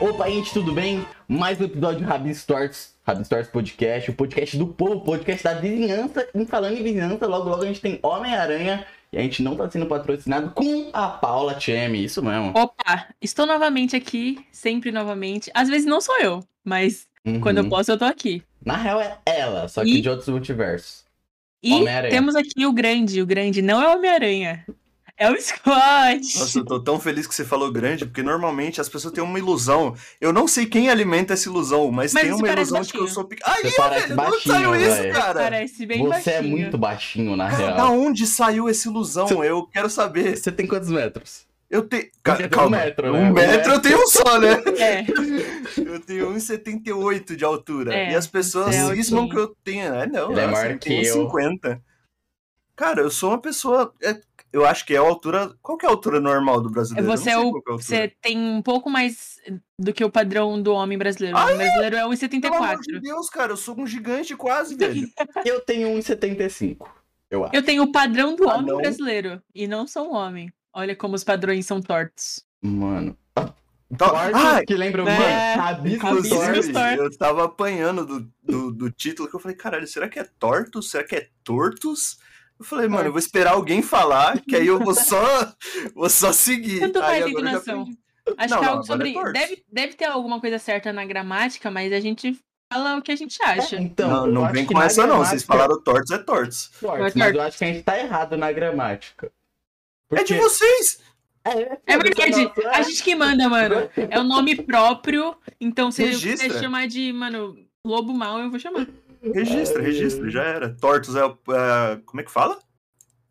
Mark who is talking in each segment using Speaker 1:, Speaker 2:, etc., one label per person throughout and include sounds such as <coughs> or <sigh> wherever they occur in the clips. Speaker 1: Opa, gente, tudo bem? Mais um episódio de Rabin Torts, Rabin Torts Podcast, o podcast do povo, o podcast da vizinhança. E falando em vizinhança, logo logo a gente tem Homem-Aranha e a gente não tá sendo patrocinado com a Paula Chemi, isso mesmo.
Speaker 2: Opa, estou novamente aqui, sempre novamente. Às vezes não sou eu, mas
Speaker 1: Uhum.
Speaker 2: quando eu posso eu tô aqui.
Speaker 1: Na real é ela, só que
Speaker 2: E-
Speaker 1: de outros multiversos.
Speaker 2: E
Speaker 1: Homem-Aranha.
Speaker 2: temos aqui o grande, o grande não é o Homem-Aranha, é o Scott.
Speaker 3: Nossa, eu tô tão feliz que você falou grande, porque normalmente as pessoas têm uma ilusão. Eu não sei quem alimenta essa ilusão, mas,
Speaker 2: Mas
Speaker 3: tem
Speaker 2: isso
Speaker 3: uma
Speaker 2: parece
Speaker 3: ilusão de que eu
Speaker 2: baixinho.
Speaker 3: sou pequeno. Ai,
Speaker 1: Você parece
Speaker 3: velho,
Speaker 1: baixinho,
Speaker 3: onde saiu isso,
Speaker 1: velho.
Speaker 3: cara?
Speaker 2: Parece bem
Speaker 1: Você
Speaker 2: baixinho.
Speaker 1: é muito baixinho, na
Speaker 3: Cara,
Speaker 1: real.
Speaker 3: da onde saiu essa ilusão?
Speaker 1: Você-
Speaker 3: Eu quero saber.
Speaker 1: Você tem quantos metros?
Speaker 3: Eu tenho.
Speaker 1: tem um
Speaker 3: Cara, calma.
Speaker 1: metro, né?
Speaker 3: Um metro eu tenho um
Speaker 1: <laughs>
Speaker 3: só, né?
Speaker 2: É,
Speaker 3: Eu tenho 1,78 de altura.
Speaker 2: É,
Speaker 3: e as pessoas
Speaker 1: você é
Speaker 3: cismam
Speaker 2: altinho.
Speaker 3: que eu tenho. É, não,
Speaker 1: Ele é
Speaker 3: elas
Speaker 1: maior
Speaker 3: não
Speaker 1: que
Speaker 3: têm
Speaker 1: eu.
Speaker 3: 50. Cara, eu sou uma pessoa. é, eu acho que é a altura. Qual que é a altura normal do brasileiro? Eu não
Speaker 2: Você é
Speaker 3: sei
Speaker 2: o-
Speaker 3: qual que a altura.
Speaker 2: você tem um pouco mais do que o padrão do homem brasileiro. O
Speaker 3: Ai,
Speaker 2: homem brasileiro é
Speaker 3: Pelo amor de
Speaker 2: 1,74.
Speaker 3: Deus, cara, eu sou um gigante quase, <laughs> velho.
Speaker 1: Eu tenho 1,75, eu acho.
Speaker 2: Eu tenho o padrão do
Speaker 1: Ah,
Speaker 2: homem
Speaker 3: Padrão.
Speaker 2: brasileiro e não sou um homem. Olha como os padrões são tortos.
Speaker 1: Mano.
Speaker 3: Tá-
Speaker 1: Quartos
Speaker 3: Ai,
Speaker 1: que lembram
Speaker 2: Ah, né?
Speaker 1: mano, rabiscos
Speaker 2: Rabiscos
Speaker 1: tortos.
Speaker 2: tortos.
Speaker 3: Inclusive, eu tava apanhando do, do, do título que eu falei, caralho, será que é tortos? Será que é tortos? Eu falei, mano, eu vou esperar alguém falar, que aí eu vou só, <laughs> vou só seguir.
Speaker 2: Tanto
Speaker 3: aí
Speaker 2: faz a
Speaker 3: agora eu já
Speaker 2: entonação.
Speaker 3: aprendi.
Speaker 2: Acho
Speaker 3: Não,
Speaker 2: que é
Speaker 3: não,
Speaker 2: algo
Speaker 3: agora
Speaker 2: sobre.
Speaker 3: é torto.
Speaker 2: deve, deve ter alguma coisa certa na gramática, mas a gente fala o que a gente
Speaker 1: É,
Speaker 2: acha.
Speaker 1: então,
Speaker 3: não, não
Speaker 1: eu
Speaker 3: vem
Speaker 1: acho que
Speaker 3: com
Speaker 1: na
Speaker 3: essa não, vocês
Speaker 1: gramática-
Speaker 3: falaram tortos é tortos.
Speaker 1: Fortes,
Speaker 2: Mas
Speaker 1: mas eu acho que a gente tá errado na gramática.
Speaker 3: É de vocês!
Speaker 2: É verdade. A gente que manda, mano. É o nome próprio. Então, se você
Speaker 3: Registra.
Speaker 2: chamar de, mano, lobo mal, eu vou chamar.
Speaker 3: Registra,
Speaker 1: Ai.
Speaker 3: registra, já era. Tortos é, é- como é que fala?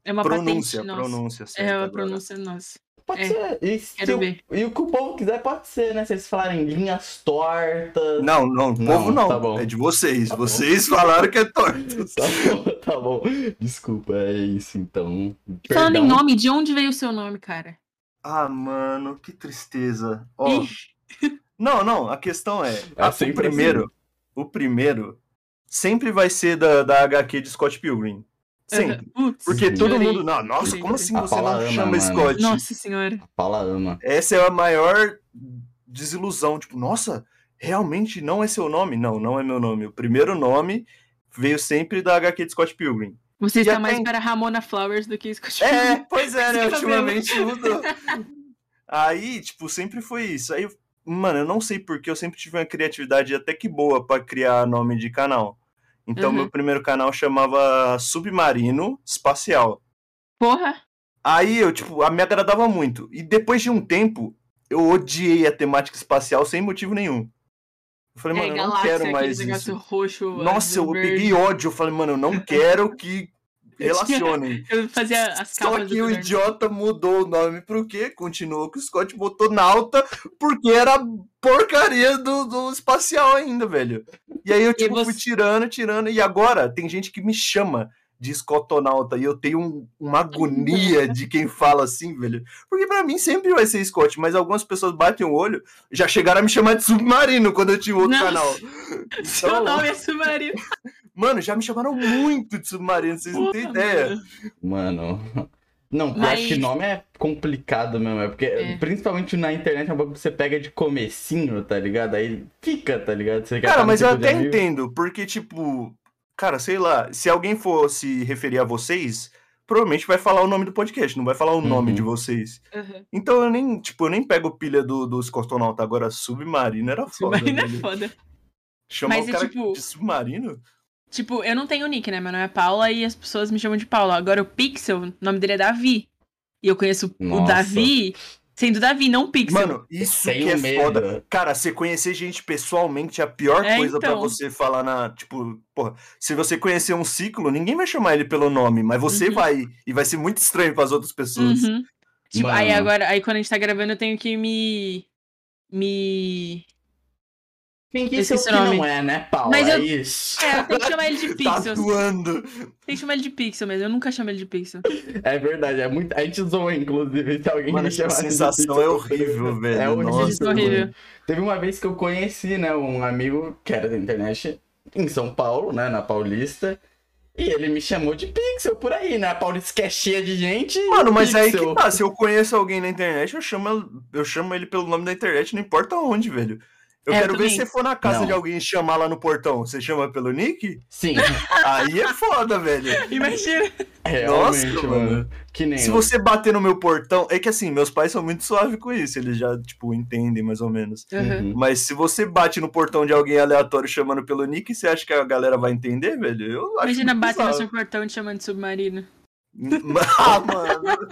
Speaker 2: É uma
Speaker 3: pronúncia,
Speaker 2: patente nossa.
Speaker 3: pronúncia. certo,
Speaker 2: É uma
Speaker 3: agora.
Speaker 2: pronúncia nossa.
Speaker 1: Pode
Speaker 2: É.
Speaker 1: ser. E, se
Speaker 2: Quero
Speaker 1: o-
Speaker 2: ver.
Speaker 1: e o que o povo quiser, pode ser, né? Se eles falarem linhas tortas.
Speaker 3: Não, não,
Speaker 1: Não,
Speaker 3: povo não.
Speaker 1: tá bom.
Speaker 3: É de vocês.
Speaker 1: Tá bom.
Speaker 3: vocês falaram que
Speaker 2: <laughs>
Speaker 3: é tortos.
Speaker 1: <laughs> Tá bom, tá bom. Desculpa, é isso então.
Speaker 2: E Falando em
Speaker 1: Perdão.
Speaker 2: nome, de onde veio o seu nome, cara?
Speaker 3: Ah, mano, que tristeza. Ó,
Speaker 2: Ih,
Speaker 3: não, não, a questão é, a- o
Speaker 1: sempre assim.
Speaker 3: primeiro, o primeiro sempre vai ser da, da HQ de Scott Pilgrim. Sempre.
Speaker 2: putz,
Speaker 3: Porque todo
Speaker 2: Adorei.
Speaker 3: mundo, não, nossa,
Speaker 2: Sempre.
Speaker 3: como assim
Speaker 1: A
Speaker 3: você
Speaker 1: Paula
Speaker 3: não
Speaker 1: ama,
Speaker 3: chama
Speaker 1: "Ah, mano.
Speaker 3: Scott?
Speaker 2: Nossa senhora.
Speaker 1: A Paula ama.
Speaker 3: Essa é a maior desilusão, tipo, nossa, realmente não é seu nome? Não, não é meu nome. O primeiro nome veio sempre da HQ de Scott Pilgrim.
Speaker 2: Você
Speaker 3: E
Speaker 2: está
Speaker 3: até
Speaker 2: mais
Speaker 3: em-
Speaker 2: para Ramona Flowers do que Scott.
Speaker 3: É,
Speaker 2: <laughs>
Speaker 3: pois é, né?
Speaker 2: Esse cabelo.
Speaker 3: Ultimamente mudou. Aí, tipo, sempre foi isso. Aí, eu- mano, eu não sei porque eu sempre tive uma criatividade até que boa pra criar nome de canal. Então,
Speaker 2: Uhum.
Speaker 3: meu primeiro canal chamava Submarino Espacial.
Speaker 2: Porra.
Speaker 3: Aí eu, tipo, a- me agradava muito. E depois de um tempo, eu odiei a temática espacial sem motivo nenhum. Eu falei,
Speaker 2: É,
Speaker 3: mano, eu não
Speaker 2: galáxia,
Speaker 3: quero
Speaker 2: aquele
Speaker 3: mais
Speaker 2: negócio
Speaker 3: isso.
Speaker 2: roxo.
Speaker 3: Nossa, eu
Speaker 2: azul, verde.
Speaker 3: peguei ódio. Eu falei, mano, eu não quero que relacionem.
Speaker 2: <laughs> Eu fazia as
Speaker 3: Só
Speaker 2: capas do
Speaker 3: que o
Speaker 2: caderno.
Speaker 3: idiota mudou o nome pro quê? Continuou que o Scott botou Nauta porque era porcaria do, do espacial ainda, velho. E aí eu tipo,
Speaker 2: você-
Speaker 3: fui tirando, tirando. E agora tem gente que me chama de Scottonauta e eu tenho um- uma agonia de quem fala assim, velho. Porque pra mim sempre vai ser Scott, mas algumas pessoas batem o olho já chegaram a me chamar de Submarino quando eu tinha um outro
Speaker 2: Nossa.
Speaker 3: canal. Então,
Speaker 2: Seu nome é submarino.
Speaker 3: Mano, já me chamaram muito de Submarino, vocês não têm
Speaker 2: Porra,
Speaker 3: ideia.
Speaker 2: mano.
Speaker 1: Mano. Não, eu
Speaker 2: Mas-
Speaker 1: acho que nome é complicado mesmo. É porque,
Speaker 2: É.
Speaker 1: principalmente na internet, é um bagulho que você pega de comecinho, tá ligado? Aí fica, tá ligado? Você já tá
Speaker 3: Cara,
Speaker 1: no
Speaker 3: mas eu
Speaker 2: tipo
Speaker 1: ciclo de
Speaker 3: até
Speaker 1: amigos.
Speaker 3: entendo, porque, tipo, cara, sei lá, se alguém for se referir a vocês, provavelmente vai falar o nome do podcast, não vai falar o nome
Speaker 1: Uhum.
Speaker 3: de vocês.
Speaker 2: Uhum.
Speaker 3: Então eu nem, tipo, eu nem pego pilha do, dos costonautas agora, submarino era foda.
Speaker 2: Submarino é
Speaker 3: velho.
Speaker 2: foda.
Speaker 3: Chamar
Speaker 2: Mas
Speaker 3: o
Speaker 2: é
Speaker 3: cara
Speaker 2: tipo-
Speaker 3: de submarino?
Speaker 2: Tipo, eu não tenho nick, né? Meu nome é Paula e as pessoas me chamam de Paula. Agora o Pixel, o nome dele é Davi. E eu conheço o
Speaker 1: Nossa.
Speaker 2: Davi sendo Davi, não um Pixel.
Speaker 3: Mano, isso que é
Speaker 1: Tenho medo.
Speaker 3: foda. Cara, você conhecer gente pessoalmente é a pior
Speaker 2: É,
Speaker 3: coisa pra
Speaker 2: então.
Speaker 3: você falar na. Tipo, porra, se você conhecer um ciclo, ninguém vai chamar ele pelo nome, mas você
Speaker 2: Uhum.
Speaker 3: vai. E vai ser muito estranho pras outras pessoas.
Speaker 2: Uhum. Tipo, aí
Speaker 1: Mano.
Speaker 2: agora, aí quando a gente tá gravando, eu tenho que me. Me.
Speaker 1: Fingir
Speaker 2: Eu
Speaker 1: seu
Speaker 2: esqueci
Speaker 1: que
Speaker 2: o nome.
Speaker 1: não é, né, Paula?
Speaker 2: Mas eu-
Speaker 1: Isso.
Speaker 2: É, eu tenho
Speaker 3: <laughs>
Speaker 2: que chamar ele de
Speaker 3: Tá
Speaker 2: Pixel.
Speaker 3: doando.
Speaker 2: Tem que chamar ele de Pixel mesmo. Eu nunca chamo ele de Pixel.
Speaker 1: É verdade, é muito. A gente zoa, inclusive, se alguém
Speaker 3: Mano,
Speaker 1: me chamar
Speaker 3: essa
Speaker 1: de
Speaker 3: sensação
Speaker 1: pizza,
Speaker 3: é
Speaker 1: eu-
Speaker 3: horrível, velho.
Speaker 1: É horrível.
Speaker 3: Nossa,
Speaker 2: Isso é horrível.
Speaker 1: mano. Teve uma vez que eu conheci, né, um amigo que era da internet em São Paulo, né, na Paulista. E ele me chamou de pixel por aí, né? A Paulista que é cheia de gente.
Speaker 3: Mano, mas aí
Speaker 1: pixel.
Speaker 3: que tá. Se eu conheço alguém na internet, eu chamo, el- eu chamo ele pelo nome da internet, não importa onde, velho. Eu
Speaker 2: É, eu
Speaker 3: quero ver
Speaker 2: também.
Speaker 3: se você for na casa
Speaker 1: Não.
Speaker 3: de alguém e chamar lá no portão. Você chama pelo
Speaker 2: <laughs>
Speaker 3: nick?
Speaker 1: Sim,
Speaker 3: Aí é foda, velho.
Speaker 2: Imagina.
Speaker 1: realmente,
Speaker 3: Nossa,
Speaker 1: mano.
Speaker 3: mano.
Speaker 1: Que nem.
Speaker 3: Se você bater no meu portão. É que assim, meus pais são muito suaves com isso. Eles já, tipo, entendem mais ou menos.
Speaker 2: Uhum.
Speaker 1: Uhum.
Speaker 3: Mas se você bate no portão de alguém aleatório chamando pelo nick, você acha que a galera vai entender, velho? Eu acho
Speaker 2: Imagina
Speaker 3: muito
Speaker 2: bater no
Speaker 3: bizarro.
Speaker 2: seu portão te chamando de submarino.
Speaker 3: <laughs> ah, mano.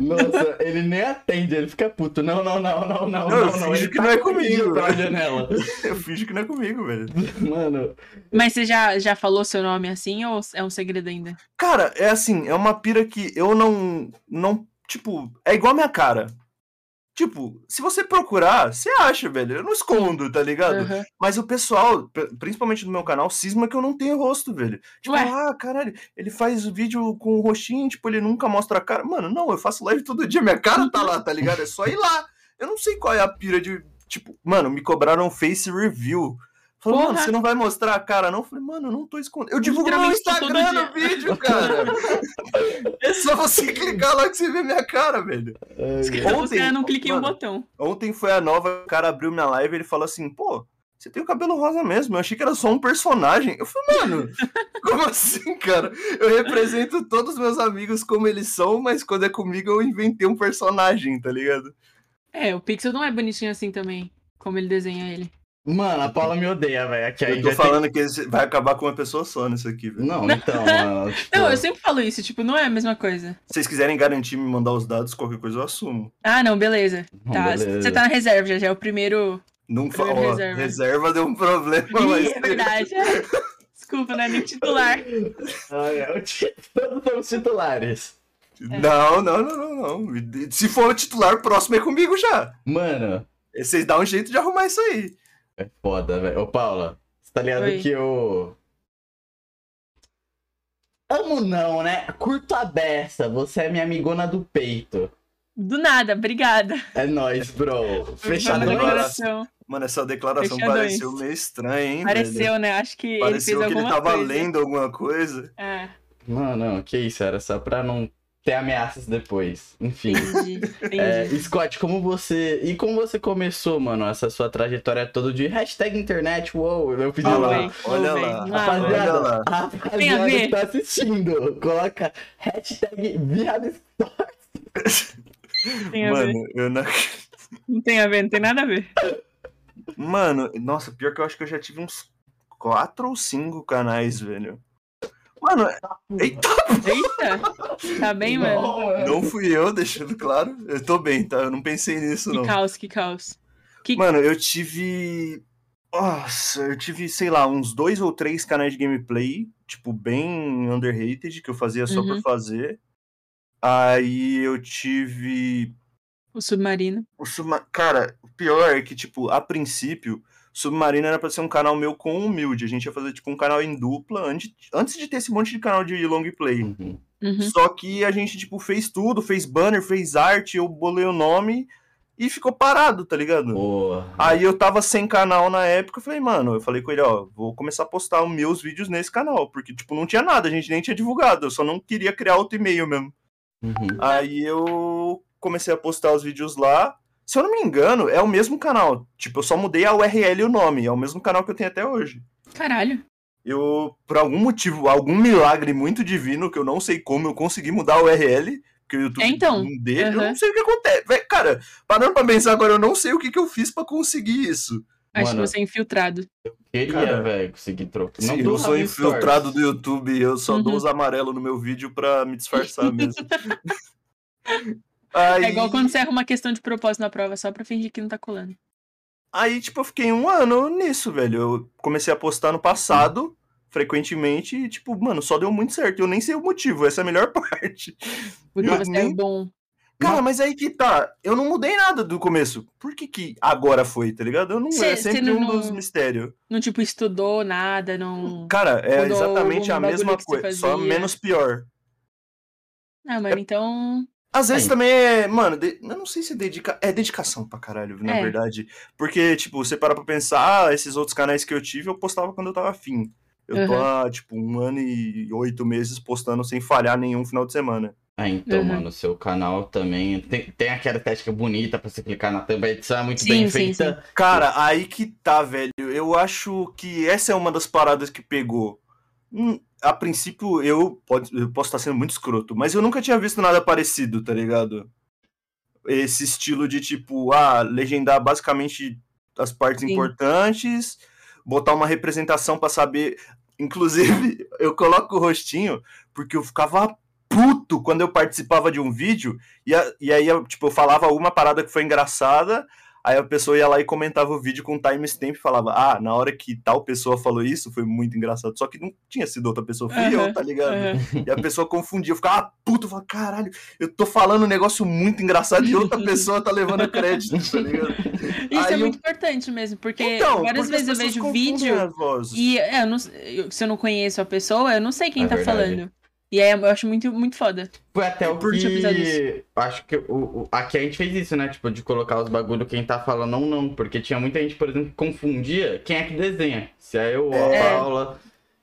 Speaker 1: Nossa, ele nem atende, ele fica puto. Não, não, não, não, não,
Speaker 3: Não,
Speaker 1: não,
Speaker 3: eu
Speaker 1: não.
Speaker 3: finjo
Speaker 1: Ele
Speaker 3: que não é comigo,
Speaker 1: pra
Speaker 3: velho.
Speaker 1: janela.
Speaker 3: Eu finjo que não é comigo, velho.
Speaker 1: Mano,
Speaker 2: Mas você já, já falou seu nome assim ou é um segredo ainda?
Speaker 3: Cara, é assim, é uma pira que eu não. não tipo, é igual a minha cara. Tipo, se você procurar, você acha, velho. Eu não escondo, tá ligado?
Speaker 2: Uhum.
Speaker 3: Mas o pessoal, pr- principalmente do meu canal, cisma que eu não tenho rosto, velho. Tipo,
Speaker 2: Ué.
Speaker 3: ah, caralho, ele faz o vídeo com o rostinho, tipo, ele nunca mostra a cara. Mano, não, eu faço live todo dia, minha cara tá lá, tá ligado? É só ir lá. Eu não sei qual é a pira de. Tipo, mano, me cobraram face review. Falou, mano,
Speaker 2: Porra.
Speaker 3: você não vai mostrar a cara, não? Eu falei, mano, eu não tô escondendo. Eu divulgo meu
Speaker 2: Literalmente tô
Speaker 3: Instagram
Speaker 2: todo
Speaker 3: no vídeo, cara.
Speaker 2: <laughs>
Speaker 3: é só você clicar lá que você vê minha cara, velho.
Speaker 1: ai,
Speaker 3: Ontem-
Speaker 2: Você não clica em um
Speaker 3: É, mano.
Speaker 2: botão.
Speaker 3: Ontem foi a nova, o cara abriu minha live e ele falou assim, pô, você tem o cabelo rosa mesmo, eu achei que era só um personagem. Eu falei,
Speaker 1: <laughs>
Speaker 3: mano, como assim, cara? Eu represento todos os meus amigos como eles são, mas quando é comigo eu inventei um personagem, tá ligado?
Speaker 2: É, o Pixel não é bonitinho assim também, como ele desenha ele.
Speaker 1: mano, a Paula me odeia, velho. Aqui aí
Speaker 3: Eu tô
Speaker 1: já
Speaker 3: falando que esse- vai acabar com uma pessoa só nisso aqui,
Speaker 1: tem...
Speaker 3: velho.
Speaker 1: Não,
Speaker 2: <laughs>
Speaker 1: então, mano. Tipo...
Speaker 2: Não, eu sempre falo isso, tipo, não é a mesma coisa.
Speaker 3: Se vocês quiserem garantir me mandar os dados, qualquer coisa eu assumo.
Speaker 2: Ah, não, beleza.
Speaker 1: Bom,
Speaker 2: tá,
Speaker 1: beleza.
Speaker 2: você tá na reserva já, já é o primeiro.
Speaker 3: Não fala.
Speaker 2: Primeiro
Speaker 3: Reserva.
Speaker 2: reserva.
Speaker 3: deu um problema, mas.
Speaker 2: Ih, é verdade. <laughs> Desculpa, não é nem titular.
Speaker 1: Ah, é, o ti- Todos são os titulares.
Speaker 3: <laughs> Não, não, não, não, não. Se for o titular, o próximo é comigo já.
Speaker 1: Mano,
Speaker 3: Vocês dão um jeito de arrumar isso aí.
Speaker 1: é foda, velho. Ô, Paula, você tá ligado
Speaker 2: Oi.
Speaker 1: que eu. Amo não, né? Curto a beça. Você é minha amigona do peito.
Speaker 2: Do nada, obrigada.
Speaker 1: É nóis,
Speaker 2: <laughs>
Speaker 1: bro.
Speaker 2: Fechando
Speaker 1: Fechado
Speaker 2: a
Speaker 1: agora.
Speaker 3: agora.
Speaker 2: declaração.
Speaker 3: Mano, essa declaração
Speaker 2: Fechadões.
Speaker 3: pareceu meio estranha, hein? velho?
Speaker 2: Pareceu, né? Acho que
Speaker 3: Pareceu
Speaker 2: ele fez
Speaker 3: que ele
Speaker 2: alguma
Speaker 3: tava
Speaker 2: coisa.
Speaker 3: lendo alguma coisa.
Speaker 2: É,
Speaker 1: Não, não, que isso, era só pra não ter ameaças depois. Enfim.
Speaker 2: entendi, entendi.
Speaker 1: É, Scott, como você. E como você começou, mano, essa sua trajetória toda de hashtag internet, uou, eu pedi
Speaker 3: Olha
Speaker 2: Tudo
Speaker 1: lá.
Speaker 2: bem,
Speaker 3: lá,
Speaker 2: tudo
Speaker 3: olha
Speaker 2: bem.
Speaker 3: lá.
Speaker 2: Vamos lá,
Speaker 1: Rapaziada,
Speaker 3: Olha lá.
Speaker 1: a
Speaker 2: Tem a
Speaker 1: rapaziada
Speaker 2: ver.
Speaker 1: que tá assistindo, coloca hashtag viado.
Speaker 2: não tem a ver.
Speaker 3: É, Mano, eu não... <laughs>
Speaker 2: Não tem a ver, não tem nada a ver.
Speaker 3: Mano, nossa, pior que eu acho que eu já tive uns quatro ou cinco canais, velho. Mano, eita,
Speaker 2: Eita! Tá bem, mano?
Speaker 3: não fui eu, deixando claro. Eu tô bem, tá? Eu não pensei nisso, não.
Speaker 2: Que caos, que caos. que-
Speaker 3: Mano, eu tive. Nossa, eu tive, sei lá, uns dois ou três canais de gameplay, tipo, bem underrated, que eu fazia só por
Speaker 2: Uhum.
Speaker 3: fazer. Aí eu tive.
Speaker 2: O submarino.
Speaker 3: O subma... Cara, o pior é que, tipo, a princípio, Submarino era pra ser um canal meu com humilde. A gente ia fazer, tipo, um canal em dupla antes, antes de ter esse monte de canal de long play.
Speaker 1: Uhum.
Speaker 2: Uhum.
Speaker 3: Só que a gente, tipo, fez tudo, fez banner, fez arte, eu bolei o nome e ficou parado, tá ligado?
Speaker 1: Porra.
Speaker 3: Aí eu tava sem canal na época, eu falei, mano, eu falei com ele, ó, vou começar a postar os meus vídeos nesse canal, porque, tipo, não tinha nada, a gente nem tinha divulgado, eu só não queria criar outro e-mail mesmo.
Speaker 1: Uhum.
Speaker 3: Aí eu comecei a postar os vídeos lá, se eu não me engano, é o mesmo canal, tipo, eu só mudei a URL e o nome, é o mesmo canal que eu tenho até hoje.
Speaker 2: Caralho.
Speaker 3: Eu, por algum motivo, algum milagre muito divino, que eu não sei como, eu consegui mudar a URL, porque o YouTube
Speaker 2: É, então.
Speaker 3: não dê, eu
Speaker 2: Aham.
Speaker 3: não sei o que acontece. Vé, Cara, parando pra pensar agora, eu não sei o que, que eu fiz pra conseguir isso.
Speaker 2: Acho
Speaker 1: Mano.
Speaker 2: que você é infiltrado.
Speaker 1: Queria,
Speaker 3: Cara,
Speaker 1: velho, conseguir trocar.
Speaker 3: Sim,
Speaker 1: dou
Speaker 3: eu sou
Speaker 1: Rabi
Speaker 3: infiltrado do
Speaker 1: Stories.
Speaker 3: YouTube, eu só dou
Speaker 2: Uhum.
Speaker 3: os amarelos no meu vídeo pra
Speaker 2: <laughs>
Speaker 3: me disfarçar tá mesmo. aí,
Speaker 2: É igual quando você erra uma questão de propósito na prova, só pra fingir que não tá colando.
Speaker 3: aí, tipo, eu fiquei um ano nisso, velho. Eu comecei a postar no passado, frequentemente, e, tipo, mano, só deu muito certo. Eu nem sei o motivo, essa é a melhor <laughs> parte.
Speaker 2: Porque
Speaker 3: Eu
Speaker 2: você
Speaker 3: nem-
Speaker 2: é bom.
Speaker 3: Cara, mas aí que tá. Eu não mudei nada do começo. Por que que agora foi, tá ligado? Eu não,
Speaker 2: Cê-
Speaker 3: é
Speaker 2: cê
Speaker 3: sempre
Speaker 2: não-
Speaker 3: um dos mistérios.
Speaker 2: Não, tipo, estudou nada, não.
Speaker 3: Cara, é
Speaker 2: Mudou
Speaker 3: exatamente a
Speaker 2: algum bagulho
Speaker 3: mesma
Speaker 2: que você
Speaker 3: coisa, só
Speaker 2: fazia.
Speaker 3: menos pior.
Speaker 2: Ah,
Speaker 3: É
Speaker 2: mano, então.
Speaker 3: Às vezes
Speaker 1: Aí.
Speaker 3: também é, mano, de- eu não sei se é dedica... é dedicação pra caralho, na
Speaker 2: É.
Speaker 3: verdade. Porque, tipo, você para pra pensar, ah, esses outros canais que eu tive, eu postava quando eu tava afim. Eu tô há, tipo, um ano e oito meses postando sem falhar nenhum final de semana.
Speaker 1: Ah, então,
Speaker 2: Uhum.
Speaker 1: mano, o seu canal também tem, tem aquela técnica bonita pra você clicar na tampa, a edição é muito
Speaker 2: Sim,
Speaker 1: bem
Speaker 2: sim,
Speaker 1: feita.
Speaker 3: Cara, aí que tá, velho. Eu acho que essa é uma das paradas que pegou. Hum, a princípio, eu, pode, eu posso estar sendo muito escroto, mas eu nunca tinha visto nada parecido, tá ligado? Esse estilo de, tipo, ah, legendar basicamente as partes
Speaker 2: Sim.
Speaker 3: importantes, botar uma representação pra saber. Inclusive, <laughs> eu coloco o rostinho porque eu ficava puto quando eu participava de um vídeo e, a- e aí, eu, tipo, eu falava alguma parada que foi engraçada. Aí a pessoa ia lá e comentava o vídeo com timestamp e falava: Ah, na hora que tal pessoa falou isso, foi muito engraçado. Só que não tinha sido outra pessoa, fui eu,
Speaker 2: Aham,
Speaker 3: tá ligado?
Speaker 2: aham.
Speaker 3: E a pessoa confundia, eu ficava "Ah, puto, eu falava, caralho, eu tô falando um negócio muito engraçado e
Speaker 2: <laughs>
Speaker 3: outra pessoa tá levando crédito, tá ligado?
Speaker 2: Isso
Speaker 3: Aí
Speaker 2: é
Speaker 3: eu-
Speaker 2: muito importante mesmo, porque
Speaker 3: Então,
Speaker 2: várias
Speaker 3: porque
Speaker 2: vezes eu
Speaker 3: as pessoas
Speaker 2: vejo
Speaker 3: confundem
Speaker 2: vídeo
Speaker 3: as vozes.
Speaker 2: E é, eu não- eu- se eu não conheço a pessoa, eu não sei quem
Speaker 1: É
Speaker 2: tá
Speaker 1: verdade.
Speaker 2: falando. E aí eu acho muito, muito foda.
Speaker 1: Foi até o
Speaker 2: Por que eu fiz
Speaker 1: que. Acho que o, o- aqui a gente fez isso, né? Tipo, de colocar os bagulho quem tá falando ou não. Porque tinha muita gente, por exemplo, que confundia quem é que desenha. Se é eu ou a
Speaker 3: É.
Speaker 1: Paula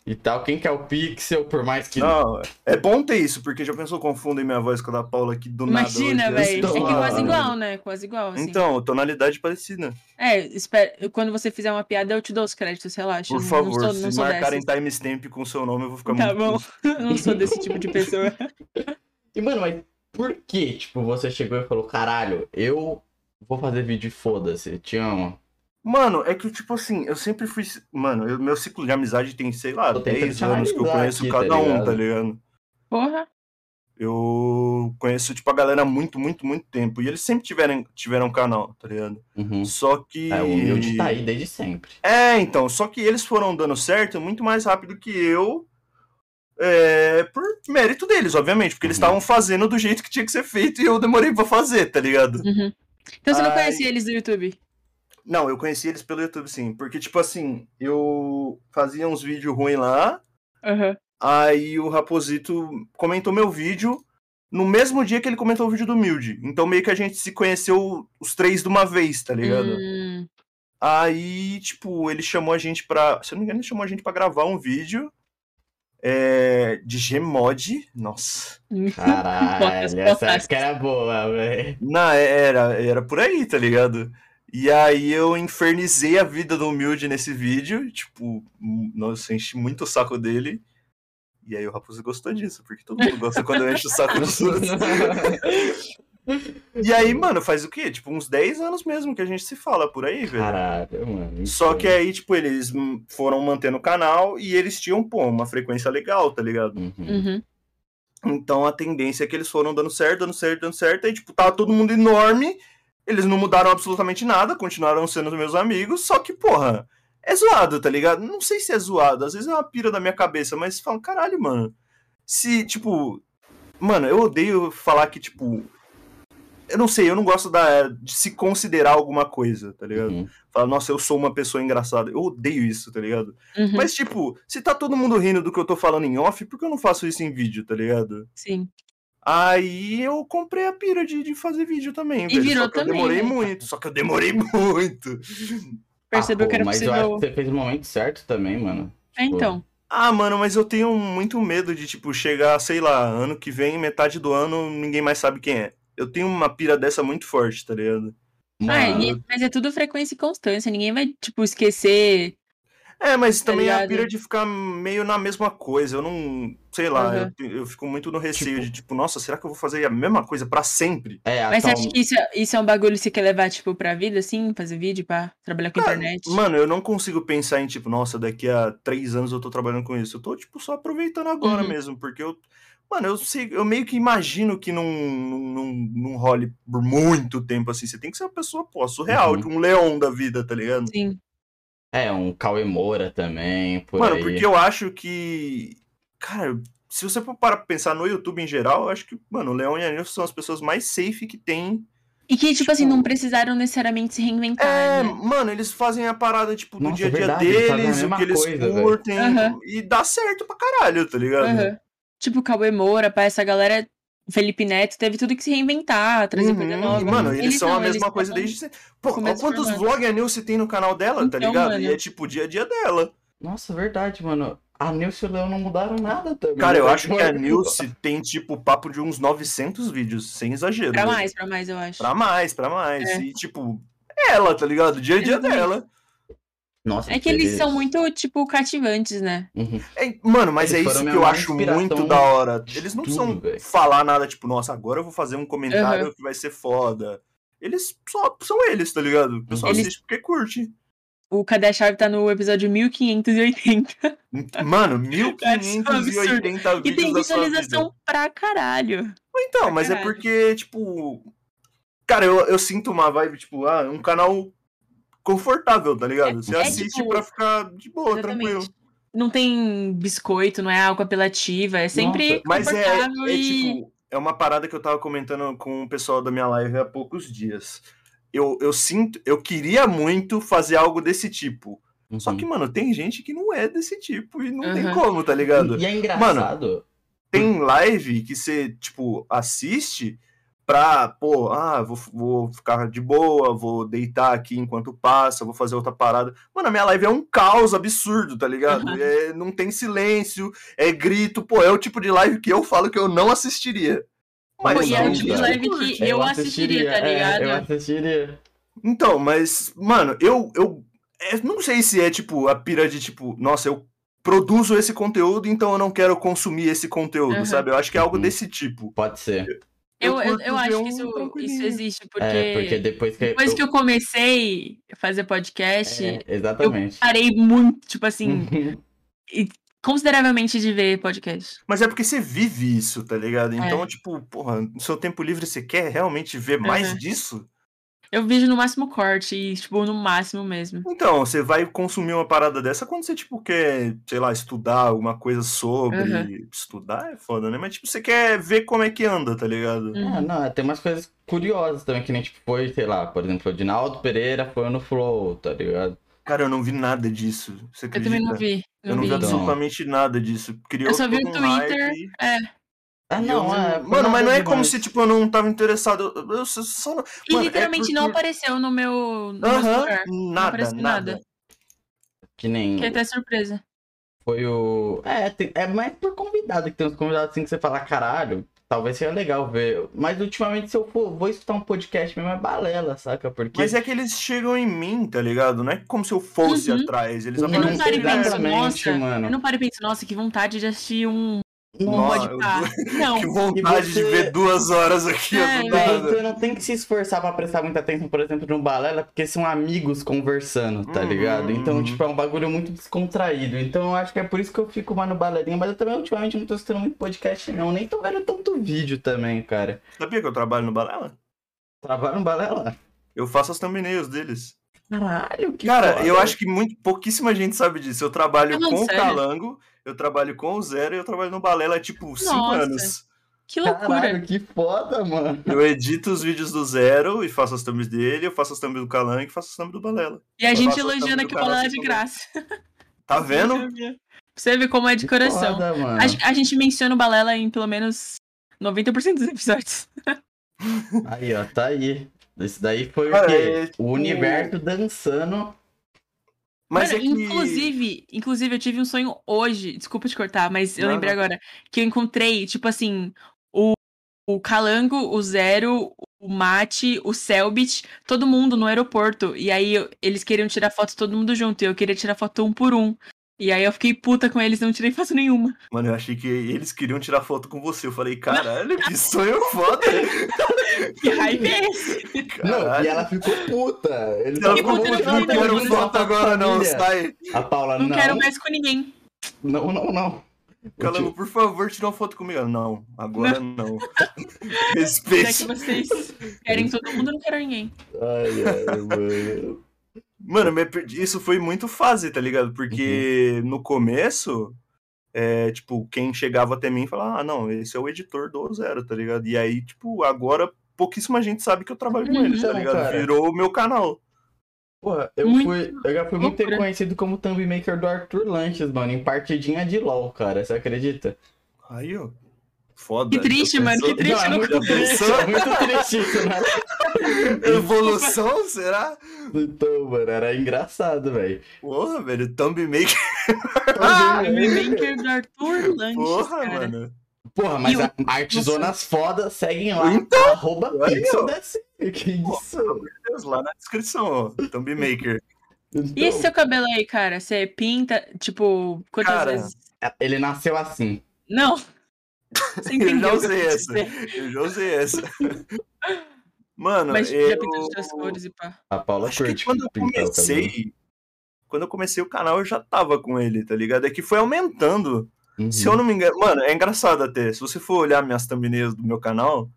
Speaker 1: e tal. Quem que é o Pixel, por mais que.
Speaker 3: Não, é bom ter isso, porque já pensou, confundem minha voz com a da Paula aqui do
Speaker 2: Imagina,
Speaker 3: nada. hoje, assim.
Speaker 2: velho. É
Speaker 3: eu
Speaker 2: que
Speaker 1: estou
Speaker 3: estou
Speaker 1: lá.
Speaker 2: quase igual, né? Quase igual, assim.
Speaker 3: Então, tonalidade parecida.
Speaker 2: É, espera, quando você fizer uma piada, eu te dou os créditos, relaxa.
Speaker 3: Por
Speaker 2: Não-
Speaker 3: favor,
Speaker 2: não sou, não
Speaker 3: se
Speaker 2: sou
Speaker 3: marcarem
Speaker 2: dessas.
Speaker 3: timestamp com o seu nome, eu vou ficar
Speaker 2: Tá
Speaker 3: muito
Speaker 2: bom, <laughs> eu não sou desse tipo de pessoa.
Speaker 3: <laughs>
Speaker 1: E, mano, mas por que, tipo, você chegou e falou, caralho, eu vou fazer vídeo e foda-se, te amo.
Speaker 3: Mano, é que, tipo assim, eu sempre fui. Mano, eu- meu ciclo de amizade tem, sei lá,
Speaker 1: Tô tentando
Speaker 3: 10
Speaker 1: te
Speaker 3: anos que eu
Speaker 1: analisar
Speaker 3: conheço
Speaker 1: aqui,
Speaker 3: cada
Speaker 1: tá
Speaker 3: um,
Speaker 1: ligado?
Speaker 3: tá ligado?
Speaker 2: Porra.
Speaker 3: Eu conheço, tipo, a galera há muito, muito, muito tempo. E eles sempre tiveram, tiveram canal, tá ligado?
Speaker 1: Uhum.
Speaker 3: Só que.
Speaker 1: É, o humilde tá aí desde
Speaker 3: <laughs>
Speaker 1: sempre.
Speaker 3: É, então, só que eles foram dando certo muito mais rápido que eu. É, por mérito deles, obviamente, porque eles
Speaker 1: Uhum.
Speaker 3: estavam fazendo do jeito que tinha que ser feito e eu demorei pra fazer, tá ligado?
Speaker 2: Uhum. Então você não
Speaker 3: Ai.
Speaker 2: conhecia eles do YouTube?
Speaker 3: Não, eu conheci eles pelo YouTube, sim. Porque, tipo assim, eu fazia uns vídeos ruins lá,
Speaker 2: Aham.
Speaker 3: aí o Raposito comentou meu vídeo no mesmo dia que ele comentou o vídeo do Milde. Então meio que a gente se conheceu os três de uma vez, tá ligado?
Speaker 2: Hum,
Speaker 3: Aí, tipo, ele chamou a gente pra. Se eu não me engano, ele chamou a gente pra gravar um vídeo é, de Gmod. Nossa.
Speaker 1: Caralho, essa época era boa,
Speaker 3: <laughs>
Speaker 1: velho.
Speaker 3: Não, era, era por aí, tá ligado? E aí eu infernizei a vida do humilde nesse vídeo. Tipo, hum, nossa, eu enchi muito o saco dele. E aí o Raposo gostou disso, porque todo mundo gosta quando eu encho o saco dos outros.
Speaker 1: <laughs>
Speaker 3: E aí, mano, faz o quê? Tipo, uns 10 anos mesmo que a gente se fala por aí, velho.
Speaker 1: Caralho, mano.
Speaker 3: Só que aí, tipo, eles hum, foram mantendo o canal e eles tinham, pô, uma frequência legal, tá ligado?
Speaker 1: Uhum.
Speaker 2: uhum.
Speaker 3: Então a tendência é que eles foram dando certo, dando certo, dando certo, aí, tipo, tava todo mundo enorme, eles não mudaram absolutamente nada, continuaram sendo os meus amigos, só que, porra, é zoado, tá ligado? Não sei se é zoado, às vezes é uma pira da minha cabeça, mas falam, caralho, mano, se, tipo. Mano, eu odeio falar que, tipo. Eu não sei, eu não gosto da, de se considerar alguma coisa, tá ligado?
Speaker 1: Uhum.
Speaker 3: Falar, nossa, eu sou uma pessoa engraçada. Eu odeio isso, tá ligado?
Speaker 2: Uhum.
Speaker 3: Mas, tipo, se tá todo mundo rindo do que eu tô falando em off, por que eu não faço isso em vídeo, tá ligado?
Speaker 2: Sim.
Speaker 3: Aí eu comprei a pira de, de fazer vídeo também, velho.
Speaker 2: virou
Speaker 3: só que
Speaker 2: também,
Speaker 3: eu demorei
Speaker 2: né?
Speaker 3: muito, só que eu demorei <laughs> muito.
Speaker 2: Percebeu
Speaker 1: Ah,
Speaker 2: que era
Speaker 1: pô, Mas eu acho
Speaker 2: possível.
Speaker 1: que você fez o momento certo também, mano.
Speaker 2: É, então.
Speaker 3: Ah, mano, mas eu tenho muito medo de, tipo, chegar, sei lá, ano que vem, metade do ano, ninguém mais sabe quem é. Eu tenho uma pira dessa muito forte, tá ligado?
Speaker 2: Ah,
Speaker 1: Mano,
Speaker 2: e- mas é tudo frequência e constância. Ninguém vai, tipo, esquecer
Speaker 3: É, mas
Speaker 2: Tá
Speaker 3: também é a
Speaker 2: ligado?
Speaker 3: pira de ficar meio na mesma coisa. Eu não. Sei lá,
Speaker 2: Aham.
Speaker 3: eu te- eu, fico muito no receio
Speaker 1: Tipo-
Speaker 3: de, tipo, nossa, será que eu vou fazer a mesma coisa pra sempre?
Speaker 1: é,
Speaker 2: Mas você
Speaker 3: então
Speaker 1: atual-
Speaker 2: acha que isso, é- isso é um bagulho que você quer levar, tipo, pra vida, assim? Fazer vídeo, pra trabalhar com
Speaker 3: Cara,
Speaker 2: internet?
Speaker 3: Ah, Mano, eu não consigo pensar em, tipo, nossa, daqui a três anos eu tô trabalhando com isso. Eu tô, tipo, só aproveitando agora
Speaker 2: Uhum.
Speaker 3: mesmo, porque eu. Mano, eu sei, eu meio que imagino que não, não, não, não role por muito tempo assim. Você tem que ser uma pessoa, pô, surreal,
Speaker 1: Uhum.
Speaker 3: de um leão da vida, tá ligado?
Speaker 2: Sim.
Speaker 1: é um Cauê Moura também, por
Speaker 3: Mano,
Speaker 1: aí.
Speaker 3: porque eu acho que. Cara, se você for parar pra pensar no YouTube em geral, eu acho que, mano, o Leão e a Nilson são as pessoas mais safe que tem.
Speaker 2: E que, tipo, assim,
Speaker 3: Tipo-
Speaker 2: não precisaram necessariamente se reinventar, né?
Speaker 3: É, mano, eles fazem a parada, tipo, do
Speaker 1: Nossa, é
Speaker 3: dia a dia
Speaker 1: verdade, eles fazem a
Speaker 3: deles, o
Speaker 1: mesma
Speaker 3: que eles
Speaker 1: coisa, velho.
Speaker 3: curtem.
Speaker 2: Aham.
Speaker 3: E dá certo pra caralho, tá ligado?
Speaker 2: Aham. Tipo, Cauê Moura, pá, essa galera... Felipe Neto teve tudo que se reinventar, trazer coisa
Speaker 3: Uhum,
Speaker 2: nova.
Speaker 3: e, Mano, eles, são
Speaker 2: não,
Speaker 3: a
Speaker 2: né? eles
Speaker 3: mesma coisa
Speaker 2: foram-
Speaker 3: desde sempre. Pô, olha
Speaker 2: começo
Speaker 3: quantos
Speaker 2: formando.
Speaker 3: vlogs a Nilce tem no canal dela, tá
Speaker 2: Então,
Speaker 3: ligado? E
Speaker 2: mano.
Speaker 3: é tipo o dia a dia dela.
Speaker 1: Nossa, verdade, mano. A Nilce e o Leão não mudaram nada também. né?
Speaker 3: Cara, eu
Speaker 1: Não
Speaker 3: acho que a
Speaker 1: mudaram.
Speaker 3: Nilce tem, tipo, papo de uns 900 vídeos, sem exagero.
Speaker 2: Pra
Speaker 3: né?
Speaker 2: mais, pra mais, eu acho.
Speaker 3: Pra mais, pra mais.
Speaker 2: É.
Speaker 3: E, tipo, ela, tá ligado? Dia a dia
Speaker 2: Exatamente.
Speaker 3: dela.
Speaker 1: Nossa,
Speaker 2: É que eles são
Speaker 1: eles-
Speaker 2: muito, tipo, cativantes, né?
Speaker 1: Uhum.
Speaker 3: É, mano, mas
Speaker 1: Eles
Speaker 3: é
Speaker 1: foram
Speaker 3: isso que
Speaker 1: minha
Speaker 3: eu
Speaker 1: maior
Speaker 3: acho
Speaker 1: inspiração
Speaker 3: muito da hora.
Speaker 1: de
Speaker 3: Eles não
Speaker 1: tudo,
Speaker 3: são
Speaker 1: velho.
Speaker 3: falar nada, tipo, nossa, agora eu vou fazer um comentário que vai ser foda. Eles só são eles, tá ligado? O pessoal
Speaker 2: Eles-
Speaker 3: assiste porque curte.
Speaker 2: O Cadê a Chave tá no episódio 1580. <laughs>
Speaker 3: Mano,
Speaker 2: É absurdo.
Speaker 3: 1580
Speaker 2: E tem
Speaker 3: vídeos da sua vida.
Speaker 2: visualização pra caralho.
Speaker 3: Então, mas é
Speaker 2: caralho.
Speaker 3: porque, tipo. Cara, eu, eu sinto uma vibe, tipo, ah, um canal confortável, tá ligado? Você
Speaker 1: é,
Speaker 3: assiste
Speaker 2: tipo,
Speaker 3: pra ficar de boa,
Speaker 2: Exatamente.
Speaker 3: tranquilo.
Speaker 2: Não tem biscoito, não é algo apelativo, é sempre
Speaker 3: Mas é,
Speaker 2: confortável
Speaker 3: é
Speaker 2: e...
Speaker 3: tipo, é uma parada que eu tava comentando com o pessoal da minha live há poucos dias. Eu, eu sinto, eu queria muito fazer algo desse tipo.
Speaker 1: Uhum.
Speaker 3: Só que, mano, tem gente que não é desse tipo e não tem
Speaker 2: Aham.
Speaker 3: como, tá ligado?
Speaker 1: E é engraçado.
Speaker 3: Tem live que você, tipo, assiste pra, pô, ah, vou, vou ficar de boa, vou deitar aqui enquanto passa, vou fazer outra parada. Mano, a minha live é um caos absurdo, tá ligado? É, não tem silêncio, é grito, pô, é o tipo de live que eu falo que eu não assistiria. Mas
Speaker 2: Pô, e é
Speaker 1: não,
Speaker 2: o tipo de
Speaker 1: cara.
Speaker 2: live que eu assistiria, tá
Speaker 1: é,
Speaker 2: ligado?
Speaker 1: eu assistiria.
Speaker 3: Então, mas, mano, eu, eu é, não sei se é tipo a pira de tipo, nossa, eu produzo esse conteúdo, então eu não quero consumir esse conteúdo,
Speaker 2: Aham.
Speaker 3: sabe? Eu acho que é algo
Speaker 1: Uhum.
Speaker 3: desse tipo.
Speaker 1: Pode ser.
Speaker 2: Eu,
Speaker 3: Eu
Speaker 2: eu,
Speaker 3: curto
Speaker 2: eu
Speaker 3: ver
Speaker 2: acho
Speaker 3: um
Speaker 2: que isso,
Speaker 3: tranquilinho.
Speaker 2: isso existe, porque,
Speaker 1: É, porque depois que.
Speaker 2: depois que eu comecei a fazer podcast,
Speaker 1: É, exatamente.
Speaker 2: parei muito, tipo assim,
Speaker 1: Uhum.
Speaker 2: consideravelmente de ver podcast.
Speaker 3: Mas é porque você vive isso, tá
Speaker 2: É.
Speaker 3: ligado? Então, tipo, porra, no seu tempo livre você quer realmente ver mais
Speaker 2: Aham.
Speaker 3: disso?
Speaker 2: Eu vejo no máximo corte, e, tipo, no máximo mesmo.
Speaker 3: Então, você vai consumir uma parada dessa quando você, tipo, quer, sei lá, estudar alguma coisa sobre.
Speaker 2: Aham.
Speaker 3: Estudar é foda, né? Mas, tipo, você quer ver como é que anda, tá
Speaker 2: Hum.
Speaker 3: ligado?
Speaker 2: Uhum.
Speaker 1: Ah, não, tem umas coisas curiosas também, que nem tipo, foi, sei lá, por exemplo, o Dinaldo Pereira foi no Flow, tá ligado?
Speaker 3: Cara, eu não vi nada disso. Você
Speaker 2: Eu
Speaker 3: acredita?
Speaker 2: também não vi.
Speaker 3: Eu não vi
Speaker 1: vi. Então.
Speaker 3: absolutamente nada disso. Criou
Speaker 2: Eu só vi
Speaker 3: todo
Speaker 2: o
Speaker 3: um hype.
Speaker 2: Twitter,
Speaker 1: Ah,
Speaker 3: E
Speaker 1: não,
Speaker 3: eu
Speaker 1: é, foi
Speaker 3: Mano, mas
Speaker 1: nada
Speaker 3: não é
Speaker 1: demais.
Speaker 3: como se, tipo, eu não tava interessado. Eu, eu só- só não.
Speaker 2: E
Speaker 3: Mano, é
Speaker 2: literalmente não
Speaker 3: porque-
Speaker 2: apareceu no meu, no meu
Speaker 3: Aham,
Speaker 2: celular.
Speaker 3: nada,
Speaker 2: apareceu
Speaker 3: nada.
Speaker 2: nada.
Speaker 1: Que nem
Speaker 2: Fiquei até surpresa.
Speaker 1: foi o. É, tem- é mais por convidado, que tem uns convidados assim que você fala, caralho, talvez seja legal ver. Mas ultimamente, se eu for, vou escutar um podcast mesmo, é balela, saca? Porque.
Speaker 3: Mas é que eles chegam em mim, tá ligado? Não é como se eu fosse
Speaker 2: Uhum.
Speaker 3: atrás. Eles
Speaker 1: Eu
Speaker 2: Eu não
Speaker 1: Mas
Speaker 2: parei e
Speaker 1: exatamente,
Speaker 2: penso, nossa,
Speaker 1: mano.
Speaker 2: eu não parei e penso, nossa, que vontade de assistir um
Speaker 1: Nossa,
Speaker 3: Nossa,
Speaker 2: pode pá.
Speaker 3: eu-
Speaker 2: Não,
Speaker 3: <laughs> Que vontade
Speaker 1: E você-
Speaker 3: de ver duas horas aqui
Speaker 2: É,
Speaker 3: do
Speaker 1: Mas
Speaker 3: nada.
Speaker 1: você então não tem que se esforçar pra prestar muita atenção, por exemplo, no balela, porque são amigos conversando, tá
Speaker 3: Uhum,
Speaker 1: ligado? Então,
Speaker 3: uhum.
Speaker 1: tipo, é um bagulho muito descontraído. Então, eu acho que é por isso que eu fico mais no balelinha. Mas eu também, ultimamente, não tô assistindo muito podcast, não. Nem tô vendo tanto vídeo também, cara.
Speaker 3: Sabia que eu trabalho no Balela?
Speaker 1: Trabalho no balela?
Speaker 3: Eu faço as thumbnails deles.
Speaker 1: Caralho, que
Speaker 3: Cara,
Speaker 1: foda.
Speaker 3: eu acho que muito, pouquíssima gente sabe disso. Eu
Speaker 2: Tá
Speaker 3: trabalho
Speaker 2: falando
Speaker 3: com o
Speaker 2: sério?
Speaker 3: Calango, eu trabalho com o Zero e eu trabalho no Balela há tipo 5
Speaker 2: Nossa.
Speaker 3: anos.
Speaker 2: que loucura.
Speaker 1: Caralho, que foda, mano.
Speaker 3: Eu edito os vídeos do Zero e faço as thumbs dele, eu faço as thumbs do Calango e faço as thumbs do Balela.
Speaker 2: E a
Speaker 3: Eu
Speaker 2: gente
Speaker 3: faço a
Speaker 2: elogiando
Speaker 3: thumb do
Speaker 2: aqui o
Speaker 3: canal
Speaker 2: Balé
Speaker 3: sem
Speaker 2: de
Speaker 3: problema.
Speaker 2: graça. <laughs>
Speaker 3: Tá vendo?
Speaker 2: Você vê como é de coração.
Speaker 1: Foda, mano.
Speaker 2: A, gen- a gente menciona o Balela em pelo menos 90% dos episódios.
Speaker 1: Aí, ó, tá aí. Esse daí foi
Speaker 3: Cara,
Speaker 1: o quê?
Speaker 3: é,
Speaker 1: O universo dançando.
Speaker 3: Mas
Speaker 2: Mano,
Speaker 3: é que...
Speaker 2: inclusive, inclusive, eu tive um sonho hoje, desculpa te cortar, mas eu
Speaker 3: Não,
Speaker 2: lembrei
Speaker 3: não.
Speaker 2: agora, que eu encontrei, tipo assim, o, o Calango, o Zero, o Mate, o Selbit, todo mundo no aeroporto. E aí eu- eles queriam tirar foto todo mundo junto, e eu queria tirar foto um por um. E aí eu fiquei puta com eles, não tirei foto nenhuma.
Speaker 3: Mano, eu achei que eles queriam tirar foto com você. Eu falei, caralho, que sonho foda.
Speaker 2: Que
Speaker 3: <laughs>
Speaker 2: raiva é esse?
Speaker 1: Não,
Speaker 3: Caralho.
Speaker 1: e ela tipo, ficou puta. Ele tá tava
Speaker 3: Ela ficou
Speaker 2: puta,
Speaker 3: puta,
Speaker 1: puta,
Speaker 3: não
Speaker 2: puta,
Speaker 3: quero
Speaker 1: puta,
Speaker 3: foto
Speaker 1: puta,
Speaker 3: agora não,
Speaker 1: família.
Speaker 3: sai.
Speaker 1: A Paula,
Speaker 2: Não,
Speaker 1: não.
Speaker 2: quero mais com ninguém.
Speaker 1: Não, não, não.
Speaker 3: Calango,
Speaker 1: tipo,
Speaker 3: por favor, tira uma foto comigo. Ela, Não, agora não. Respeite.
Speaker 2: Já é que vocês querem todo mundo, eu não quero ninguém.
Speaker 1: Ai, ai, mano.
Speaker 3: Mano, me per- isso foi muito fase, tá ligado? Porque no começo, é, tipo, quem chegava até mim falava, ah, não, esse é o editor do Zero, tá ligado? E aí, tipo, agora pouquíssima gente sabe que eu trabalho com eles, tá
Speaker 1: Então,
Speaker 3: ligado?
Speaker 1: cara.
Speaker 3: Virou o meu canal.
Speaker 1: Porra, eu
Speaker 2: Muito
Speaker 1: fui. Eu já fui muito
Speaker 2: loucura.
Speaker 1: reconhecido como thumb maker do Arthur Lanches, mano, em partidinha de LOL, cara. Você acredita?
Speaker 3: Aí, ó. Foda. então
Speaker 2: Que triste, mano, que triste.
Speaker 1: Não, é muito triste, é muito triste isso, né?
Speaker 3: Evolução, será?
Speaker 1: Então, mano, era engraçado, velho.
Speaker 3: Porra, velho, Thumb Maker.
Speaker 2: Ah, Maker do Arthur Lanches,
Speaker 3: Porra,
Speaker 2: cara.
Speaker 3: mano.
Speaker 1: Porra, mas
Speaker 2: E o-
Speaker 1: a- artesonas foda seguem lá.
Speaker 3: Então,
Speaker 1: arroba
Speaker 3: olha
Speaker 1: pixel
Speaker 3: aí, ó.
Speaker 1: desse. Que é isso?
Speaker 3: Deus, lá na descrição, ó. Thumb Maker.
Speaker 2: E esse
Speaker 1: Então,
Speaker 2: seu cabelo aí, cara? Você pinta, tipo, quantas
Speaker 3: Cara,
Speaker 2: vezes?
Speaker 1: é, Ele nasceu assim.
Speaker 3: <laughs>
Speaker 2: Não. Você entendeu o que eu
Speaker 3: usei
Speaker 2: quis
Speaker 3: essa.
Speaker 2: dizer.
Speaker 3: Eu já usei essa. Mano,
Speaker 2: Mas
Speaker 3: eu...
Speaker 2: já pintou de outras cores e pá.
Speaker 1: A Paula
Speaker 3: Acho que
Speaker 1: curte
Speaker 3: quando eu
Speaker 1: pintar o cabelo.
Speaker 3: comecei. Quando eu comecei o canal, eu já tava com ele, tá ligado? É que foi aumentando.
Speaker 1: Uhum.
Speaker 3: Se eu não me engano. Mano, é engraçado até. Se você for olhar minhas thumbnails do meu canal,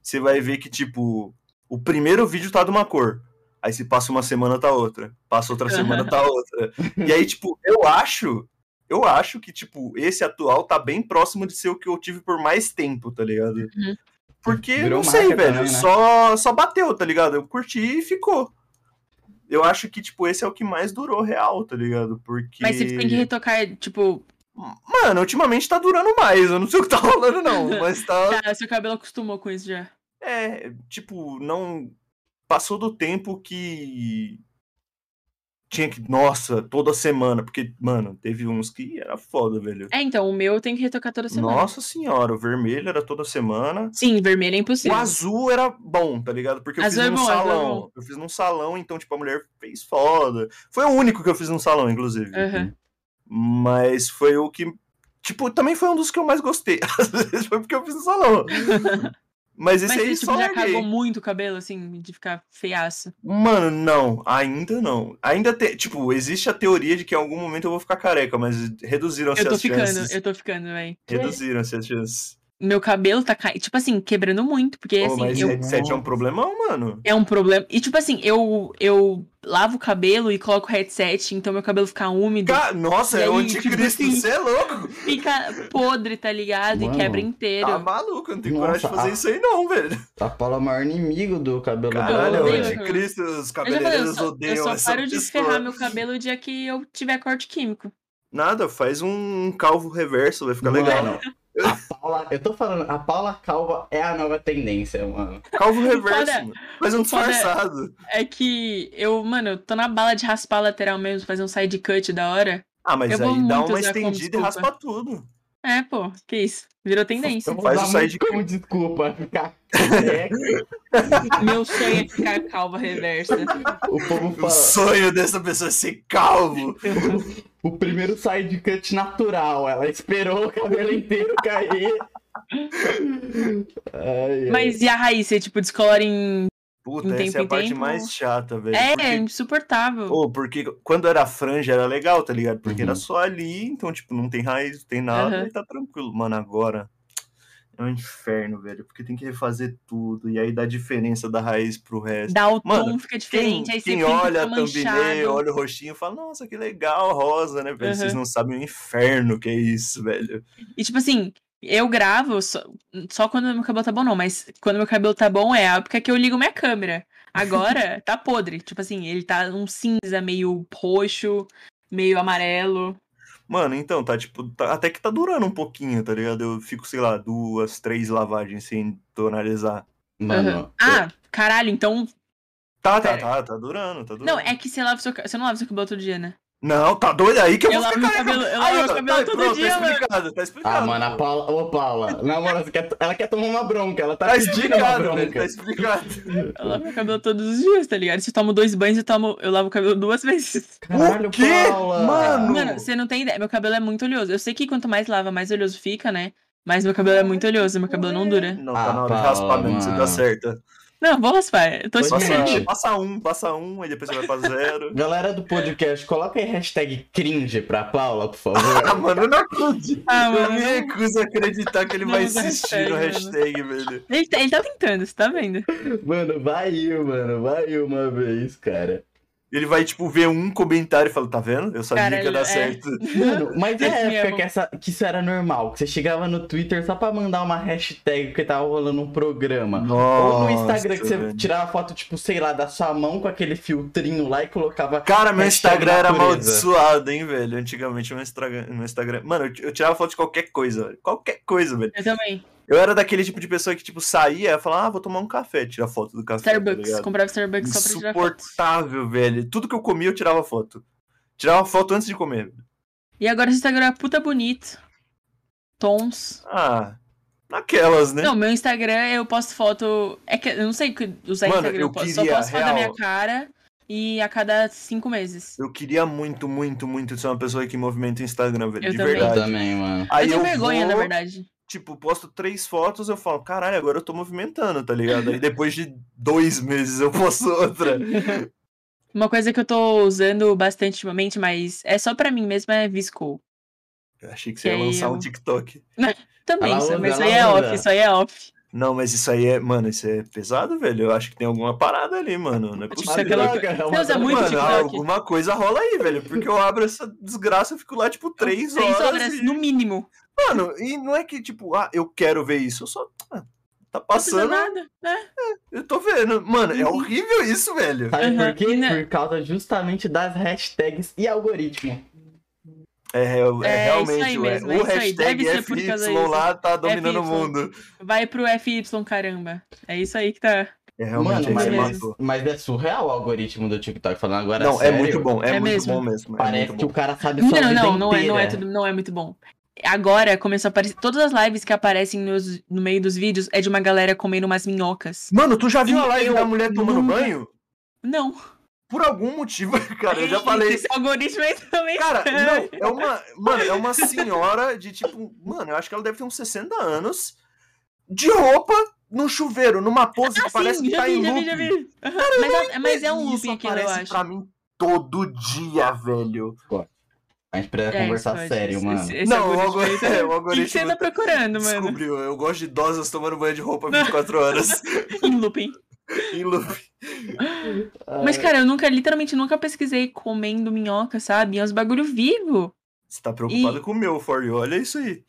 Speaker 3: você vai ver que, tipo, o primeiro vídeo tá de uma cor. Aí se passa uma semana, tá outra. Passa outra
Speaker 2: <laughs>
Speaker 3: semana, tá outra. E aí, tipo, eu acho. Eu acho que, tipo, esse atual tá bem próximo de ser o que eu tive por mais tempo, tá ligado?
Speaker 2: Uhum.
Speaker 3: Porque,
Speaker 1: Virou
Speaker 3: não sei,
Speaker 1: marca
Speaker 3: velho.
Speaker 1: também, né?
Speaker 3: só, só bateu, tá ligado? Eu curti e ficou. Eu acho que, tipo, esse é o que mais durou real, tá ligado? Porque.
Speaker 2: Mas você tem que retocar, tipo,
Speaker 3: Mano, ultimamente tá durando mais. Eu não sei o que tá
Speaker 2: <laughs>
Speaker 3: rolando, não. Mas tá.
Speaker 2: tá, seu cabelo acostumou com isso já.
Speaker 3: É, tipo, não. Passou do tempo que. Tinha que. Nossa, toda semana. Porque, mano, teve uns que era foda, velho.
Speaker 2: É, então, o meu tem que retocar toda semana.
Speaker 3: Nossa senhora, o vermelho era toda semana.
Speaker 2: Sim, vermelho é
Speaker 3: O
Speaker 2: impossível.
Speaker 3: azul era bom, tá ligado? Porque eu
Speaker 2: Azul é
Speaker 3: fiz num
Speaker 2: bom, azul é
Speaker 3: salão.
Speaker 2: bom.
Speaker 3: eu fiz num salão, então, tipo, a mulher fez foda. Foi o único que eu fiz num salão, inclusive. <laughs>
Speaker 2: Aham.
Speaker 3: Mas foi o que. Tipo, também foi um dos que eu mais gostei. <laughs> Às vezes foi porque eu fiz no salão. Mas esse
Speaker 2: Mas
Speaker 3: aí
Speaker 2: você, tipo,
Speaker 3: só é
Speaker 2: já
Speaker 3: larguei.
Speaker 2: cagou muito o cabelo, assim, de ficar feiaço.
Speaker 3: Mano, não, ainda não. Ainda tem. Tipo, existe a teoria de que em algum momento eu vou ficar careca, mas reduziram-se
Speaker 2: Eu tô
Speaker 3: as
Speaker 2: ficando,
Speaker 3: chances.
Speaker 2: eu tô ficando, véi.
Speaker 3: Reduziram-se as chances.
Speaker 2: Meu cabelo tá caindo, tipo assim, quebrando muito, porque
Speaker 3: Pô, mas
Speaker 2: assim, eu
Speaker 3: headset é um problemão, mano.
Speaker 2: É um problema. E tipo assim, eu, eu lavo o cabelo e coloco headset, então meu cabelo fica úmido,
Speaker 3: Ca- Nossa,
Speaker 2: E
Speaker 3: é o
Speaker 2: aí, tipo
Speaker 3: anticristo,
Speaker 2: assim,
Speaker 3: você é louco.
Speaker 2: fica podre, tá ligado?
Speaker 1: Mano.
Speaker 2: E quebra inteiro.
Speaker 3: Tá maluco, eu não tenho coragem de
Speaker 1: Nossa,
Speaker 3: fazer
Speaker 1: a-
Speaker 3: isso aí, não, velho.
Speaker 1: A Paula é o maior inimigo do cabelo
Speaker 3: Caralho, é
Speaker 1: dela,
Speaker 3: o
Speaker 2: odeio,
Speaker 1: velho.
Speaker 2: cara.
Speaker 3: anticristo, os
Speaker 2: eu já falei, eu
Speaker 3: cabeleireiros
Speaker 2: só, eu
Speaker 3: odeiam
Speaker 2: só
Speaker 3: essa
Speaker 2: paro de
Speaker 3: pessoa.
Speaker 2: ferrar meu cabelo o dia que eu tiver corte químico.
Speaker 3: Nada, faz um calvo reverso, vai ficar
Speaker 1: Mano,
Speaker 3: legal.
Speaker 1: A Paula, eu tô falando, a Paula Calva é a nova tendência, mano.
Speaker 3: Calvo reverso,
Speaker 2: foda-
Speaker 3: mano. faz um
Speaker 2: o foda é-
Speaker 3: disfarçado.
Speaker 2: É que eu, mano, eu tô na bala de raspar a lateral mesmo, fazer um side cut da hora.
Speaker 3: Ah, mas
Speaker 2: Eu vou
Speaker 3: aí dá
Speaker 2: muito
Speaker 3: uma
Speaker 2: usar como
Speaker 3: estendida e
Speaker 2: desculpa.
Speaker 3: raspa tudo.
Speaker 2: É, pô, que isso. Virou tendência.
Speaker 3: <laughs>
Speaker 1: Eu vou
Speaker 3: Faz
Speaker 1: usar
Speaker 3: o side
Speaker 1: muito como desculpa
Speaker 3: <laughs>
Speaker 1: ficar careca.
Speaker 2: Meu sonho é ficar calva
Speaker 3: <laughs>
Speaker 2: reversa.
Speaker 1: O povo
Speaker 3: O
Speaker 1: fala,
Speaker 3: sonho dessa pessoa é ser calvo.
Speaker 1: o primeiro side cut natural. Ela esperou o cabelo inteiro cair. Ai, ai.
Speaker 2: Mas e a raiz? Você, tipo, descolora em.
Speaker 3: Puta,
Speaker 2: Um
Speaker 3: essa
Speaker 2: tempo
Speaker 3: é a
Speaker 2: em
Speaker 3: parte
Speaker 2: tempo.
Speaker 3: mais chata, velho.
Speaker 2: É,
Speaker 3: porque...
Speaker 2: insuportável.
Speaker 3: Pô, porque quando era franja era legal, tá ligado? Porque era
Speaker 1: Uhum.
Speaker 3: só ali, então, tipo, não tem raiz, não tem nada,
Speaker 2: Aham.
Speaker 3: e tá tranquilo. Mano, agora é um inferno, velho. Porque tem que refazer tudo, e aí dá diferença da raiz pro resto.
Speaker 2: Dá o tom,
Speaker 3: Mano,
Speaker 2: fica
Speaker 3: Quem,
Speaker 2: diferente. aí você
Speaker 3: quem
Speaker 2: pinta,
Speaker 3: olha a
Speaker 2: fica manchado.
Speaker 3: thumbnail, olha o roxinho, fala, nossa, que legal, rosa, né, velho?
Speaker 2: Aham.
Speaker 3: Vocês não sabem o inferno que é isso, velho.
Speaker 2: E tipo assim, eu gravo só, só quando meu cabelo tá bom, não, mas quando meu cabelo tá bom é a época que eu ligo minha câmera.
Speaker 3: <laughs>
Speaker 2: Agora tá podre. Tipo assim, ele tá um cinza meio roxo, meio amarelo.
Speaker 3: Mano, então, tá, tipo, tá- até que tá durando um pouquinho, tá ligado? Eu fico, sei lá, duas, três lavagens sem tonalizar.
Speaker 1: Mano,
Speaker 2: Aham. Ah, caralho, então.
Speaker 3: Tá, tá,
Speaker 2: Pera.
Speaker 3: tá, tá durando, tá durando.
Speaker 2: Não, é que você lava seu ca- Você não lava seu cabelo todo dia, né?
Speaker 3: Não, tá doido aí que eu,
Speaker 2: Eu
Speaker 3: vou
Speaker 2: lavo
Speaker 3: ficar
Speaker 2: meu
Speaker 3: careca.
Speaker 2: cabelo- eu
Speaker 3: Aí,
Speaker 2: lavo
Speaker 3: ó,
Speaker 2: meu cabelo
Speaker 3: aí,
Speaker 2: todo
Speaker 3: pronto,
Speaker 2: dia,
Speaker 3: tá
Speaker 2: mano.
Speaker 3: explicado, tá explicado.
Speaker 1: Ah, mano, a Paula. Ô, Paula, na moral, você quer- ela quer tomar uma bronca. Ela tá,
Speaker 3: Tá
Speaker 1: pedindo
Speaker 3: explicado,
Speaker 1: uma
Speaker 3: velho, tá
Speaker 1: bronca.
Speaker 3: explicado. <laughs>
Speaker 2: Eu lavo meu cabelo todos os dias, tá ligado? Se eu tomo dois banhos, eu, tomo, eu lavo o cabelo duas <laughs> vezes.
Speaker 1: Caralho,
Speaker 3: O quê?
Speaker 1: Paula.
Speaker 3: Mano.
Speaker 2: Mano, você não tem ideia. Meu cabelo é muito oleoso. Eu sei que quanto mais lava, mais oleoso fica, né? Mas meu cabelo é muito oleoso, meu cabelo não dura.
Speaker 3: Não,
Speaker 1: Ah,
Speaker 3: tá na hora de
Speaker 1: Paula,
Speaker 3: raspar mesmo, você tá
Speaker 1: mano.
Speaker 3: certa.
Speaker 2: Não, vou raspar. Eu tô
Speaker 1: Pois é.
Speaker 2: esperando.
Speaker 3: Passa,
Speaker 1: Gente.
Speaker 3: passa um, passa um, aí depois você vai pra zero.
Speaker 1: Galera do podcast, coloca aí hashtag cringe pra Paula, por
Speaker 3: <laughs> Ah, <laughs>
Speaker 1: favor.
Speaker 3: mano, eu não acredito.
Speaker 2: Ah,
Speaker 3: eu
Speaker 2: mano,
Speaker 3: me
Speaker 2: não-
Speaker 3: recuso a acreditar que ele
Speaker 2: Não
Speaker 3: vai
Speaker 2: usa
Speaker 3: insistir no hashtag,
Speaker 2: hashtag,
Speaker 3: velho.
Speaker 2: Ele tá, ele tá tentando, você tá vendo?
Speaker 1: mano, vai ir, mano. Vai ir uma vez, cara.
Speaker 3: Ele vai, tipo, ver um comentário e fala, tá vendo? Eu sabia que ia
Speaker 2: Caralho,
Speaker 3: dar
Speaker 2: é.
Speaker 3: certo.
Speaker 1: Mano,
Speaker 2: <laughs>
Speaker 1: mas é
Speaker 2: Isso
Speaker 1: a época
Speaker 2: assim mesmo.
Speaker 1: que, essa, que isso era normal. Que você chegava no Twitter só pra mandar uma hashtag porque tava rolando um programa. Ou no Instagram que você
Speaker 3: velho.
Speaker 1: tirava foto, tipo, sei lá, da sua mão com aquele filtrinho lá e colocava.
Speaker 3: Cara, meu
Speaker 1: Hashtag
Speaker 3: Instagram era
Speaker 1: é natureza.
Speaker 3: amaldiçoado, hein, velho? Antigamente, meu Instagram. Meu Instagram... Mano, eu, eu tirava foto de qualquer coisa, velho. Qualquer coisa, velho.
Speaker 2: Eu também.
Speaker 3: Eu era daquele tipo de pessoa que, tipo, saía e falava, ah, vou tomar um café, tira foto do café. tá
Speaker 2: Starbucks,
Speaker 3: ligado?
Speaker 2: comprava Starbucks é só pra tirar foto.
Speaker 3: Insuportável, velho. Tudo que eu comia, eu tirava foto. Tirava foto antes de comer.
Speaker 2: E agora o Instagram é puta bonito. Tons.
Speaker 3: Ah, naquelas, né?
Speaker 2: Não, meu Instagram eu posto foto. É que eu não sei que- usar
Speaker 3: Mano,
Speaker 2: Instagram,
Speaker 3: eu
Speaker 2: eu posto-
Speaker 3: queria,
Speaker 2: só posto foto da minha
Speaker 3: real.
Speaker 2: cara e a cada cinco meses.
Speaker 3: Eu queria muito, muito, muito ser uma pessoa que movimenta o Instagram, velho.
Speaker 2: Eu
Speaker 3: de
Speaker 2: também.
Speaker 1: Eu
Speaker 3: verdade.
Speaker 1: também, mano.
Speaker 3: Aí
Speaker 2: eu tenho
Speaker 3: eu
Speaker 2: vergonha, na
Speaker 3: vou,
Speaker 2: verdade.
Speaker 3: Tipo, posto três fotos, eu falo, caralho, agora eu tô movimentando, tá ligado? Aí depois de dois meses eu posto outra.
Speaker 2: Uma coisa que eu tô usando bastante ultimamente, mas é só pra mim mesmo, é Visco.
Speaker 3: Eu achei que você
Speaker 2: Que
Speaker 3: ia
Speaker 2: aí
Speaker 3: lançar
Speaker 2: eu-
Speaker 3: um TikTok.
Speaker 2: Também,
Speaker 1: Ela
Speaker 2: isso-
Speaker 1: usa,
Speaker 2: mas isso
Speaker 1: ela
Speaker 2: aí é
Speaker 1: usa.
Speaker 2: off, isso aí é off.
Speaker 3: Não, mas isso aí é. Mano, isso é pesado, velho. Eu acho que tem alguma parada ali, mano. Não é
Speaker 2: Tipo,
Speaker 3: possível.
Speaker 2: isso é aquela-
Speaker 1: é
Speaker 2: Você usa muito
Speaker 3: mano,
Speaker 2: TikTok?
Speaker 3: alguma coisa rola aí, velho. Porque eu abro essa desgraça, eu fico lá, tipo, três,
Speaker 2: Três
Speaker 3: horas.
Speaker 2: horas,
Speaker 3: e-
Speaker 2: no mínimo.
Speaker 3: Mano, e não é que, tipo, ah, eu quero ver isso. Eu só. ah, Tá
Speaker 2: Não precisa
Speaker 3: passando,
Speaker 2: nada, né?
Speaker 3: eu tô vendo. Mano, é
Speaker 2: Uhum.
Speaker 3: horrível isso, velho.
Speaker 1: Sabe
Speaker 2: Aham, Né?
Speaker 1: por quê?
Speaker 2: e na-
Speaker 1: Por causa justamente das hashtags e algoritmo.
Speaker 3: É, real- é
Speaker 2: É, isso
Speaker 3: realmente,
Speaker 2: aí
Speaker 3: ué,
Speaker 2: mesmo, é
Speaker 3: o
Speaker 2: isso aí, deve
Speaker 3: hashtag
Speaker 2: ser por causa
Speaker 3: FY
Speaker 2: disso.
Speaker 3: lá tá dominando o
Speaker 2: FY.
Speaker 3: mundo.
Speaker 2: Vai pro FY, caramba. É isso aí que tá.
Speaker 3: É realmente,
Speaker 1: Mano,
Speaker 3: aí você
Speaker 1: mas,
Speaker 2: mesmo.
Speaker 3: matou.
Speaker 1: mas é surreal o algoritmo do TikTok falando agora.
Speaker 3: Não, é
Speaker 1: sério,
Speaker 3: muito bom, é,
Speaker 2: É
Speaker 3: muito
Speaker 2: mesmo.
Speaker 3: bom mesmo. é
Speaker 1: Parece
Speaker 3: muito
Speaker 1: que
Speaker 3: bom.
Speaker 1: o cara sabe sua
Speaker 2: Não,
Speaker 1: vida
Speaker 2: não, não é,
Speaker 1: inteira.
Speaker 2: não é tudo, não é muito bom. Agora começou a aparecer. Todas as lives que aparecem nos- no meio dos vídeos é de uma galera comendo umas minhocas.
Speaker 3: Mano, tu já viu
Speaker 2: E
Speaker 3: a live
Speaker 2: eu
Speaker 3: da mulher tomando
Speaker 2: nunca-
Speaker 3: banho?
Speaker 2: Não.
Speaker 3: Por algum motivo, <laughs> cara, eu já
Speaker 2: <laughs> Esse-
Speaker 3: falei.
Speaker 2: Esse algoritmo aí também.
Speaker 3: Cara, não, é uma. Mano, é
Speaker 2: <laughs>
Speaker 3: uma senhora de tipo. Mano, eu acho que ela deve ter uns 60 anos. De roupa, num chuveiro, numa pose que
Speaker 2: Ah,
Speaker 3: parece
Speaker 2: sim,
Speaker 3: que
Speaker 2: já
Speaker 3: tá em
Speaker 2: vi, já
Speaker 3: looping.
Speaker 2: vi, já vi. Aham, Mas, é- mas é um
Speaker 3: Isso
Speaker 2: looping aquilo, eu
Speaker 3: aparece
Speaker 2: acho.
Speaker 3: pra mim todo dia, velho.
Speaker 1: A gente precisa
Speaker 2: É,
Speaker 1: conversar
Speaker 2: isso,
Speaker 1: sério,
Speaker 2: esse-
Speaker 1: mano.
Speaker 2: Esse, esse
Speaker 3: não, o
Speaker 2: algoritmo aí tá-
Speaker 3: algoritmo, <laughs> é, o
Speaker 2: O que que você
Speaker 3: algoritmo
Speaker 2: tá procurando,
Speaker 1: né?
Speaker 2: mano?
Speaker 3: descobriu. Eu gosto de idosas tomando banho de roupa 24 horas. <laughs>
Speaker 2: <laughs> Em looping.
Speaker 3: em loop.
Speaker 2: Mas, cara, eu nunca, literalmente, nunca pesquisei comendo minhoca, sabe? É uns bagulho vivo.
Speaker 3: Você tá preocupado com o meu, For You. Olha isso aí.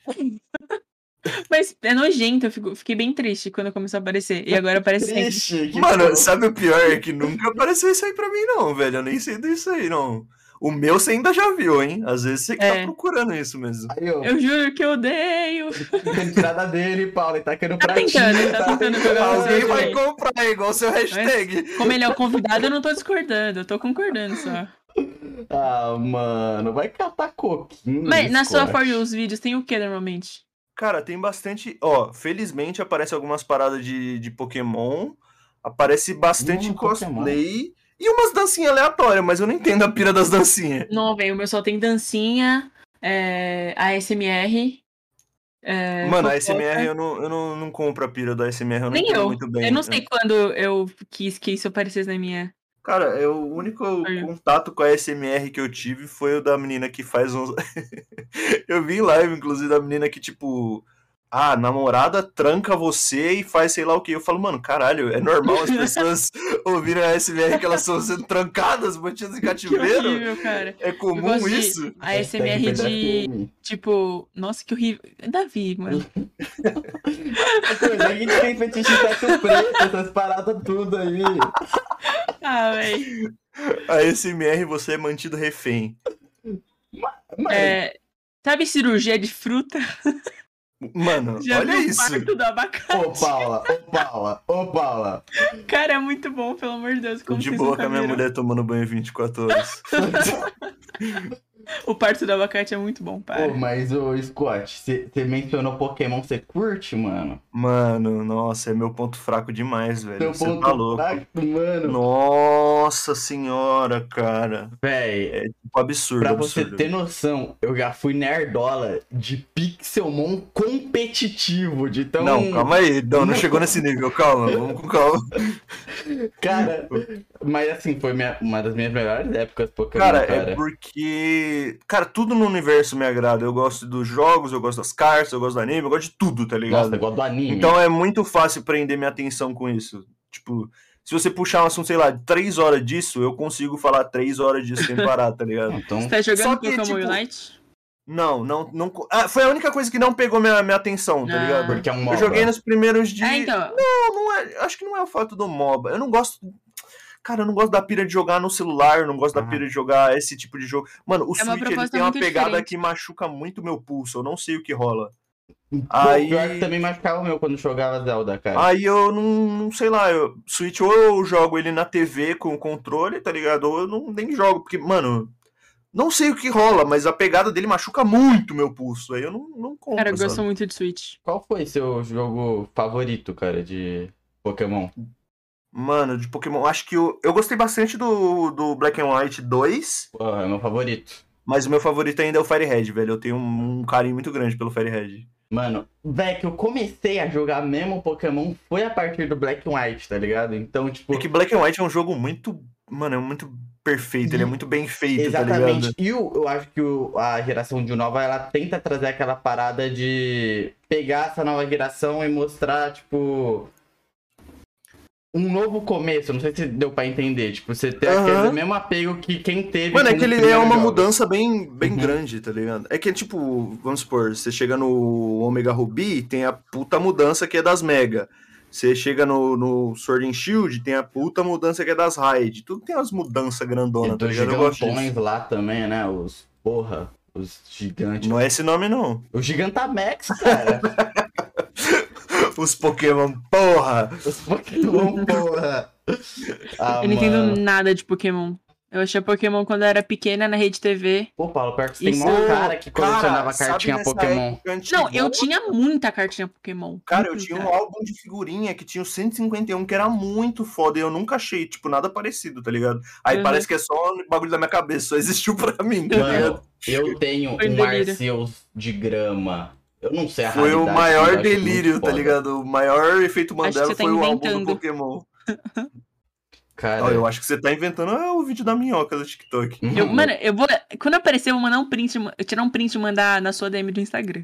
Speaker 2: Mas é nojento, eu fico- fiquei bem triste quando começou a aparecer. E agora aparece sempre.
Speaker 1: Triste, que
Speaker 3: Mano,
Speaker 1: fofo.
Speaker 3: sabe o pior? É que nunca apareceu isso aí pra mim, não, velho. Eu nem sei disso aí, não. O meu você ainda já viu, hein? Às vezes você que
Speaker 2: É.
Speaker 3: tá procurando isso mesmo.
Speaker 1: Aí, ó,
Speaker 2: Eu juro que eu odeio.
Speaker 1: tentando tirada dele, Paulo, ele tá querendo
Speaker 2: Tá
Speaker 1: pra ti,
Speaker 2: tentando, ele tá tentando jogar
Speaker 1: Ah,
Speaker 2: pra
Speaker 3: Alguém
Speaker 2: você
Speaker 3: vai
Speaker 2: também.
Speaker 3: comprar, é igual o seu hashtag.
Speaker 2: Como ele é o convidado, eu não tô discordando, eu tô concordando só.
Speaker 1: Ah, mano, vai catar coquinho.
Speaker 2: Mas na sua
Speaker 1: Scott.
Speaker 2: For You, os vídeos tem o que normalmente?
Speaker 3: Cara, tem bastante. Ó, felizmente aparece algumas paradas de, de Pokémon. Aparece bastante
Speaker 1: Hum, Pokémon.
Speaker 3: cosplay. E umas dancinhas aleatórias, mas eu não entendo a pira das dancinhas.
Speaker 2: Não, velho, o meu só tem dancinha, é, ASMR. é,
Speaker 3: Mano, a
Speaker 2: fofoca.
Speaker 3: SMR eu não, eu não, não compro a pira da SMR, eu não
Speaker 2: Nem
Speaker 3: entendo
Speaker 2: eu.
Speaker 3: muito bem.
Speaker 2: Eu não sei quando eu quis que isso aparecesse na minha.
Speaker 3: Cara, eu, o único
Speaker 2: Aí.
Speaker 3: contato com a SMR que eu tive foi o da menina que faz uns. <laughs> eu vi em live, inclusive, da menina que, tipo. Ah, namorada tranca você e faz sei lá o que. Eu falo, mano, caralho, é normal as pessoas
Speaker 2: <laughs>
Speaker 3: ouvirem a SMR que elas estão sendo trancadas, mantidas em
Speaker 2: Que
Speaker 3: cativeiro?
Speaker 2: horrível, Tipo assim cara.
Speaker 3: É
Speaker 2: Eu
Speaker 3: comum
Speaker 2: gosto de
Speaker 3: isso?
Speaker 1: É, Hashtag
Speaker 2: ASMR de,
Speaker 1: PDFM.
Speaker 2: tipo, nossa, que horrível. Davi, mano.
Speaker 1: É Coisa, a gente tem fetiche em teto preto, essas paradas tudo aí.
Speaker 2: Ah,
Speaker 3: <laughs>
Speaker 2: velho.
Speaker 3: A SMR você é mantido refém.
Speaker 1: Mas,
Speaker 2: É, sabe cirurgia de fruta? <laughs>
Speaker 3: Mano,
Speaker 2: Já
Speaker 3: olha
Speaker 2: viu o
Speaker 3: isso.
Speaker 2: parto do abacate?
Speaker 1: ô Paula, ô Paula, ô Paula.
Speaker 2: Cara, é muito bom, pelo amor de Deus.
Speaker 3: Tô
Speaker 2: Como
Speaker 3: de
Speaker 2: vocês
Speaker 3: boa
Speaker 2: nunca
Speaker 3: com a minha
Speaker 2: viram?
Speaker 3: mulher tomando banho 24 horas.
Speaker 2: O parto do abacate é muito bom, para.
Speaker 1: Ô, mas ô Scott, você mencionou Pokémon, você curte, mano?
Speaker 3: Mano, nossa, é meu ponto fraco demais, velho.
Speaker 1: Seu
Speaker 3: Você
Speaker 1: ponto
Speaker 3: tá louco.
Speaker 1: fraco, mano.
Speaker 3: Nossa senhora, cara.
Speaker 1: Véi,
Speaker 3: Tipo, absurdo,
Speaker 1: Pra você
Speaker 3: absurdo.
Speaker 1: ter noção, eu já fui nerdola de Pixelmon competitivo, de tão...
Speaker 3: Não, calma aí. Não,
Speaker 1: Não.
Speaker 3: não chegou nesse
Speaker 1: <laughs>
Speaker 3: nível. Calma, vamos com calma.
Speaker 1: Cara, mas assim, foi minha- uma das minhas melhores épocas Pokémon,
Speaker 3: Cara,
Speaker 1: um cara.
Speaker 3: é porque. Cara, tudo no universo me agrada. Eu gosto dos jogos, eu gosto das cartas, eu gosto do anime, eu gosto de tudo, tá ligado?
Speaker 1: Nossa, igual do anime.
Speaker 3: Então é muito fácil prender minha atenção com isso. Tipo, se você puxar um assunto, sei lá, de três horas disso, eu consigo falar três horas disso sem parar, tá ligado?
Speaker 1: Então,
Speaker 2: Você tá
Speaker 3: Só
Speaker 2: jogando
Speaker 3: que,
Speaker 2: Pokémon
Speaker 3: tipo,
Speaker 2: Unite?
Speaker 3: Não, não, não. co- Ah, foi a única coisa que não pegou minha, minha atenção, tá
Speaker 2: Ah.
Speaker 3: ligado?
Speaker 1: porque é um
Speaker 3: Eu
Speaker 1: MOBA.
Speaker 3: joguei nos primeiros de.
Speaker 2: É, então.
Speaker 3: Não, não é- acho que não é o fato do MOBA. Eu não gosto. Cara, eu não gosto da pira de jogar no celular, eu não gosto
Speaker 1: Ah.
Speaker 3: da pira de jogar esse tipo de jogo. Mano, o
Speaker 2: É uma
Speaker 3: Switch ele
Speaker 2: proposta
Speaker 3: tem uma
Speaker 2: muito
Speaker 3: pegada
Speaker 2: diferente.
Speaker 3: que machuca muito meu pulso, eu não sei o que rola. Aí- Ah.
Speaker 1: Pior que também machucava o meu quando jogava Zelda, cara.
Speaker 3: Aí eu não, não sei lá, eu, Switch ou eu jogo ele na TV com o controle, tá ligado? Ou eu não, nem jogo, porque, mano, não sei o que rola, mas a pegada dele machuca muito meu pulso. Aí eu não, não compro.
Speaker 2: Cara, eu
Speaker 3: sabe?
Speaker 2: gosto muito de Switch.
Speaker 1: Qual foi seu jogo favorito, cara, de Pokémon?
Speaker 3: Mano, de Pokémon, acho que eu, eu gostei bastante do, do Black and White 2,
Speaker 1: Porra, é meu favorito.
Speaker 3: mas o meu favorito ainda é o Fire Red, velho. Eu tenho um, um carinho muito grande pelo Fire Red.
Speaker 1: Mano, velho, que eu comecei a jogar mesmo Pokémon foi a partir do Black and White, tá ligado? Então, tipo.
Speaker 3: Porque Black and White é um jogo muito, mano, é muito perfeito, ele é muito bem feito, tá ligado?
Speaker 1: Exatamente. E o- eu acho que o- a geração de nova ela tenta trazer aquela parada de pegar essa nova geração e mostrar, tipo. Um novo começo, não sei se deu pra entender. Tipo, você ter
Speaker 3: Aham.
Speaker 1: aquele mesmo apego que quem teve.
Speaker 3: Mano, é
Speaker 1: com os
Speaker 3: que ele é
Speaker 1: primeiros
Speaker 3: uma
Speaker 1: jogos.
Speaker 3: mudança bem, bem
Speaker 1: Uhum.
Speaker 3: grande, tá ligado? É que, tipo, vamos supor, você chega no Omega Ruby, tem a puta mudança que é das Mega. Você chega no, no Sword and Shield, tem a puta mudança que é das Raid. Tudo tem umas mudanças
Speaker 1: E
Speaker 3: grandonas, tá
Speaker 1: dos
Speaker 3: ligado? Eu gosto disso.
Speaker 1: gigantões lá também, né? Os. Porra, os gigantes.
Speaker 3: Não é esse nome, não.
Speaker 1: O Gigantamax,
Speaker 3: <laughs>
Speaker 1: cara.
Speaker 3: Os Pokémon, porra!
Speaker 1: Os Pokémon, porra. Ah,
Speaker 2: eu não entendo
Speaker 1: mano.
Speaker 2: nada de Pokémon. Eu achei Pokémon quando eu era pequena na rede TV.
Speaker 1: Pô, Paulo, pior que você tem
Speaker 2: Isso.
Speaker 1: mó cara que
Speaker 3: é Cara,
Speaker 1: colecionava
Speaker 3: sabe
Speaker 1: cartinha
Speaker 3: nessa
Speaker 1: Pokémon.
Speaker 3: época antiga?
Speaker 2: Não, eu tinha muita cartinha Pokémon.
Speaker 3: Cara, eu
Speaker 2: Muita.
Speaker 3: tinha um álbum de figurinha que tinha o 151, que era muito foda, e eu nunca achei, tipo, nada parecido, tá ligado? Aí
Speaker 2: Uhum.
Speaker 3: parece que é só um bagulho da minha cabeça, só existiu pra <laughs> mim, tá ligado?
Speaker 1: Mano, eu tenho
Speaker 2: Foi
Speaker 1: um
Speaker 2: delírio.
Speaker 1: Arceus de grama. Eu não sei é a
Speaker 3: Foi o
Speaker 1: raridade, mas eu
Speaker 3: maior
Speaker 1: acho muito
Speaker 3: delírio, tá
Speaker 1: foda.
Speaker 3: ligado? O maior efeito
Speaker 2: que
Speaker 3: Mandela
Speaker 2: você tá
Speaker 3: foi o álbum do
Speaker 2: inventando.
Speaker 3: Pokémon.
Speaker 1: Cara, Uhum.
Speaker 3: Ó, eu acho que você tá inventando é, o vídeo da minhoca do TikTok.
Speaker 2: Eu- mano, eu vou. Quando aparecer, eu vou mandar um print. Eu tirar um print e mandar na sua DM do Instagram.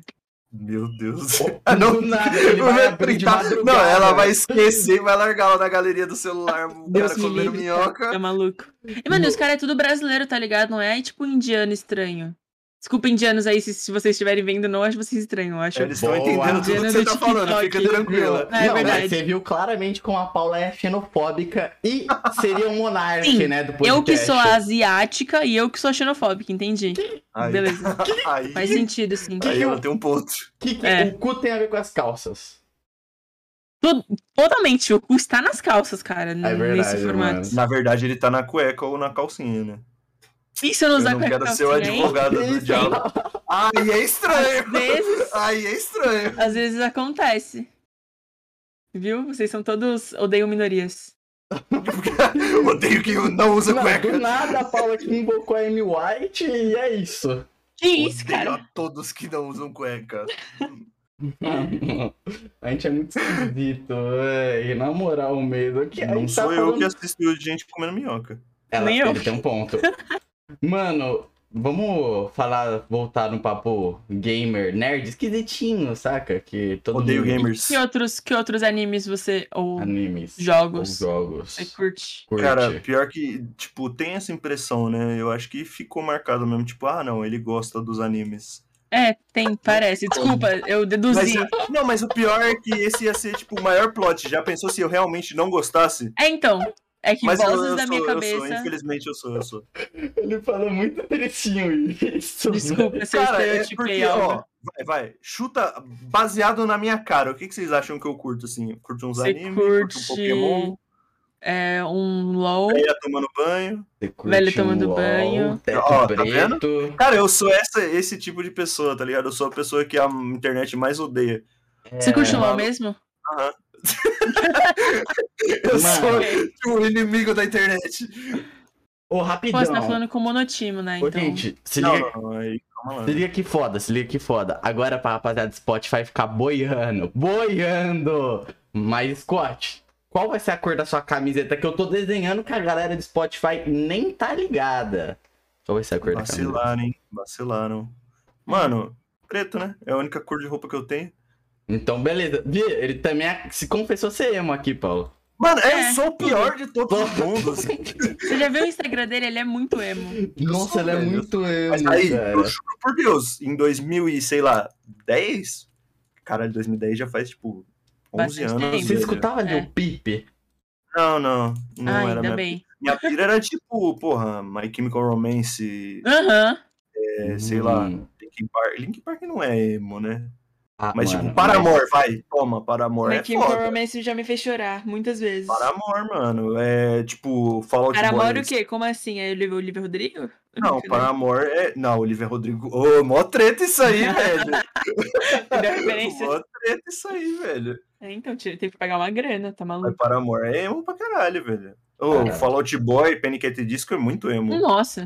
Speaker 3: Meu Deus do céu.
Speaker 1: Ah,
Speaker 3: não,
Speaker 1: não, nada, <laughs> ele vai
Speaker 3: Vai
Speaker 1: abrir de
Speaker 3: printar. <laughs> não,
Speaker 1: madrugada.
Speaker 3: ela vai esquecer e vai largar lá na galeria do celular o
Speaker 2: Deus
Speaker 3: cara
Speaker 2: me
Speaker 3: comendo
Speaker 2: livre, É
Speaker 3: minhoca.
Speaker 2: maluco. E, <laughs> mano, os caras é tudo brasileiro, tá ligado? Não é tipo indiano estranho. Desculpa, indianos aí, se, se vocês estiverem vendo, não acho vocês estranhos, eu acho.
Speaker 3: Eles estão
Speaker 1: Tipo, Boa.
Speaker 3: entendendo tudo que
Speaker 2: Gênero
Speaker 3: você
Speaker 2: do
Speaker 3: tá falando,
Speaker 2: TikTok,
Speaker 3: fica tranquila.
Speaker 2: entendeu? É
Speaker 1: não, mas
Speaker 2: verdade.
Speaker 1: você viu claramente como a Paula é xenofóbica e seria um monarca,
Speaker 2: Sim,
Speaker 1: né? Do podcast.
Speaker 2: Eu que sou asiática e eu que sou xenofóbica, entendi.
Speaker 3: Aí,
Speaker 2: Beleza.
Speaker 3: aí, <laughs>
Speaker 2: Faz sentido, sim.
Speaker 3: aí ela tem um ponto.
Speaker 1: Que, que
Speaker 2: É.
Speaker 1: o cu tem a ver com as calças?
Speaker 2: Totalmente, o cu está nas calças,
Speaker 3: É
Speaker 2: cara, n- nesse
Speaker 1: verdade,
Speaker 2: formato.
Speaker 1: mano.
Speaker 3: Na verdade, ele tá na cueca ou na calcinha, né?
Speaker 2: E se eu não
Speaker 3: Eu
Speaker 2: usar
Speaker 3: não quero ser o
Speaker 2: calcinha, hein?
Speaker 3: advogado do
Speaker 1: Isso.
Speaker 3: diabo. Aí é estranho.
Speaker 2: Às vezes,
Speaker 3: Aí é estranho.
Speaker 2: às vezes acontece. Viu? Vocês são todos. odeiam minorias.
Speaker 3: Odeio que não usa
Speaker 1: Mano,
Speaker 3: é cueca.
Speaker 1: do nada a Paula que invocou a Amy White e é isso.
Speaker 2: Que é isso,
Speaker 3: Odeio
Speaker 2: cara?
Speaker 3: a todos que não
Speaker 2: <laughs>
Speaker 3: usam cueca.
Speaker 2: Uhum.
Speaker 1: a gente é muito esquisito, véi. Na moral mesmo. Aqui, a
Speaker 3: não
Speaker 1: gente tá
Speaker 3: sou eu
Speaker 1: falando-
Speaker 3: que assisto gente comendo minhoca.
Speaker 1: Ela,
Speaker 2: Nem eu.
Speaker 1: Ele tem um
Speaker 2: <laughs>
Speaker 1: ponto. Mano, vamos falar, voltar no papo gamer, nerd, esquisitinho, saca? Que todo
Speaker 3: Odeio
Speaker 1: mundo...
Speaker 3: gamers.
Speaker 2: Que outros, que outros animes você. ou
Speaker 1: Animes.
Speaker 2: jogos
Speaker 1: Ou jogos.
Speaker 2: você curte?
Speaker 1: Curte.
Speaker 3: Cara, pior que, tipo, tem essa impressão, né? Eu acho que ficou marcado mesmo, tipo, ah, não, ele gosta dos animes.
Speaker 2: É, tem, parece. Desculpa, eu
Speaker 3: Mas,
Speaker 2: deduzi.
Speaker 3: não, mas o pior é que esse ia ser, tipo, o maior plot. Já pensou se eu realmente não gostasse?
Speaker 2: É, então. É que
Speaker 3: Mas eu,
Speaker 2: vozes
Speaker 3: eu
Speaker 2: da
Speaker 3: sou, um
Speaker 2: minha
Speaker 3: eu sou,
Speaker 2: cabeça.
Speaker 3: infelizmente eu sou, eu sou.
Speaker 1: Ele falou muito tristinho isso.
Speaker 2: Desculpa se eu
Speaker 3: Cara, é
Speaker 2: estereotipei
Speaker 3: porque,
Speaker 2: algo.
Speaker 3: ó, vai, vai, chuta baseado na minha cara. O que, que vocês acham que eu curto, assim? Eu Curto uns
Speaker 2: Você
Speaker 3: animes, curto um
Speaker 2: curte
Speaker 3: Pokémon,
Speaker 2: é, um LOL.
Speaker 3: aí tomando banho.
Speaker 1: Você curte
Speaker 2: Velho tomando
Speaker 1: um
Speaker 2: banho.
Speaker 1: LOL, teto
Speaker 3: Ó, tá
Speaker 1: preto.
Speaker 3: Cara, eu sou essa, esse tipo de pessoa, tá ligado? Eu sou a pessoa que a internet mais odeia.
Speaker 2: Você curte
Speaker 1: É.
Speaker 2: um o LOL
Speaker 3: mano.
Speaker 2: mesmo?
Speaker 3: Eu
Speaker 1: Mano.
Speaker 3: sou o inimigo da internet.
Speaker 1: Ô,
Speaker 2: Pô,
Speaker 1: rapidão.
Speaker 2: você tá falando com monotimo, né?
Speaker 1: Ô,
Speaker 2: Então.
Speaker 1: gente, se
Speaker 3: Não,
Speaker 1: liga
Speaker 3: não, não, aí, calma lá. né?
Speaker 1: Se liga que foda, se liga que foda. Agora pra rapaziada do Spotify ficar boiando, boiando. Mas, Scott, qual vai ser a cor da sua camiseta que eu tô desenhando que a galera do Spotify nem tá ligada? Qual vai ser a É. cor
Speaker 3: Ah,
Speaker 1: da camiseta?
Speaker 3: Vacilaram, hein? Vacilaram. Mano, preto, né? É a única cor de roupa que eu tenho.
Speaker 1: Então, beleza. Vi, ele também é- se confessou ser emo aqui, Paulo.
Speaker 3: Mano,
Speaker 2: É.
Speaker 3: eu sou o pior de todo mundo. assim.
Speaker 2: Você já viu o Instagram dele? Ele é muito emo.
Speaker 1: Nossa, ele é
Speaker 3: velho.
Speaker 1: muito emo,
Speaker 3: Mas aí, eu
Speaker 1: cara.
Speaker 3: juro por Deus, em 2000 e sei lá, 10? Caralho, 2010 já faz tipo 11
Speaker 2: Bastante
Speaker 3: anos.
Speaker 2: tempo.
Speaker 1: Você
Speaker 3: velho.
Speaker 1: escutava ali
Speaker 2: É.
Speaker 1: o Pipe?
Speaker 3: Não, não. Não
Speaker 2: ah,
Speaker 3: era
Speaker 2: ainda
Speaker 3: minha...
Speaker 2: bem.
Speaker 3: minha pira era tipo, porra, My Chemical Romance,
Speaker 2: Aham.
Speaker 3: é, sei lá,
Speaker 1: Hum.
Speaker 3: Linkin Park. Linkin Park não é emo, né?
Speaker 1: Ah,
Speaker 3: Mas,
Speaker 1: mano,
Speaker 3: tipo, Paramor, vai. Toma, Paramor.
Speaker 2: My
Speaker 3: É
Speaker 2: Chemical
Speaker 3: foda.
Speaker 2: Romance já me fez chorar muitas vezes.
Speaker 3: Paramor, mano. É tipo, Fallout
Speaker 2: Paramor
Speaker 3: Boy.
Speaker 2: o quê? Como assim? É o Olivia Rodrigo? Eu <laughs>
Speaker 3: <laughs> Não,
Speaker 2: nunca-
Speaker 3: Paramor é. Não, Oliver Rodrigo. Ô, mó treta isso aí,
Speaker 2: <laughs>
Speaker 3: velho.
Speaker 2: Entendeu a referência?
Speaker 3: Mó treta isso aí, velho.
Speaker 2: É, então, tira- teve que pagar uma grana, tá
Speaker 3: Mas
Speaker 2: maluco?
Speaker 3: Paramor é emo pra caralho, velho. Ô,
Speaker 1: Caralho.
Speaker 3: Fallout Boy, Panic! At the Disco é muito emo.
Speaker 2: Nossa,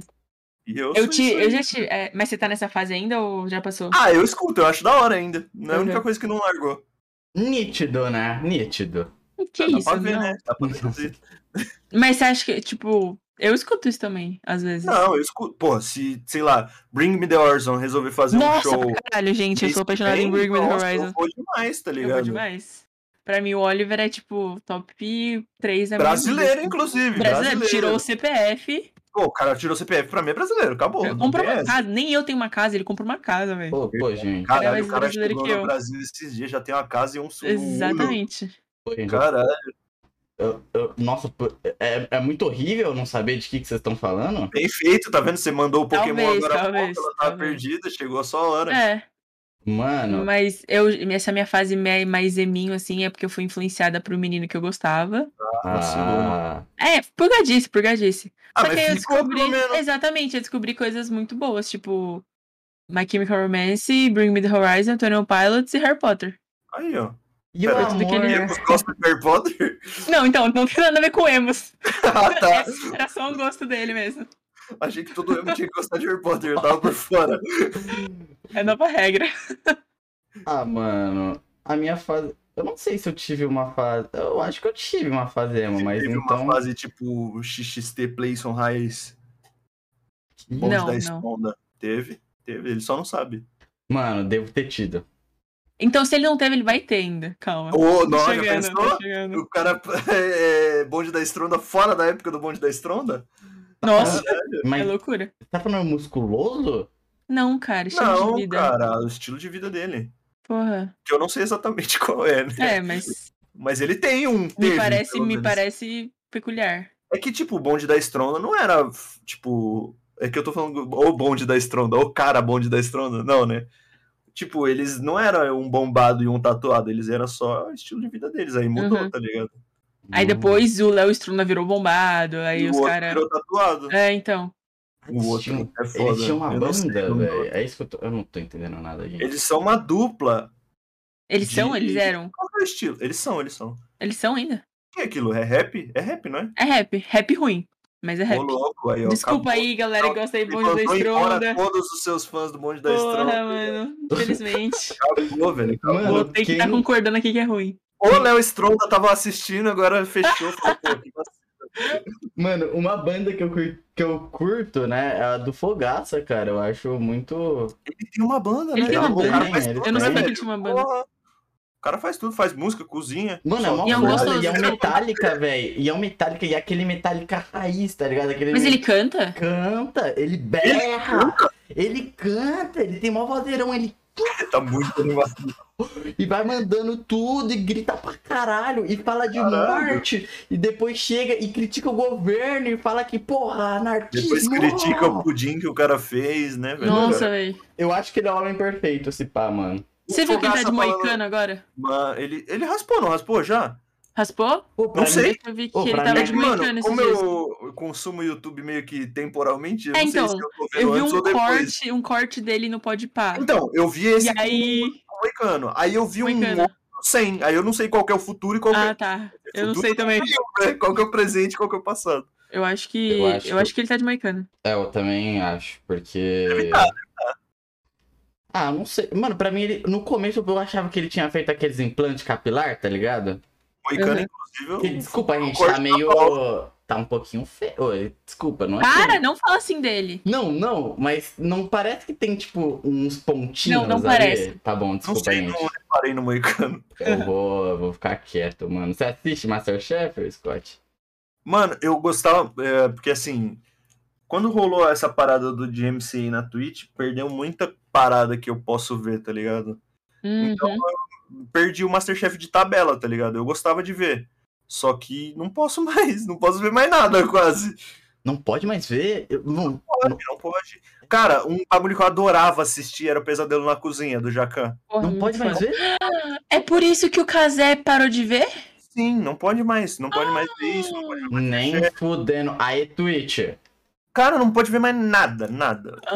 Speaker 3: E eu,
Speaker 2: eu,
Speaker 3: sou
Speaker 2: te,
Speaker 3: isso aí.
Speaker 2: eu já tive. é, mas você tá nessa fase ainda ou já passou?
Speaker 3: Ah, eu escuto, eu acho da hora ainda. Não é a
Speaker 2: Uhum.
Speaker 3: única coisa que não largou.
Speaker 1: Nítido, né? Nítido.
Speaker 2: Ah, que
Speaker 3: Dá
Speaker 2: isso?
Speaker 3: pra ver,
Speaker 2: não.
Speaker 3: né?
Speaker 2: <laughs>
Speaker 3: Dá pra ver.
Speaker 2: Mas você acha que, tipo, eu escuto isso também, às vezes.
Speaker 3: Não, eu escuto. Pô, se, sei lá, Bring Me the Horizon resolver fazer um
Speaker 2: Nossa,
Speaker 3: show.
Speaker 2: pra caralho, gente, eu
Speaker 3: Esse
Speaker 2: sou apaixonada em
Speaker 3: bem,
Speaker 2: Bring Me the
Speaker 3: nossa,
Speaker 2: Horizon.
Speaker 3: Eu vou demais, tá
Speaker 2: Eu
Speaker 3: ligado?
Speaker 2: vou demais. Pra mim, o Oliver é, tipo, top 3 da minha
Speaker 3: Brasileiro,
Speaker 2: vida.
Speaker 3: inclusive.
Speaker 2: é Brasileiro,
Speaker 3: Brasileiro.
Speaker 2: tirou o CPF.
Speaker 3: Pô, o cara tirou o CPF pra mim, é brasileiro, acabou. não
Speaker 2: comprou
Speaker 3: tem
Speaker 2: uma
Speaker 3: essa.
Speaker 2: casa. Nem eu tenho uma casa, ele comprou uma casa, velho.
Speaker 1: Pô, pô, gente.
Speaker 2: cara é
Speaker 3: Caralho,
Speaker 2: mais
Speaker 3: o cara
Speaker 2: brasileiro
Speaker 3: chegou
Speaker 2: que eu.
Speaker 3: no Brasil esses dias, já tem uma casa e um sul.
Speaker 2: Exatamente.
Speaker 1: Pô, gente.
Speaker 3: Caralho,
Speaker 1: Eu- eu- nossa, pô, é, é muito horrível não saber de que, que vocês estão falando.
Speaker 3: bem feito, tá vendo? Você mandou o Pokémon
Speaker 2: Talvez,
Speaker 3: agora há pouco,
Speaker 2: talvez,
Speaker 3: ela tava
Speaker 2: talvez.
Speaker 3: perdida, chegou a sua hora.
Speaker 2: É,
Speaker 1: Mano,
Speaker 2: mas eu, essa minha fase me- mais eminho, assim, é porque eu fui influenciada por um menino que eu gostava.
Speaker 1: ah,
Speaker 2: É, purgadice, purgadice.
Speaker 3: Ah,
Speaker 2: Só
Speaker 3: mas
Speaker 2: que aí eu
Speaker 3: ficou
Speaker 2: descobri.
Speaker 3: pelo menos.
Speaker 2: Exatamente, eu descobri coisas muito boas, tipo My Chemical Romance, Bring Me the Horizon, Tony Pilots e Harry Potter.
Speaker 3: Aí, ó.
Speaker 1: e o
Speaker 3: Pera,
Speaker 2: tudo que
Speaker 1: amor?
Speaker 2: ele-
Speaker 3: Temos gosto de
Speaker 2: <laughs>
Speaker 3: Harry Potter?
Speaker 2: Não, então, não tem nada a ver com
Speaker 3: <laughs>
Speaker 2: emos.
Speaker 3: ah, tá.
Speaker 2: É- Era só um gosto dele mesmo.
Speaker 3: Achei que todo mundo tinha que gostar de Harry Potter, eu tava por fora.
Speaker 2: É nova regra.
Speaker 1: Ah, mano, a minha fase. Eu não sei se eu tive uma fase. Eu acho que eu tive uma fase emo, mas
Speaker 3: Teve
Speaker 1: então.
Speaker 3: uma fase tipo XXT Playson Raiz, Bons
Speaker 2: Não,
Speaker 3: da
Speaker 2: não.
Speaker 3: Esponda. Teve, teve, ele só não sabe.
Speaker 1: Mano, devo ter tido.
Speaker 2: Então, se ele não teve, ele vai ter ainda. Calma.
Speaker 3: Ô,
Speaker 2: Tô
Speaker 3: nossa,
Speaker 2: chegando,
Speaker 3: pensou?
Speaker 2: tô chegando.
Speaker 3: O cara <laughs> é, é, bonde da estronda fora da época do bonde da estronda?
Speaker 2: Nossa, é
Speaker 1: Mas
Speaker 2: loucura.
Speaker 1: tá falando musculoso?
Speaker 2: Não, cara, estilo
Speaker 3: Não,
Speaker 2: de vida.
Speaker 3: cara, o estilo de vida dele.
Speaker 2: Porra.
Speaker 3: Que eu não sei exatamente <laughs> qual é, né?
Speaker 2: É, mas
Speaker 3: Mas ele tem um.
Speaker 2: me
Speaker 3: teve,
Speaker 2: parece,
Speaker 3: pelo
Speaker 2: me
Speaker 3: menos.
Speaker 2: parece peculiar.
Speaker 3: É que, tipo, o bonde da estronda não era, f- tipo. É que eu tô falando ou bonde da estronda, ou cara bonde da estronda, não, né? Tipo, eles não eram um bombado e um tatuado, eles eram só o estilo de vida deles. Aí mudou,
Speaker 2: Uhum.
Speaker 3: tá ligado?
Speaker 2: Aí depois o Léo Struna virou bombado, aí
Speaker 3: e o
Speaker 2: os
Speaker 3: outro
Speaker 2: caras.
Speaker 3: virou tatuado.
Speaker 2: É, então.
Speaker 3: O outro
Speaker 1: Eles
Speaker 3: é
Speaker 1: tinham,
Speaker 3: foda.
Speaker 1: eles tinham uma
Speaker 3: eu não sei
Speaker 1: banda,
Speaker 3: o nome.
Speaker 1: velho. É isso que eu tô. Eu não tô entendendo nada, gente.
Speaker 3: Eles são uma dupla.
Speaker 2: Eles
Speaker 3: De-
Speaker 2: são, eles eram.
Speaker 3: Qual que é o estilo? Eles são, eles são.
Speaker 2: Eles são ainda.
Speaker 3: O que é aquilo? É rap? É rap, não é?
Speaker 2: É rap. Rap ruim. Mas é rap.
Speaker 3: Ô, louco, aí, ó,
Speaker 2: Desculpa
Speaker 3: acabou.
Speaker 2: aí, galera que
Speaker 3: Não,
Speaker 2: gosta aí
Speaker 3: Ele
Speaker 2: bonde da
Speaker 3: mandou embora
Speaker 2: estronda.
Speaker 3: todos os seus fãs do Bonde da
Speaker 2: Porra,
Speaker 3: Estronda.
Speaker 2: mano. Infelizmente.
Speaker 3: Acabou, velho. <laughs> acabou.
Speaker 1: Mano,
Speaker 2: Vou ter que estar
Speaker 1: quem-
Speaker 2: concordando aqui que é ruim.
Speaker 3: Ô, Léo Stronda tava assistindo, agora
Speaker 2: <laughs>
Speaker 3: fechou. tipo falou, pô, que vacilo.
Speaker 1: Mano, uma banda que eu, cur- que eu curto, né? É a do Fogaça, cara. Eu acho muito.
Speaker 3: ele tem uma banda,
Speaker 2: Ele
Speaker 3: né?
Speaker 2: tem uma
Speaker 3: O cara
Speaker 1: banda,
Speaker 3: faz
Speaker 1: ele
Speaker 3: tudo,
Speaker 2: Eu não
Speaker 3: né,
Speaker 2: sabia que
Speaker 3: velho?
Speaker 2: ele tinha uma banda.
Speaker 3: Porra. O cara faz tudo, faz música, cozinha.
Speaker 1: Mano, é
Speaker 3: Só-
Speaker 1: uma
Speaker 2: E é um
Speaker 1: banda,
Speaker 2: gostoso,
Speaker 1: e é um
Speaker 2: né?
Speaker 1: Metallica, velho. E é um Metallica, e é aquele Metallica raiz, tá ligado? Aquele
Speaker 2: Mas ele canta?
Speaker 1: canta, ele berra, ele canta, ele tem mó vozeirão, ele
Speaker 3: Tá muito animado.
Speaker 1: e vai mandando tudo e grita pra caralho e fala de
Speaker 3: Caralho.
Speaker 1: morte e depois chega e critica o governo e fala que porra, anarquismo.
Speaker 3: Depois critica o pudim que o cara fez, né, velho?
Speaker 2: Nossa, velho.
Speaker 1: Eu acho que ele é o homem perfeito, esse pá, mano.
Speaker 3: O
Speaker 2: Você viu que ele tá
Speaker 3: Fogaça
Speaker 2: de
Speaker 3: falando-
Speaker 2: moicano agora?
Speaker 3: Mano, ele, ele raspou, não raspou já?
Speaker 2: Raspou?
Speaker 1: Pô, pra
Speaker 3: Não sei.
Speaker 1: mim-
Speaker 2: Eu vi que
Speaker 1: Ô,
Speaker 2: ele
Speaker 1: pra
Speaker 2: tava
Speaker 1: mim-
Speaker 3: É
Speaker 2: de
Speaker 3: que, mano,
Speaker 2: moicano esses
Speaker 3: como
Speaker 2: dias.
Speaker 3: eu eu consumo YouTube meio que temporalmente, eu
Speaker 2: É,
Speaker 3: não
Speaker 2: então,
Speaker 3: sei se eu tô vendo
Speaker 2: Eu vi
Speaker 3: antes ou
Speaker 2: um
Speaker 3: depois.
Speaker 2: corte, um corte dele no Pode Pá.
Speaker 3: Então, eu vi esse
Speaker 2: E aí.
Speaker 3: moicano. Aí eu vi um
Speaker 2: Moicano.
Speaker 3: outro sem. Aí eu não sei qual que é o futuro e qual que é
Speaker 2: Ah, tá. Eu não sei também.
Speaker 3: né? Qual que é o presente, qual que é o passado.
Speaker 2: Eu acho que.
Speaker 1: Eu acho
Speaker 2: Eu
Speaker 1: que-
Speaker 2: acho que ele tá de moicano.
Speaker 1: É, eu também acho, porque. Ah, não sei. Mano, pra mim, ele... no começo eu achava que ele tinha feito aqueles implantes capilar, tá ligado?
Speaker 3: Moicano,
Speaker 2: Uhum.
Speaker 3: inclusive,
Speaker 1: Que-
Speaker 3: eu-
Speaker 1: Desculpa, a gente
Speaker 3: Corta
Speaker 1: tá meio. Tá um pouquinho feio. Oi, Desculpa, não é?
Speaker 2: Para,
Speaker 1: feio.
Speaker 2: não fala assim dele.
Speaker 1: Não, não, mas não parece que tem, tipo, uns pontinhos.
Speaker 2: Não, não
Speaker 1: ali?
Speaker 2: parece.
Speaker 1: Tá bom,
Speaker 3: não
Speaker 1: desculpa,
Speaker 3: sei,
Speaker 1: gente.
Speaker 3: não reparei no moicano.
Speaker 1: Eu vou, eu vou ficar quieto, mano. Você assiste Masterchef, Scott?
Speaker 3: Mano, eu gostava, é, porque assim, quando rolou essa parada do DMCA na Twitch, perdeu muita parada que eu posso ver, tá ligado?
Speaker 1: então,
Speaker 2: Uhum.
Speaker 3: Perdi o Masterchef de tabela, tá ligado? Eu gostava de ver. Só que não posso <laughs> mais, não posso ver mais nada quase.
Speaker 1: Não pode mais ver? Eu- não-
Speaker 3: Não pode, não pode. Cara, um bagulho que eu adorava assistir era o Pesadelo na Cozinha, do Jacan.
Speaker 2: Porra,
Speaker 1: Não
Speaker 2: muito
Speaker 1: pode mais
Speaker 2: bom.
Speaker 1: ver?
Speaker 2: É por isso que o Kazé parou de ver?
Speaker 3: Sim, não pode mais. Não pode mais ver isso.
Speaker 2: Ah!
Speaker 3: não pode-
Speaker 1: Nem fudendo. Aí, Twitch.
Speaker 3: Cara, não pode ver mais nada, nada.
Speaker 2: Ah,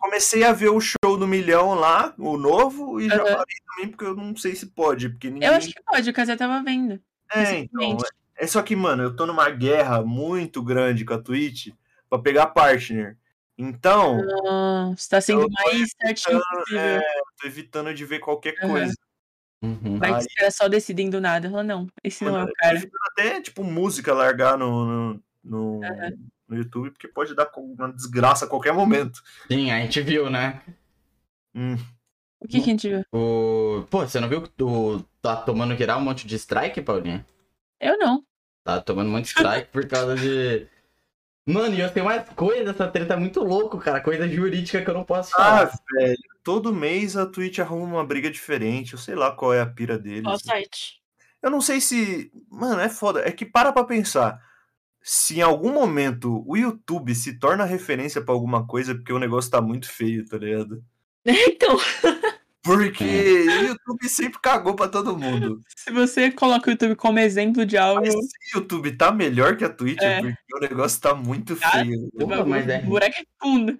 Speaker 3: Comecei a ver o show do milhão lá, o novo, e já
Speaker 2: Aham.
Speaker 3: parei também, porque eu não sei se pode. Porque ninguém...
Speaker 2: eu acho que pode, o Kazé tava vendo.
Speaker 3: É, então,
Speaker 2: recentemente.
Speaker 3: é só que, mano, eu tô numa guerra muito grande com a Twitch pra pegar partner. Então,
Speaker 2: Ah, você tá sendo
Speaker 3: Eu tô
Speaker 2: mais certinho
Speaker 3: é,
Speaker 2: possível.
Speaker 3: eu tô evitando de ver qualquer
Speaker 2: Aham.
Speaker 3: coisa.
Speaker 1: Uhum.
Speaker 2: Vai
Speaker 3: aí-
Speaker 2: que os caras só decidem do nada. Fala, não, esse não é o
Speaker 3: Eu
Speaker 2: cara.
Speaker 3: prefiro até, tipo, música largar no, no, no, no YouTube, porque pode dar com- uma desgraça a qualquer momento.
Speaker 1: Sim, a gente viu, né?
Speaker 3: Hum,
Speaker 2: O que, que a gente viu?
Speaker 1: O... Pô, você não viu que tu tá tomando geral um monte de strike, Paulinha?
Speaker 2: Eu não.
Speaker 1: Tá tomando muito strike por causa de. Mano, e eu tenho mais coisa, essa treta é muito louco, cara. Coisa jurídica que eu não posso
Speaker 3: Ah,
Speaker 1: falar.
Speaker 3: velho, todo mês a Twitch arruma uma briga diferente, eu sei lá qual é a pira deles.
Speaker 2: Qual site? <laughs>
Speaker 3: Eu não sei se. Mano, é foda. É que para pra pensar. Se em algum momento o YouTube se torna referência pra alguma coisa, é porque o negócio tá muito feio, tá ligado?
Speaker 2: Então,
Speaker 3: Porque o YouTube sempre cagou pra todo mundo.
Speaker 2: se você coloca o YouTube como exemplo de algo,
Speaker 3: Mas se o YouTube tá melhor que a Twitch, é
Speaker 2: É.
Speaker 3: porque o negócio tá muito
Speaker 2: Tá?
Speaker 3: feio.
Speaker 1: Pô, mas é.
Speaker 2: o buraco é fundo.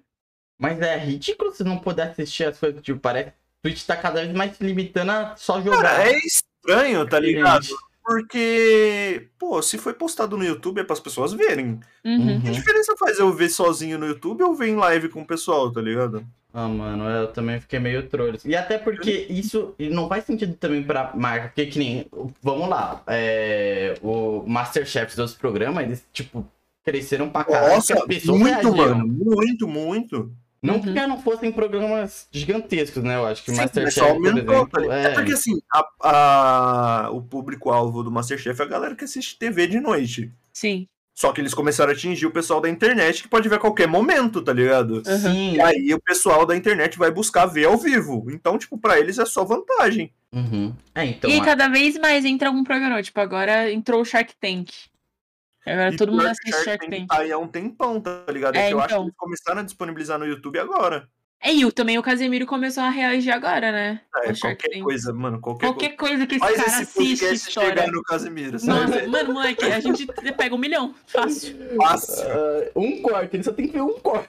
Speaker 1: Mas é ridículo se não puder assistir as coisas. Tipo, parece que o Twitch tá cada vez mais se limitando a só jogar.
Speaker 3: Cara, é estranho, tá ligado?
Speaker 1: Gente,
Speaker 3: Porque, pô, se foi postado no YouTube é pras pessoas verem.
Speaker 2: Uhum.
Speaker 1: Uhum.
Speaker 3: Que diferença faz eu ver sozinho no YouTube ou ver em live com o pessoal, tá ligado?
Speaker 1: Ah, mano, eu também fiquei meio trolho. E até porque isso não faz sentido também pra marca, porque que nem. Vamos lá, é, o Masterchef e outros programas, eles, tipo, cresceram pra caralho.
Speaker 3: Nossa,
Speaker 1: porque as pessoas
Speaker 3: muito,
Speaker 1: reagiram.
Speaker 3: mano. Muito, muito.
Speaker 1: Não
Speaker 2: Uhum.
Speaker 1: porque não fossem programas gigantescos, né? Eu acho que
Speaker 3: Sim, mas
Speaker 1: Masterchef,
Speaker 3: só
Speaker 1: por
Speaker 3: aumentou, tá
Speaker 1: exemplo,
Speaker 3: ligado?
Speaker 1: é,
Speaker 3: É porque assim, a- a- o público-alvo do Masterchef é a galera que assiste TV de noite.
Speaker 2: Sim.
Speaker 3: Só que eles começaram a atingir o pessoal da internet que pode ver a qualquer momento, tá ligado?
Speaker 2: Uhum.
Speaker 1: Sim.
Speaker 3: E aí o pessoal da internet vai buscar ver ao vivo. Então, tipo, pra eles é só vantagem.
Speaker 1: Uhum. É, então.
Speaker 2: e aí,
Speaker 1: a-
Speaker 2: cada vez mais entra algum programa. Tipo, agora entrou o Shark Tank. Agora
Speaker 3: E
Speaker 2: todo mundo
Speaker 3: pior que
Speaker 2: assiste Shark Tank.
Speaker 3: tá aí há um tempão, tá ligado? É,
Speaker 2: É,
Speaker 3: que eu acho que
Speaker 2: então.
Speaker 3: eles começaram a disponibilizar no YouTube agora.
Speaker 2: É, e o- também o Casemiro começou a reagir agora, né?
Speaker 3: É,
Speaker 2: O Shark
Speaker 3: qualquer
Speaker 2: Tank.
Speaker 3: coisa, mano, qualquer,
Speaker 2: Qualquer coisa que esse
Speaker 3: coisa. Faz
Speaker 2: cara
Speaker 3: esse
Speaker 2: assiste,
Speaker 3: podcast
Speaker 2: estoura.
Speaker 3: chegar no Casimiro, sabe?
Speaker 2: Nossa, mano, moleque, a gente pega um milhão.
Speaker 3: <laughs>
Speaker 2: Fácil.
Speaker 3: Fácil.
Speaker 1: Ah, um corte, ele só tem que ver um corte.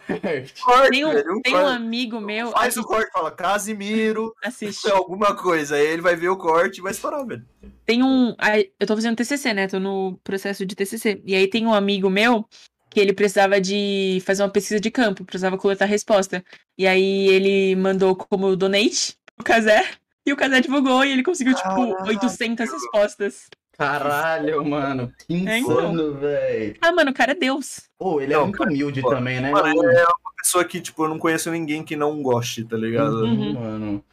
Speaker 3: Corte,
Speaker 2: Tem um,
Speaker 3: velho, um
Speaker 2: tem um
Speaker 3: corte.
Speaker 2: amigo meu.
Speaker 3: Faz o corte, fala Casimiro,
Speaker 2: Assiste.
Speaker 3: é alguma coisa. Aí ele vai ver o corte e vai estourar, velho.
Speaker 2: tem um. a- Eu tô fazendo TCC, né? Tô no processo de TCC. E aí tem um amigo meu que ele precisava de fazer uma pesquisa de campo, precisava coletar resposta. E aí ele mandou como donate o Casé. E o Casé divulgou e ele conseguiu, tipo,
Speaker 3: Caralho.
Speaker 2: 800 respostas.
Speaker 1: Caralho, mano. Que
Speaker 2: É, então.
Speaker 1: insano, velho.
Speaker 2: Ah, mano, o cara é Deus.
Speaker 1: Pô, ele é
Speaker 3: Não,
Speaker 1: muito
Speaker 3: cara,
Speaker 1: humilde
Speaker 3: pô,
Speaker 1: também, né?
Speaker 3: Mano,
Speaker 1: mano?
Speaker 3: ele é uma pessoa que, tipo, eu não conheço ninguém que não goste, tá ligado?
Speaker 1: Uhum,
Speaker 2: Uhum.
Speaker 1: mano.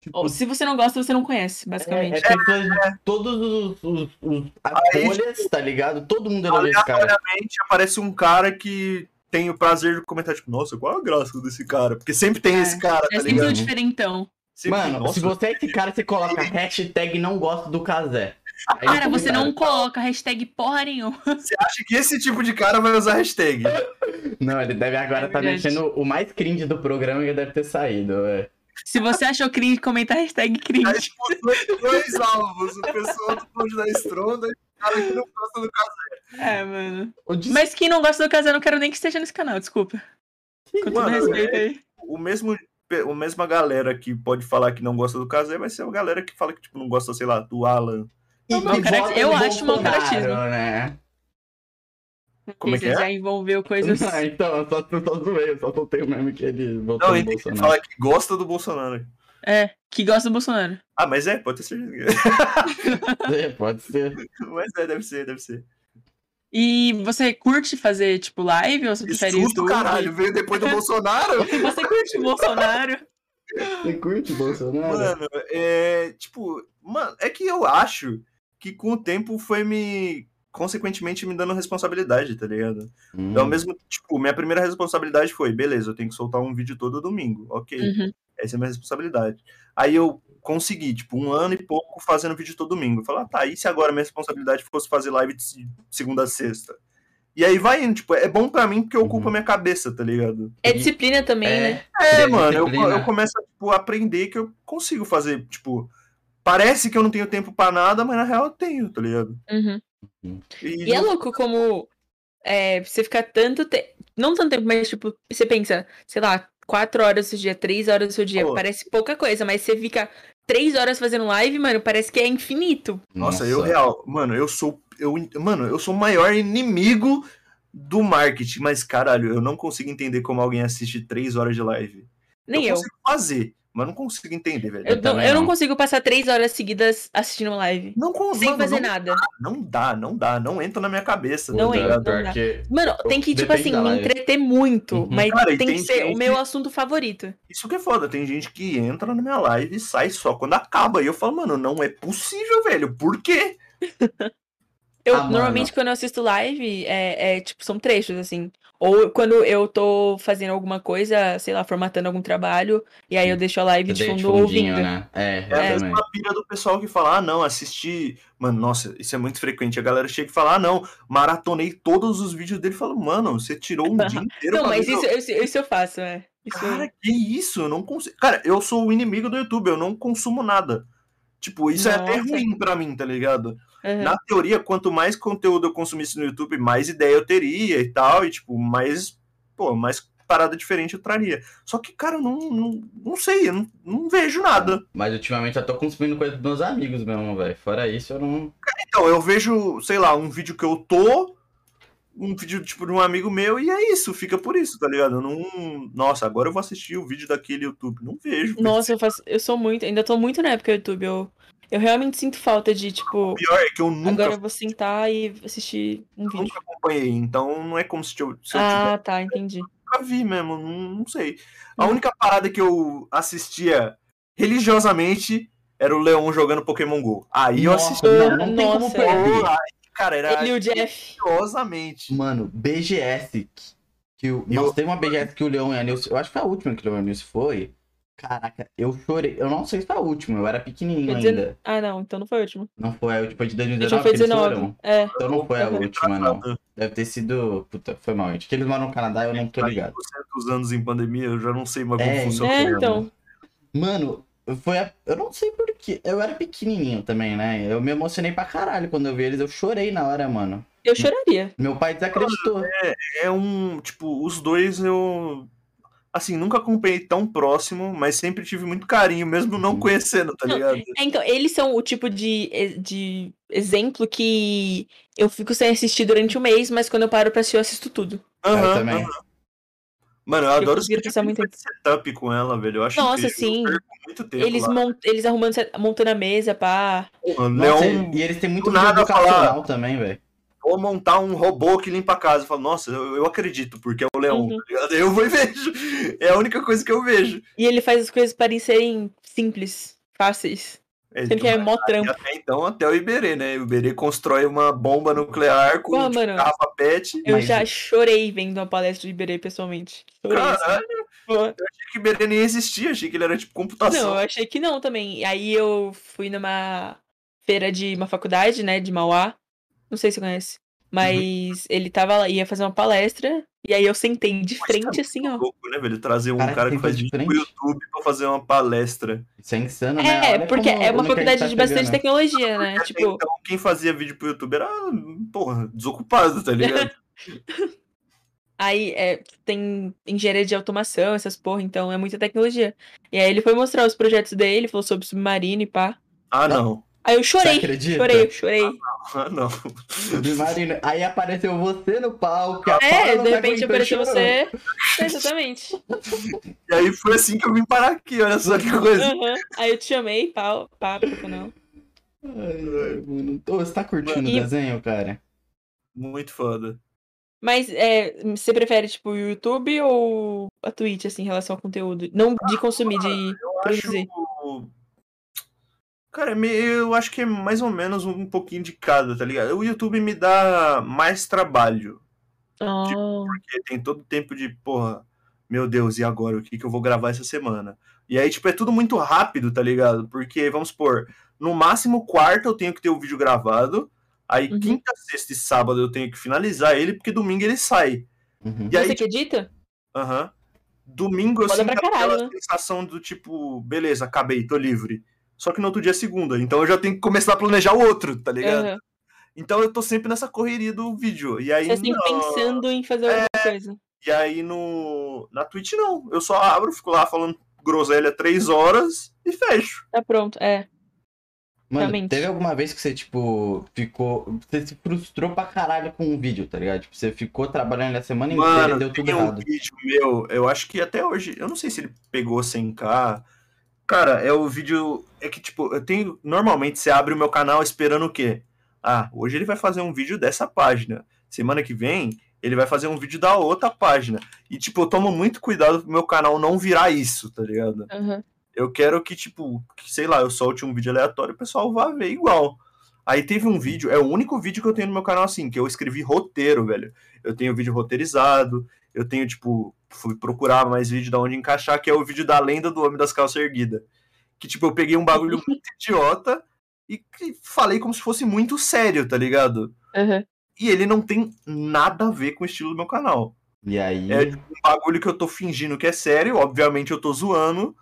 Speaker 1: Tipo,
Speaker 2: Ou se você não gosta, você não conhece,
Speaker 1: é, é
Speaker 2: basicamente.
Speaker 1: pessoas de todos os, os, os as
Speaker 3: tipo,
Speaker 1: bolhas, tá ligado? Todo mundo elogia esse cara.
Speaker 3: Aleatoriamente aparece um cara que tem o prazer de comentar, tipo, nossa, qual a graça desse cara? Porque sempre tem
Speaker 2: É,
Speaker 3: esse cara,
Speaker 2: É,
Speaker 3: tá
Speaker 2: sempre
Speaker 3: ligado?
Speaker 2: o diferentão.
Speaker 3: Sempre,
Speaker 1: Mano,
Speaker 3: Tipo, nossa,
Speaker 1: se você é esse cara, você coloca hashtag não gosto do Kazé. Aí tipo,
Speaker 2: Cara, você
Speaker 1: cara,
Speaker 2: não coloca hashtag porra nenhuma. <laughs>
Speaker 3: você acha que esse tipo de cara vai usar
Speaker 1: <laughs>
Speaker 3: hashtag?
Speaker 1: Não, ele deve agora
Speaker 2: É
Speaker 1: tá
Speaker 2: verdade.
Speaker 1: mexendo o mais cringe do programa e ele deve ter saído, é. velho.
Speaker 2: Se você achou cringe, comenta hashtag
Speaker 3: Aí,
Speaker 2: cringe.
Speaker 3: tipo, dois, dois alvos, o pessoal do Conde da Estronda e o cara que não gosta do cara.
Speaker 2: <laughs> É, mano.
Speaker 1: O dis-
Speaker 2: Mas quem não gosta do Casé, eu não quero nem que esteja nesse canal, desculpa. Com todo
Speaker 3: Mano,
Speaker 2: respeito
Speaker 3: é-
Speaker 2: aí.
Speaker 3: o mesmo pe- o mesma galera que pode falar que não gosta do Casé vai ser a galera que fala que tipo não gosta, sei lá, do Alan.
Speaker 1: e
Speaker 2: Não,
Speaker 1: que
Speaker 2: cara,
Speaker 1: vota
Speaker 2: eu
Speaker 1: no
Speaker 2: acho um
Speaker 1: Bolsonaro,
Speaker 2: caratismo.
Speaker 1: né?
Speaker 3: Como é que
Speaker 2: Você
Speaker 3: é?
Speaker 2: já envolveu
Speaker 1: <laughs>
Speaker 2: coisas.
Speaker 1: Não, então, eu só, eu só zoei, eu só soltei o meme que ele votou
Speaker 3: Não,
Speaker 1: no
Speaker 3: ele tem que
Speaker 1: Bolsonaro.
Speaker 3: falar que gosta do Bolsonaro.
Speaker 2: É, que gosta do Bolsonaro.
Speaker 3: Ah, mas é, pode ter certeza.
Speaker 1: <laughs> É, pode ser.
Speaker 3: mas é, <laughs> deve ser, deve ser.
Speaker 2: E você curte fazer, tipo, live ou você
Speaker 3: Que
Speaker 2: prefere
Speaker 3: susto,
Speaker 2: YouTube?
Speaker 3: caralho, veio depois do Bolsonaro.
Speaker 2: Você curte o Bolsonaro?
Speaker 1: Você curte o Bolsonaro?
Speaker 3: <laughs> Mano, é, tipo, mano, é que eu acho que com o tempo foi me consequentemente me dando responsabilidade, tá ligado?
Speaker 1: Hum.
Speaker 3: Então, mesmo, tipo, minha primeira responsabilidade foi, beleza, eu tenho que soltar um vídeo todo domingo, ok.
Speaker 2: Uhum.
Speaker 3: Essa é a minha responsabilidade. Aí eu consegui, tipo, um ano e pouco fazendo vídeo todo domingo. Eu Falei, ah, tá, e se agora minha responsabilidade fosse fazer live de se- segunda a sexta? E aí vai indo, tipo, é bom pra mim porque
Speaker 1: Uhum.
Speaker 3: ocupa minha cabeça, tá ligado?
Speaker 1: É
Speaker 2: É disciplina também, né?
Speaker 3: É,
Speaker 1: Cria
Speaker 3: mano, eu,
Speaker 1: disciplina.
Speaker 3: eu começo a tipo, aprender que eu consigo fazer, tipo, parece que eu não tenho tempo pra nada, mas na real eu tenho, tá ligado?
Speaker 2: Uhum.
Speaker 3: E,
Speaker 2: E é louco como é, você fica tanto tempo. Não tanto tempo, mas tipo, você pensa, sei lá, quatro horas do seu dia, três horas do seu dia.
Speaker 3: Pô.
Speaker 2: Parece pouca coisa, mas você fica três horas fazendo live, mano, parece que é infinito.
Speaker 3: Nossa, eu real, mano, eu sou eu, mano, eu sou o maior inimigo do marketing, mas caralho, eu não consigo entender como alguém assiste três horas de live.
Speaker 2: Nem eu.
Speaker 3: consigo fazer, mas não consigo entender, velho.
Speaker 2: Eu,
Speaker 1: Eu
Speaker 2: não-
Speaker 1: também
Speaker 2: eu não
Speaker 1: não.
Speaker 2: consigo passar três horas seguidas assistindo uma live.
Speaker 3: Não consigo
Speaker 2: sem fazer
Speaker 3: não,
Speaker 2: nada.
Speaker 3: não dá, não dá, não entra na minha cabeça.
Speaker 2: Não
Speaker 3: tá
Speaker 2: entra.
Speaker 3: ligado?
Speaker 2: não dá.
Speaker 1: que...
Speaker 2: Mano,
Speaker 1: Eu-
Speaker 2: tem que, tipo
Speaker 1: depende
Speaker 2: assim,
Speaker 1: da
Speaker 2: me
Speaker 1: live.
Speaker 2: entreter muito.
Speaker 1: Uhum.
Speaker 2: Mas
Speaker 3: Cara, e
Speaker 2: tem que
Speaker 3: tem
Speaker 2: ser o
Speaker 3: gente-
Speaker 2: meu assunto favorito.
Speaker 3: Isso que é foda, tem gente que entra na minha live e sai só quando acaba. E eu falo, mano, não é possível, velho. Por quê?
Speaker 2: Eu,
Speaker 1: Ah,
Speaker 2: normalmente,
Speaker 1: mano.
Speaker 2: quando eu assisto live, é, é, tipo, são trechos, assim. Ou quando eu tô fazendo alguma coisa, sei lá, formatando algum trabalho, e aí eu deixo a live tipo, um de fundo ouvindo.
Speaker 1: né? É,
Speaker 3: É, a
Speaker 1: eu também.
Speaker 3: mesma pira do pessoal que fala, ah, não, assisti. Mano, nossa, isso é muito frequente. A galera chega e fala, ah, não, maratonei todos os vídeos dele. Fala, mano, você tirou um
Speaker 2: <laughs>
Speaker 3: dia inteiro.
Speaker 2: Não,
Speaker 3: pra
Speaker 2: mas
Speaker 3: ver
Speaker 2: isso,
Speaker 3: meu-"
Speaker 2: isso, isso eu faço, é. Isso
Speaker 3: Cara, que isso? Eu não consigo. Cara, eu sou o inimigo do YouTube, eu não consumo nada. Tipo, isso é até
Speaker 2: Nossa. É.
Speaker 3: ruim pra mim, tá ligado?
Speaker 2: aham.
Speaker 3: Na teoria, quanto mais conteúdo eu consumisse no YouTube, mais ideia eu teria e tal, e tipo, mais, pô, mais parada diferente eu traria. Só que, cara, eu não, não, não sei, eu não, não vejo nada.
Speaker 1: Mas ultimamente eu tô consumindo coisa dos meus amigos mesmo, velho. Fora isso, eu não.
Speaker 3: Então, eu vejo, sei lá, um vídeo que eu tô, um vídeo, tipo, de um amigo meu, e é isso, fica por isso, tá ligado? Eu não. Nossa, agora eu vou assistir o vídeo daquele YouTube. Não vejo. velho.
Speaker 2: Nossa, eu faço. Eu sou muito. Ainda tô muito na época do YouTube. Eu, eu realmente sinto falta de, tipo,
Speaker 3: O pior é que eu nunca,
Speaker 2: agora eu vou sentar e assistir um vídeo.
Speaker 3: nunca acompanhei, então não é como se eu, se eu tivesse.
Speaker 2: Ah, tá, entendi.
Speaker 3: nunca vi mesmo, não, não sei. A
Speaker 2: Hum.
Speaker 3: única parada que eu assistia religiosamente era o Leon jogando Pokémon GO. Aí eu
Speaker 1: Nossa,
Speaker 3: assistia.
Speaker 1: Não, não tem como
Speaker 2: Nossa. é
Speaker 1: perder.
Speaker 3: Aí, cara, era
Speaker 2: Ele e o Jeff.
Speaker 3: religiosamente.
Speaker 1: Mano, BGS. que- Que o...
Speaker 3: Eu-
Speaker 1: Nossa, teve uma BGS que o Leon e a Nilce. Eu acho que foi a última que o Leon e a Nilce foi. Caraca, eu chorei. Eu não sei se foi a última, eu era pequenininho
Speaker 2: Foi dezen-
Speaker 1: ainda.
Speaker 2: Ah, não, então não foi o último.
Speaker 1: Não foi a última foi de
Speaker 2: Acho que
Speaker 1: 2019,
Speaker 2: foi
Speaker 1: que eles
Speaker 2: 19.
Speaker 1: foram.
Speaker 2: É.
Speaker 1: Então não foi a
Speaker 2: Uhum.
Speaker 1: última, não. Deve ter sido. Puta, foi mal, gente. Que eles moram no Canadá, eu não tô ligado.
Speaker 3: 40% dos anos em pandemia, eu já não sei mais como
Speaker 1: É,
Speaker 3: funciona.
Speaker 2: É,
Speaker 1: Socorro.
Speaker 2: então.
Speaker 1: Mano, foi a... Eu não sei porquê. Eu era pequenininho também, né? Eu me emocionei pra caralho quando eu vi eles. Eu chorei na hora, mano.
Speaker 2: Eu choraria.
Speaker 1: Meu pai desacreditou.
Speaker 3: É um, tipo, os dois eu assim, nunca acompanhei tão próximo, mas sempre tive muito carinho, mesmo não
Speaker 1: Uhum.
Speaker 3: conhecendo, tá
Speaker 2: Não,
Speaker 3: ligado?
Speaker 2: É, então, eles são o tipo de, e- de exemplo que eu fico sem assistir durante o mês, mas quando eu paro pra assistir, eu assisto tudo.
Speaker 1: eu
Speaker 3: Aham,
Speaker 1: também.
Speaker 3: aham. Mano, eu adoro os
Speaker 2: prefiro
Speaker 3: vídeos
Speaker 2: passar muito
Speaker 3: de setup com ela, velho. Eu acho
Speaker 2: Nossa,
Speaker 3: incrível.
Speaker 2: sim.
Speaker 3: Eu perco muito tempo
Speaker 2: Eles,
Speaker 3: lá.
Speaker 2: mon- eles arrumando, montando a mesa, pá.
Speaker 3: Mano,
Speaker 1: Nossa,
Speaker 3: Leon,
Speaker 1: e eles têm muito
Speaker 3: é um do
Speaker 1: vídeo
Speaker 3: nada
Speaker 1: educacional também, velho.
Speaker 3: vou montar um robô que limpa a casa. Eu falo, nossa, eu, eu acredito, porque é o Leon,
Speaker 2: Uhum.
Speaker 3: tá ligado? Eu vou e vejo. É a única coisa que eu vejo.
Speaker 2: E ele faz as coisas parecerem simples, fáceis.
Speaker 3: É,
Speaker 2: Sendo que é mó
Speaker 3: e
Speaker 2: trampo.
Speaker 3: até então, até o Iberê, né? O Iberê constrói uma bomba nuclear com
Speaker 2: Pô,
Speaker 3: tipo,
Speaker 2: Ah, mano.
Speaker 3: garrafa pet.
Speaker 2: Eu
Speaker 1: Mas-
Speaker 2: já chorei vendo a palestra de Iberê pessoalmente. Chorei. assim.
Speaker 3: Caralho, achei
Speaker 2: Pô.
Speaker 3: que o Iberê nem existia, achei que ele era tipo
Speaker 2: Não, eu
Speaker 3: computação.
Speaker 2: achei que não também. E aí eu fui numa feira de uma faculdade, né, de Mauá. Não sei se você conhece.
Speaker 1: Uhum.
Speaker 2: Mas ele tava lá, ia fazer uma palestra. E aí eu sentei de
Speaker 1: é
Speaker 3: Nossa,
Speaker 2: frente, assim, ó.
Speaker 3: Louco, né, velho? Trazer um
Speaker 1: Cara,
Speaker 3: cara,
Speaker 1: tem
Speaker 3: que faz
Speaker 1: coisa
Speaker 3: vídeo no
Speaker 1: diferente.
Speaker 3: YouTube pra fazer uma palestra.
Speaker 1: Isso é insano, né?
Speaker 2: É,
Speaker 1: Olha
Speaker 2: porque
Speaker 1: como- olha o que a
Speaker 2: é uma
Speaker 1: gente
Speaker 2: faculdade
Speaker 1: tá
Speaker 2: de bastante
Speaker 1: chegando.
Speaker 2: tecnologia, né?
Speaker 3: Até
Speaker 1: assim
Speaker 2: Tipo,
Speaker 3: então, quem fazia vídeo pro YouTube era, porra, desocupado, tá ligado?
Speaker 2: aí é, tem engenharia de automação, essas porra, então é muita tecnologia. E aí ele foi mostrar os projetos dele, falou sobre submarino e pá.
Speaker 3: ah, não.
Speaker 2: Aí eu
Speaker 1: Você
Speaker 2: chorei,
Speaker 1: acredita?
Speaker 2: chorei, chorei.
Speaker 3: Ah, não.
Speaker 1: Submarino. Aí apareceu você no palco. A Paula
Speaker 2: É,
Speaker 1: não
Speaker 2: de
Speaker 1: tá
Speaker 2: repente
Speaker 1: aguentando,
Speaker 2: apareceu
Speaker 1: chorou.
Speaker 2: você. Exatamente.
Speaker 3: E aí foi assim que eu vim parar aqui, olha só que coisa.
Speaker 2: Aham. Aí eu te chamei, pau, pá, porque não.
Speaker 1: Ai, ai, mano. Ô, você tá curtindo
Speaker 2: E-
Speaker 1: o desenho, cara?
Speaker 3: Muito foda.
Speaker 2: Mas é, você prefere, tipo, o YouTube ou a Twitch, assim, em relação ao conteúdo? Não de consumir, de
Speaker 3: Eu
Speaker 2: produzir.
Speaker 3: acho. Cara, me- eu acho que é mais ou menos um pouquinho de cada, tá ligado? O YouTube me dá mais trabalho.
Speaker 2: Ah,
Speaker 3: Porque tem todo o tempo de, porra, meu Deus, e agora? O que, que eu vou gravar essa semana? E aí, tipo, é tudo muito rápido, tá ligado? Porque, vamos supor, no máximo quarta eu tenho que ter o vídeo gravado. Aí
Speaker 2: Uhum.
Speaker 3: quinta, sexta e sábado eu tenho que finalizar ele, porque domingo ele sai.
Speaker 1: Uhum.
Speaker 3: E aí, tipo, tá
Speaker 4: Você acredita?
Speaker 3: aham. Domingo eu
Speaker 4: Foda
Speaker 3: sinto
Speaker 4: pra caralho,
Speaker 3: aquela
Speaker 4: né?
Speaker 3: sensação do tipo, beleza, acabei, tô livre. Só que no outro dia é segunda, então eu já tenho que começar a planejar o outro, tá ligado?
Speaker 4: Aham.
Speaker 3: Então eu tô sempre nessa correria do vídeo. E aí,
Speaker 4: Você assim,
Speaker 3: não. É.
Speaker 4: pensando em fazer alguma coisa.
Speaker 3: E aí no... na Twitch não. Eu só abro, fico lá falando groselha três horas e fecho.
Speaker 4: Tá pronto, é.
Speaker 1: Mano,
Speaker 4: Realmente.
Speaker 1: teve alguma vez que você, tipo, ficou. Você se frustrou pra caralho com um vídeo, tá ligado? Tipo, você ficou trabalhando a semana inteira e
Speaker 3: Mano,
Speaker 1: deu tudo
Speaker 3: tem um
Speaker 1: errado.
Speaker 3: vídeo meu, eu acho que até hoje, eu não sei se ele pegou 100k. Cara, é o vídeo. É que, tipo, eu tenho. Normalmente você abre o meu canal esperando o quê? Ah, hoje ele vai fazer um vídeo dessa página. Semana que vem, ele vai fazer um vídeo da outra página. E, tipo, eu tomo muito cuidado pro meu canal não virar isso, tá ligado?
Speaker 4: Aham.
Speaker 3: Eu quero que, tipo, que, sei lá, eu solte um vídeo aleatório e o pessoal vá ver igual. Aí teve um vídeo, é o único vídeo que eu tenho no meu canal assim, que eu escrevi roteiro, velho. Eu tenho vídeo roteirizado, eu tenho, tipo, fui procurar mais vídeo da onde encaixar, que é o vídeo da lenda do homem das calças erguidas. Que, tipo, eu peguei um bagulho muito idiota e que falei como se fosse muito sério, tá ligado?
Speaker 4: Aham.
Speaker 3: E ele não tem nada a ver com o estilo do meu canal
Speaker 1: E aí. ah,
Speaker 3: É, um bagulho que eu tô fingindo que é sério, obviamente eu tô zoando.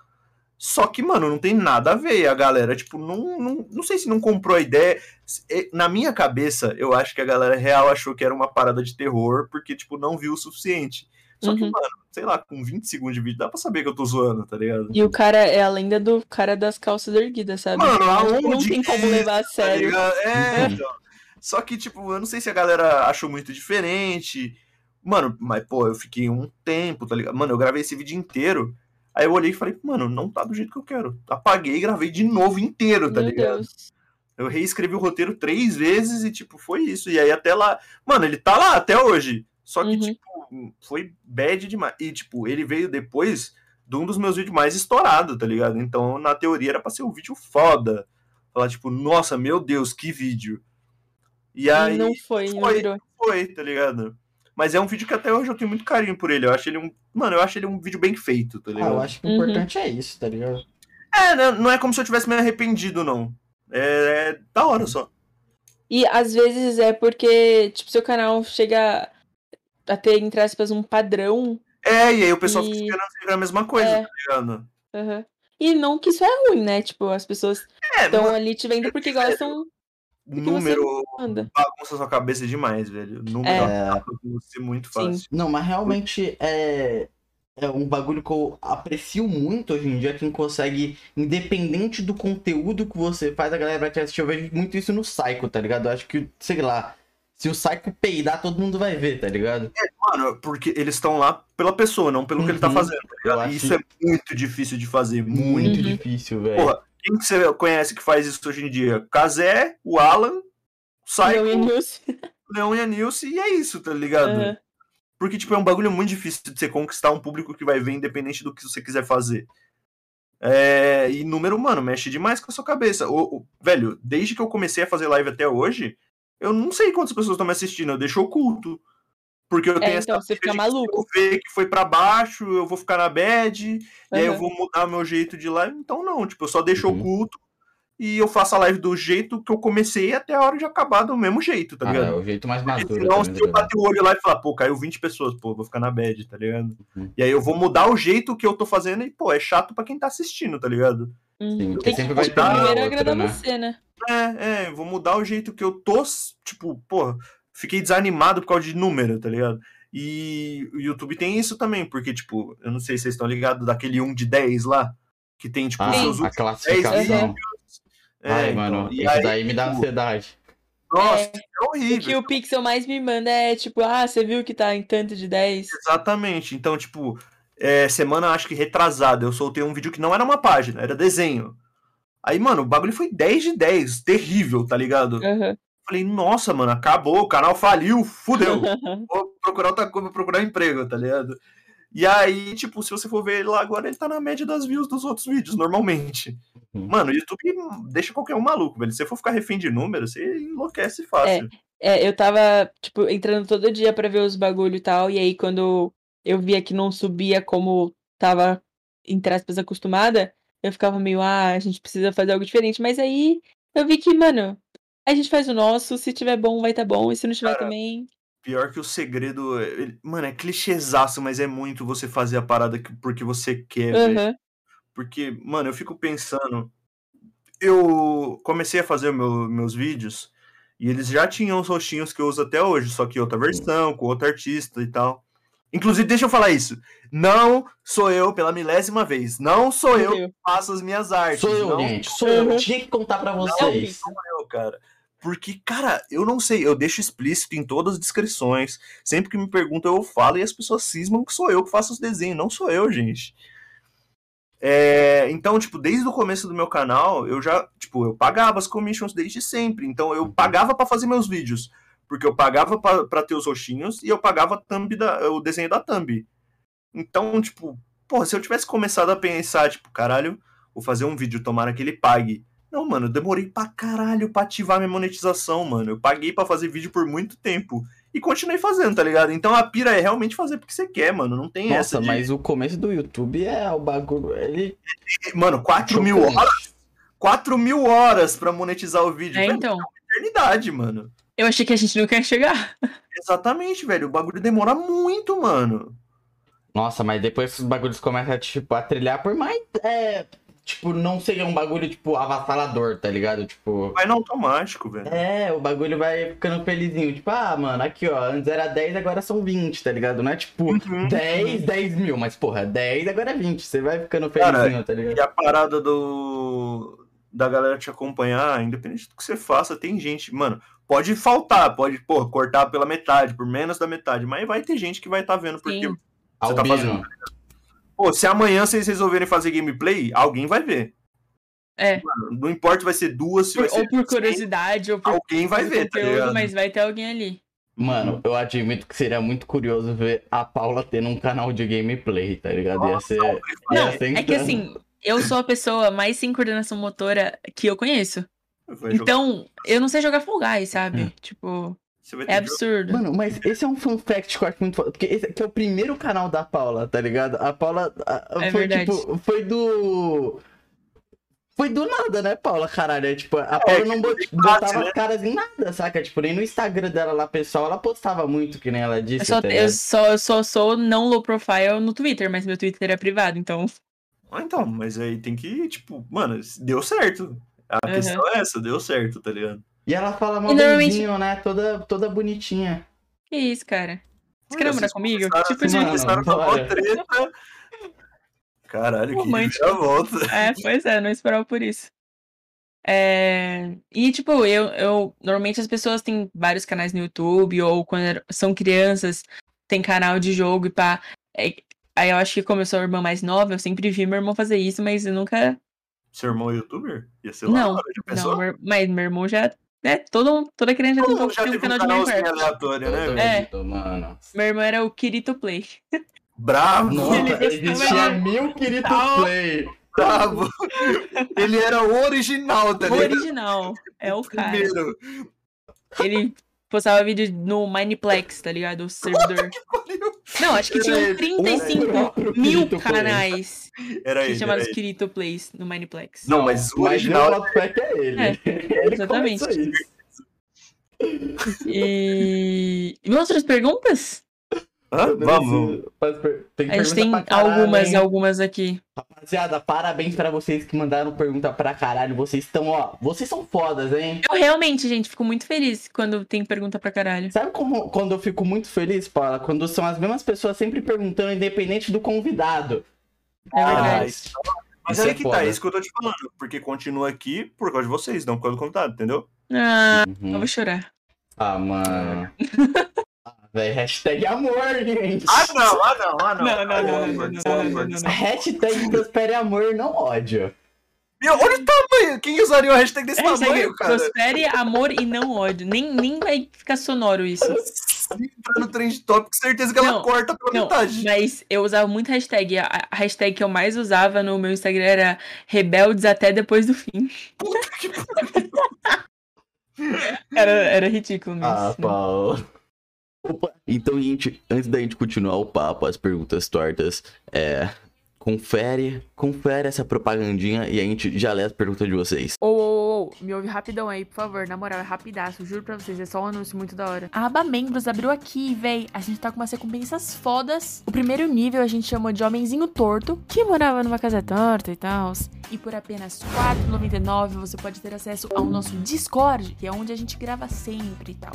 Speaker 3: Só que, mano, não tem nada a ver. A galera, tipo, não, não, não sei se não comprou a ideia. Se- eh, Na minha cabeça, eu acho que a galera real achou que era uma parada de terror, porque, tipo, não viu o suficiente. Só que,
Speaker 4: Uhum.
Speaker 3: mano, sei lá, com 20 segundos de vídeo dá pra saber que eu tô zoando, tá ligado?
Speaker 4: E o cara é a lenda do cara das calças erguidas, sabe?
Speaker 3: Mano, tipo, aonde
Speaker 4: não tem como
Speaker 3: que-
Speaker 4: levar a
Speaker 3: Tá
Speaker 4: sério.
Speaker 3: ligado?
Speaker 4: <laughs>
Speaker 3: É,
Speaker 1: Uhum.
Speaker 3: então. Só que, tipo, eu não sei se a galera achou muito diferente. Mano, mas, pô, eu fiquei um tempo, tá ligado? Mano, eu gravei esse vídeo inteiro. Aí eu olhei e falei, mano, não tá do jeito que eu quero. Apaguei e gravei de novo inteiro, tá
Speaker 4: Meu
Speaker 3: ligado?
Speaker 4: Deus.
Speaker 3: Eu reescrevi o roteiro três vezes e, tipo, foi isso. E aí até lá. Mano, ele tá lá até hoje. Só que,
Speaker 4: Uhum.
Speaker 3: tipo, foi bad demais. E, tipo, ele veio depois de um dos meus vídeos mais estourados, tá ligado? Então, na teoria, era pra ser um vídeo foda. Falar, tipo, nossa, meu Deus, que vídeo. E aí
Speaker 4: E não foi, não
Speaker 3: foi.
Speaker 4: virou.
Speaker 3: foi, tá ligado? Mas é um vídeo que até hoje eu tenho muito carinho por ele. Eu acho ele um. Mano, eu acho ele um vídeo bem feito, tá
Speaker 1: Ah,
Speaker 3: ligado?
Speaker 1: eu acho que o
Speaker 4: Uhum.
Speaker 1: importante é isso, tá ligado?
Speaker 3: É, né, não é como se eu tivesse me arrependido, não. É, é da hora só.
Speaker 4: E às vezes é porque, tipo, seu canal chega a ter, entre aspas, um padrão.
Speaker 3: É, e aí o pessoal
Speaker 4: E-
Speaker 3: fica esperando sempre a mesma coisa,
Speaker 4: É.
Speaker 3: tá ligado?
Speaker 4: Aham. E não que isso é ruim, né? Tipo, as pessoas
Speaker 3: É,
Speaker 4: estão
Speaker 3: mano,
Speaker 4: ali te vendo porque gostam.
Speaker 3: número
Speaker 4: Anda.
Speaker 3: bagunça sua cabeça demais, velho. Número
Speaker 1: É.
Speaker 3: acaba com você muito
Speaker 4: Sim.
Speaker 3: fácil.
Speaker 1: Não, mas realmente é, é um bagulho que eu aprecio muito hoje em dia, quem consegue, independente do conteúdo que você faz, a galera vai te assistir. Eu vejo muito isso no Psycho, tá ligado? Eu acho que, sei lá, se o Psycho peidar, todo mundo vai ver, tá ligado?
Speaker 3: Mano, porque eles estão lá pela pessoa, não pelo que ele tá
Speaker 1: Uhum.
Speaker 3: fazendo, tá
Speaker 1: Eu
Speaker 3: ligado?
Speaker 1: acho
Speaker 3: E Isso é muito difícil de fazer, muito.
Speaker 1: Muito
Speaker 4: Uhum.
Speaker 1: difícil, velho.
Speaker 3: Porra, Quem que você conhece que faz isso hoje em dia? Kazé, o Alan, o
Speaker 4: Não, e
Speaker 3: Psycho,
Speaker 4: news.
Speaker 3: o Leon e a Nilce, e é isso, tá ligado?
Speaker 4: Aham.
Speaker 3: Porque, tipo, é um bagulho muito difícil de você conquistar um público que vai ver independente do que você quiser fazer. É, e número, mano, mexe demais com a sua cabeça. O, o- velho, desde que eu comecei a fazer live até hoje, eu não sei quantas pessoas estão me assistindo, eu deixo oculto. Porque eu tenho
Speaker 4: então,
Speaker 3: essa
Speaker 4: você fica
Speaker 3: pira de que se
Speaker 4: maluco.
Speaker 3: eu ver que foi pra baixo, eu vou ficar na bad, e aí eu
Speaker 4: Aham.
Speaker 3: vou mudar meu jeito de live. Então, não, tipo, eu só deixo
Speaker 1: Uhum.
Speaker 3: oculto e eu faço a live do jeito que eu comecei até a hora de acabar do mesmo jeito, tá
Speaker 1: Ah,
Speaker 3: ligado?
Speaker 1: é o jeito mais
Speaker 3: Porque
Speaker 1: maduro.
Speaker 3: senão,
Speaker 1: tá
Speaker 3: Então, se
Speaker 1: ligado?
Speaker 3: eu bater o olho lá e falar, pô, caiu 20 pessoas, pô, vou ficar na bad, tá ligado?
Speaker 1: Uhum.
Speaker 3: E aí eu vou mudar o jeito que eu tô fazendo e, pô, é chato pra quem tá assistindo, tá ligado?
Speaker 4: Uhum.
Speaker 1: Sim, porque
Speaker 4: Tem que
Speaker 1: sempre vai ter
Speaker 3: Ah,
Speaker 1: uma
Speaker 4: primeiro
Speaker 1: ou outra,
Speaker 4: agradar
Speaker 1: né?
Speaker 4: você, né?
Speaker 3: É, é, eu vou mudar o jeito que eu tô, s- tipo, pô, fiquei desanimado por causa de número, tá ligado? E o YouTube tem isso também, porque, tipo, eu não sei se vocês estão ligados daquele 1 de 10 lá, que tem, tipo,
Speaker 1: Ah,
Speaker 3: os seus
Speaker 1: a
Speaker 3: últimos.
Speaker 1: classificação.
Speaker 4: Uhum.
Speaker 3: É,
Speaker 1: Ai,
Speaker 3: então,
Speaker 1: mano,
Speaker 3: e
Speaker 1: isso
Speaker 3: aí,
Speaker 1: daí me dá
Speaker 3: tipo,
Speaker 1: ansiedade.
Speaker 3: Nossa,
Speaker 4: É.
Speaker 3: é,
Speaker 4: O que
Speaker 3: horrível.
Speaker 4: o Pixel mais me manda é tipo, ah, você viu que tá em tanto de 10?
Speaker 3: Exatamente. Então, tipo, é, semana acho que retrasada, eu soltei um vídeo que não era uma página, era desenho. Aí, mano, o bagulho foi 10 de 10, terrível, tá ligado?
Speaker 2: É.
Speaker 4: Aham.
Speaker 3: Falei, nossa, mano, acabou, o canal faliu,
Speaker 2: <laughs>
Speaker 3: fudeu.
Speaker 4: <laughs>
Speaker 3: Vou procurar outra coisa, vou procurar emprego, tá ligado? E aí, tipo, se você for ver ele lá agora, ele tá na média das views dos outros vídeos, normalmente.
Speaker 1: Uhum.
Speaker 3: Mano, o YouTube deixa qualquer um maluco, velho. Se você for ficar refém de número, você enlouquece fácil.
Speaker 4: É, eu tava, tipo, entrando todo dia pra ver os bagulho e tal, e aí quando eu via que não subia como tava, entre aspas, acostumada, eu ficava meio, ah, a gente precisa fazer algo diferente. Mas aí eu vi que, mano, A gente faz o nosso, se tiver bom, vai tá bom. E se não tiver também.
Speaker 3: Pior que o segredo. é- ele- Mano, é clichêzaço, mas é muito você fazer a parada que- porque você quer, velho.
Speaker 4: Aham.
Speaker 3: Porque, mano, eu fico pensando. Eu comecei a fazer o meu- meus vídeos e eles já tinham os rostinhos que eu uso até hoje, só que outra versão, com outro artista e tal. Inclusive, deixa eu falar isso. Não sou eu pela milésima vez. Não sou eu que
Speaker 4: Entendeu?
Speaker 3: faço as minhas artes.
Speaker 1: Sou eu,
Speaker 3: não
Speaker 1: gente. Sou eu.
Speaker 4: Uhum.
Speaker 1: Tinha que contar pra
Speaker 4: É o
Speaker 1: vocês.
Speaker 4: Vitor.
Speaker 3: eu, cara. Porque, cara, eu não sei, eu deixo explícito em todas as descrições. Sempre que me perguntam, eu falo e as pessoas cismam que sou eu que faço os desenhos, não sou eu, gente. É, então, tipo, desde o começo do meu canal, eu já, tipo, eu pagava as commissions desde sempre. Então, eu pagava pra fazer meus vídeos. Porque eu pagava pra pra ter os roxinhos e eu pagava a thumb da, o desenho da thumb. Então, tipo, porra, se eu tivesse começado a pensar, tipo, caralho, vou fazer um vídeo, tomara que ele pague. Não, mano, eu demorei pra caralho pra ativar minha monetização, mano. Eu paguei pra fazer vídeo por muito tempo. E continuei fazendo, tá ligado? Então a pira é realmente fazer porque você quer, mano. Não tem essa
Speaker 1: Nossa,
Speaker 3: de...
Speaker 1: mas o começo do YouTube é o bagulho. Ele.
Speaker 3: Mano, 4 mil
Speaker 1: Chocante.
Speaker 3: horas? 4 mil horas pra monetizar o vídeo.
Speaker 2: É,
Speaker 3: velho,
Speaker 2: então.
Speaker 3: eternidade, mano.
Speaker 2: Eu achei que a gente não quer chegar.
Speaker 3: Exatamente, velho. O bagulho demora muito, mano.
Speaker 1: Nossa, mas depois esses bagulhos começam tipo, a trilhar por mais. É. Tipo, não seja um bagulho, tipo, avassalador, tá ligado? Tipo.
Speaker 3: Vai no automático, velho.
Speaker 1: É, o bagulho vai ficando felizinho. Tipo, ah, mano, aqui ó, antes era 10, agora são 20, tá ligado? Não é tipo
Speaker 3: Uhum.
Speaker 1: 10, 10 mil, mas porra, 10, agora é 20. Você vai ficando
Speaker 3: Cara,
Speaker 1: felizinho, tá ligado?
Speaker 3: E a parada do da galera te acompanhar, independente do que você faça, tem gente, mano, pode faltar, pode, pô, cortar pela metade, por menos da metade, mas vai ter gente que vai estar vendo porque,
Speaker 2: Sim.
Speaker 3: você tá
Speaker 1: Albino.
Speaker 3: fazendo- pô, se amanhã vocês resolverem fazer gameplay, alguém vai ver.
Speaker 2: É.
Speaker 3: Mano, não importa vai ser duas, se vai ser
Speaker 2: ou por
Speaker 3: cem,
Speaker 2: curiosidade, ou por
Speaker 3: Tipo assim, alguém vai ver, tá
Speaker 2: conteúdo,
Speaker 3: ligado?
Speaker 2: mas vai ter alguém ali.
Speaker 1: Mano, eu admito que seria muito curioso ver a Paula tendo um canal de gameplay, tá ligado? Ia ser.
Speaker 2: Não,
Speaker 1: ia ser
Speaker 2: é
Speaker 1: insano.
Speaker 2: que assim, eu sou a pessoa mais sem coordenação motora que eu conheço.
Speaker 3: Vai jogar-
Speaker 2: Então, eu não sei jogar Fall Guys, sabe? Tipo,
Speaker 3: você vai ter
Speaker 2: é
Speaker 3: que jogar.
Speaker 2: absurdo.
Speaker 1: Mano, mas esse é um fun fact que eu acho muito foda. Porque esse aqui é o primeiro canal da Paula, tá ligado? A Paula a- a-
Speaker 2: É
Speaker 1: foi
Speaker 2: verdade.
Speaker 1: tipo. Foi do. Foi do nada, né, Paula? Caralho, é tipo, a Paula não bot-
Speaker 3: tipo,
Speaker 1: botava
Speaker 3: fácil, né?
Speaker 1: as caras em nada, saca? Tipo, nem no Instagram dela lá, pessoal, ela postava muito, que nem ela disse.
Speaker 2: Eu só,
Speaker 1: tá
Speaker 2: eu,
Speaker 1: ligado?
Speaker 2: só, eu só sou não low profile no Twitter, mas meu Twitter é privado, então.
Speaker 3: Ah, então, mas aí tem que, tipo, mano, deu certo. A
Speaker 2: Uhum.
Speaker 3: questão é essa, deu certo, tá ligado?
Speaker 1: E ela fala mal
Speaker 2: E normalmente-
Speaker 1: né? Toda, toda bonitinha.
Speaker 2: Que isso, cara? Você quer
Speaker 3: Olha,
Speaker 2: namorar
Speaker 3: vocês
Speaker 2: comigo? Que
Speaker 3: começaram-
Speaker 2: tipo de.
Speaker 1: Mano,
Speaker 3: começaram com a maior
Speaker 1: bora.
Speaker 3: treta. Caralho,
Speaker 2: Romântico.
Speaker 3: que volta.
Speaker 2: É, pois é, não esperava por isso. É, E, tipo, eu, eu. Normalmente as pessoas têm vários canais no YouTube, ou quando era- são crianças, tem canal de jogo e pá. É, Aí eu acho que como eu sou a irmã mais nova, eu sempre vi meu irmão fazer isso, mas eu nunca.
Speaker 3: Seu irmão é youtuber? Ia ser lá.
Speaker 2: Não,
Speaker 3: hora, já pensou?
Speaker 2: Não, meu- mas meu irmão já. Né, todo, toda criança já tem,
Speaker 3: Todo
Speaker 2: um-
Speaker 3: mundo já
Speaker 2: tem um
Speaker 3: teve
Speaker 2: canal
Speaker 3: um
Speaker 2: de
Speaker 3: canal assim, né?
Speaker 2: Minecraft.
Speaker 3: aleatório, né? velho?
Speaker 2: É.
Speaker 1: mano.
Speaker 2: Meu irmão era o Kirito Play.
Speaker 3: Bravo,
Speaker 1: Nossa,
Speaker 2: Ele
Speaker 1: existia
Speaker 2: gostava.
Speaker 1: mil queridos
Speaker 2: Tal.
Speaker 1: play.
Speaker 3: <laughs> bravo. Ele era o original, tá
Speaker 2: O
Speaker 3: ligado?
Speaker 2: original. É o cara.
Speaker 3: Primeiro.
Speaker 2: Ele postava vídeo no Mineplex, tá ligado? O servidor. Não, acho que tinham
Speaker 3: Era ele.
Speaker 1: O
Speaker 2: 35
Speaker 1: próprio
Speaker 2: mil
Speaker 1: Kirito Play.
Speaker 2: canais
Speaker 3: Era
Speaker 2: que
Speaker 3: ele. Era
Speaker 2: chamados
Speaker 3: ele.
Speaker 2: Kirito Plays no Mineplex.
Speaker 3: Não, mas
Speaker 1: Mas
Speaker 3: o
Speaker 1: eu
Speaker 3: original.
Speaker 1: boto fé que é <laughs> ele.
Speaker 2: É,
Speaker 1: ele
Speaker 2: exatamente.
Speaker 1: começou isso.
Speaker 2: E. e Vamos para as perguntas?
Speaker 3: Hã? Vamos.
Speaker 1: Faz per- Tem
Speaker 2: A gente
Speaker 1: pergunta
Speaker 2: tem
Speaker 1: pra caralho,
Speaker 2: algumas,
Speaker 1: hein?
Speaker 2: algumas aqui.
Speaker 1: Rapaziada, parabéns pra vocês que mandaram pergunta pra caralho. Vocês estão, ó. Vocês são fodas, hein?
Speaker 2: Eu realmente, gente, fico muito feliz quando tem pergunta pra caralho.
Speaker 1: Sabe como, quando eu fico muito feliz, Paula? Quando são as mesmas pessoas sempre perguntando, independente do convidado.
Speaker 2: É
Speaker 3: Ah,
Speaker 2: verdade.
Speaker 3: isso- Mas
Speaker 1: Isso
Speaker 3: aí
Speaker 1: é
Speaker 3: que tá,
Speaker 1: foda.
Speaker 3: isso que eu tô te falando. Porque continua aqui por causa de vocês, não por causa do convidado, entendeu?
Speaker 2: Ah, eu
Speaker 1: Uhum.
Speaker 2: vou chorar.
Speaker 1: Ah, mano. ah, véi, hashtag amor, gente.
Speaker 3: Ah, não, ah, não, ah, não.
Speaker 2: Não, não, não,
Speaker 3: Ah,
Speaker 2: não,
Speaker 3: mano,
Speaker 2: não,
Speaker 3: ah,
Speaker 2: não,
Speaker 3: mano.
Speaker 2: não, não.
Speaker 1: Hashtag prospere amor, não ódio.
Speaker 3: Meu, olha o tamanho! Quem usaria uma hashtag desse
Speaker 2: Hashtag
Speaker 3: tamanho, É cara?
Speaker 2: prospere amor e não ódio. Nem, nem vai ficar sonoro isso.
Speaker 3: Se entrar no trend topic, certeza que ela
Speaker 2: Não,
Speaker 3: corta pela
Speaker 2: Não,
Speaker 3: metade.
Speaker 2: mas eu usava muito hashtag. A a hashtag que eu mais usava no meu Instagram era rebeldes até depois do fim.
Speaker 3: Puta que pariu.
Speaker 2: <laughs> Era, era ridículo mesmo.
Speaker 1: Ah, Paula. Opa. Então, gente, antes da gente continuar o papo, as perguntas tortas, é. Confere, confere essa propagandinha e a gente já lê as perguntas de vocês.
Speaker 2: Ou, ou, ou, me ouve rapidão aí, por favor. Na moral, é rapidaço. Juro pra vocês, é só um anúncio muito da hora. A aba membros abriu aqui, véi. A gente tá com umas recompensas fodas. O primeiro nível a gente chamou de Homenzinho Torto, que morava numa casa torta e tal. E por apenas R$4,99 você pode ter acesso ao nosso Discord, que é onde a gente grava sempre e tal.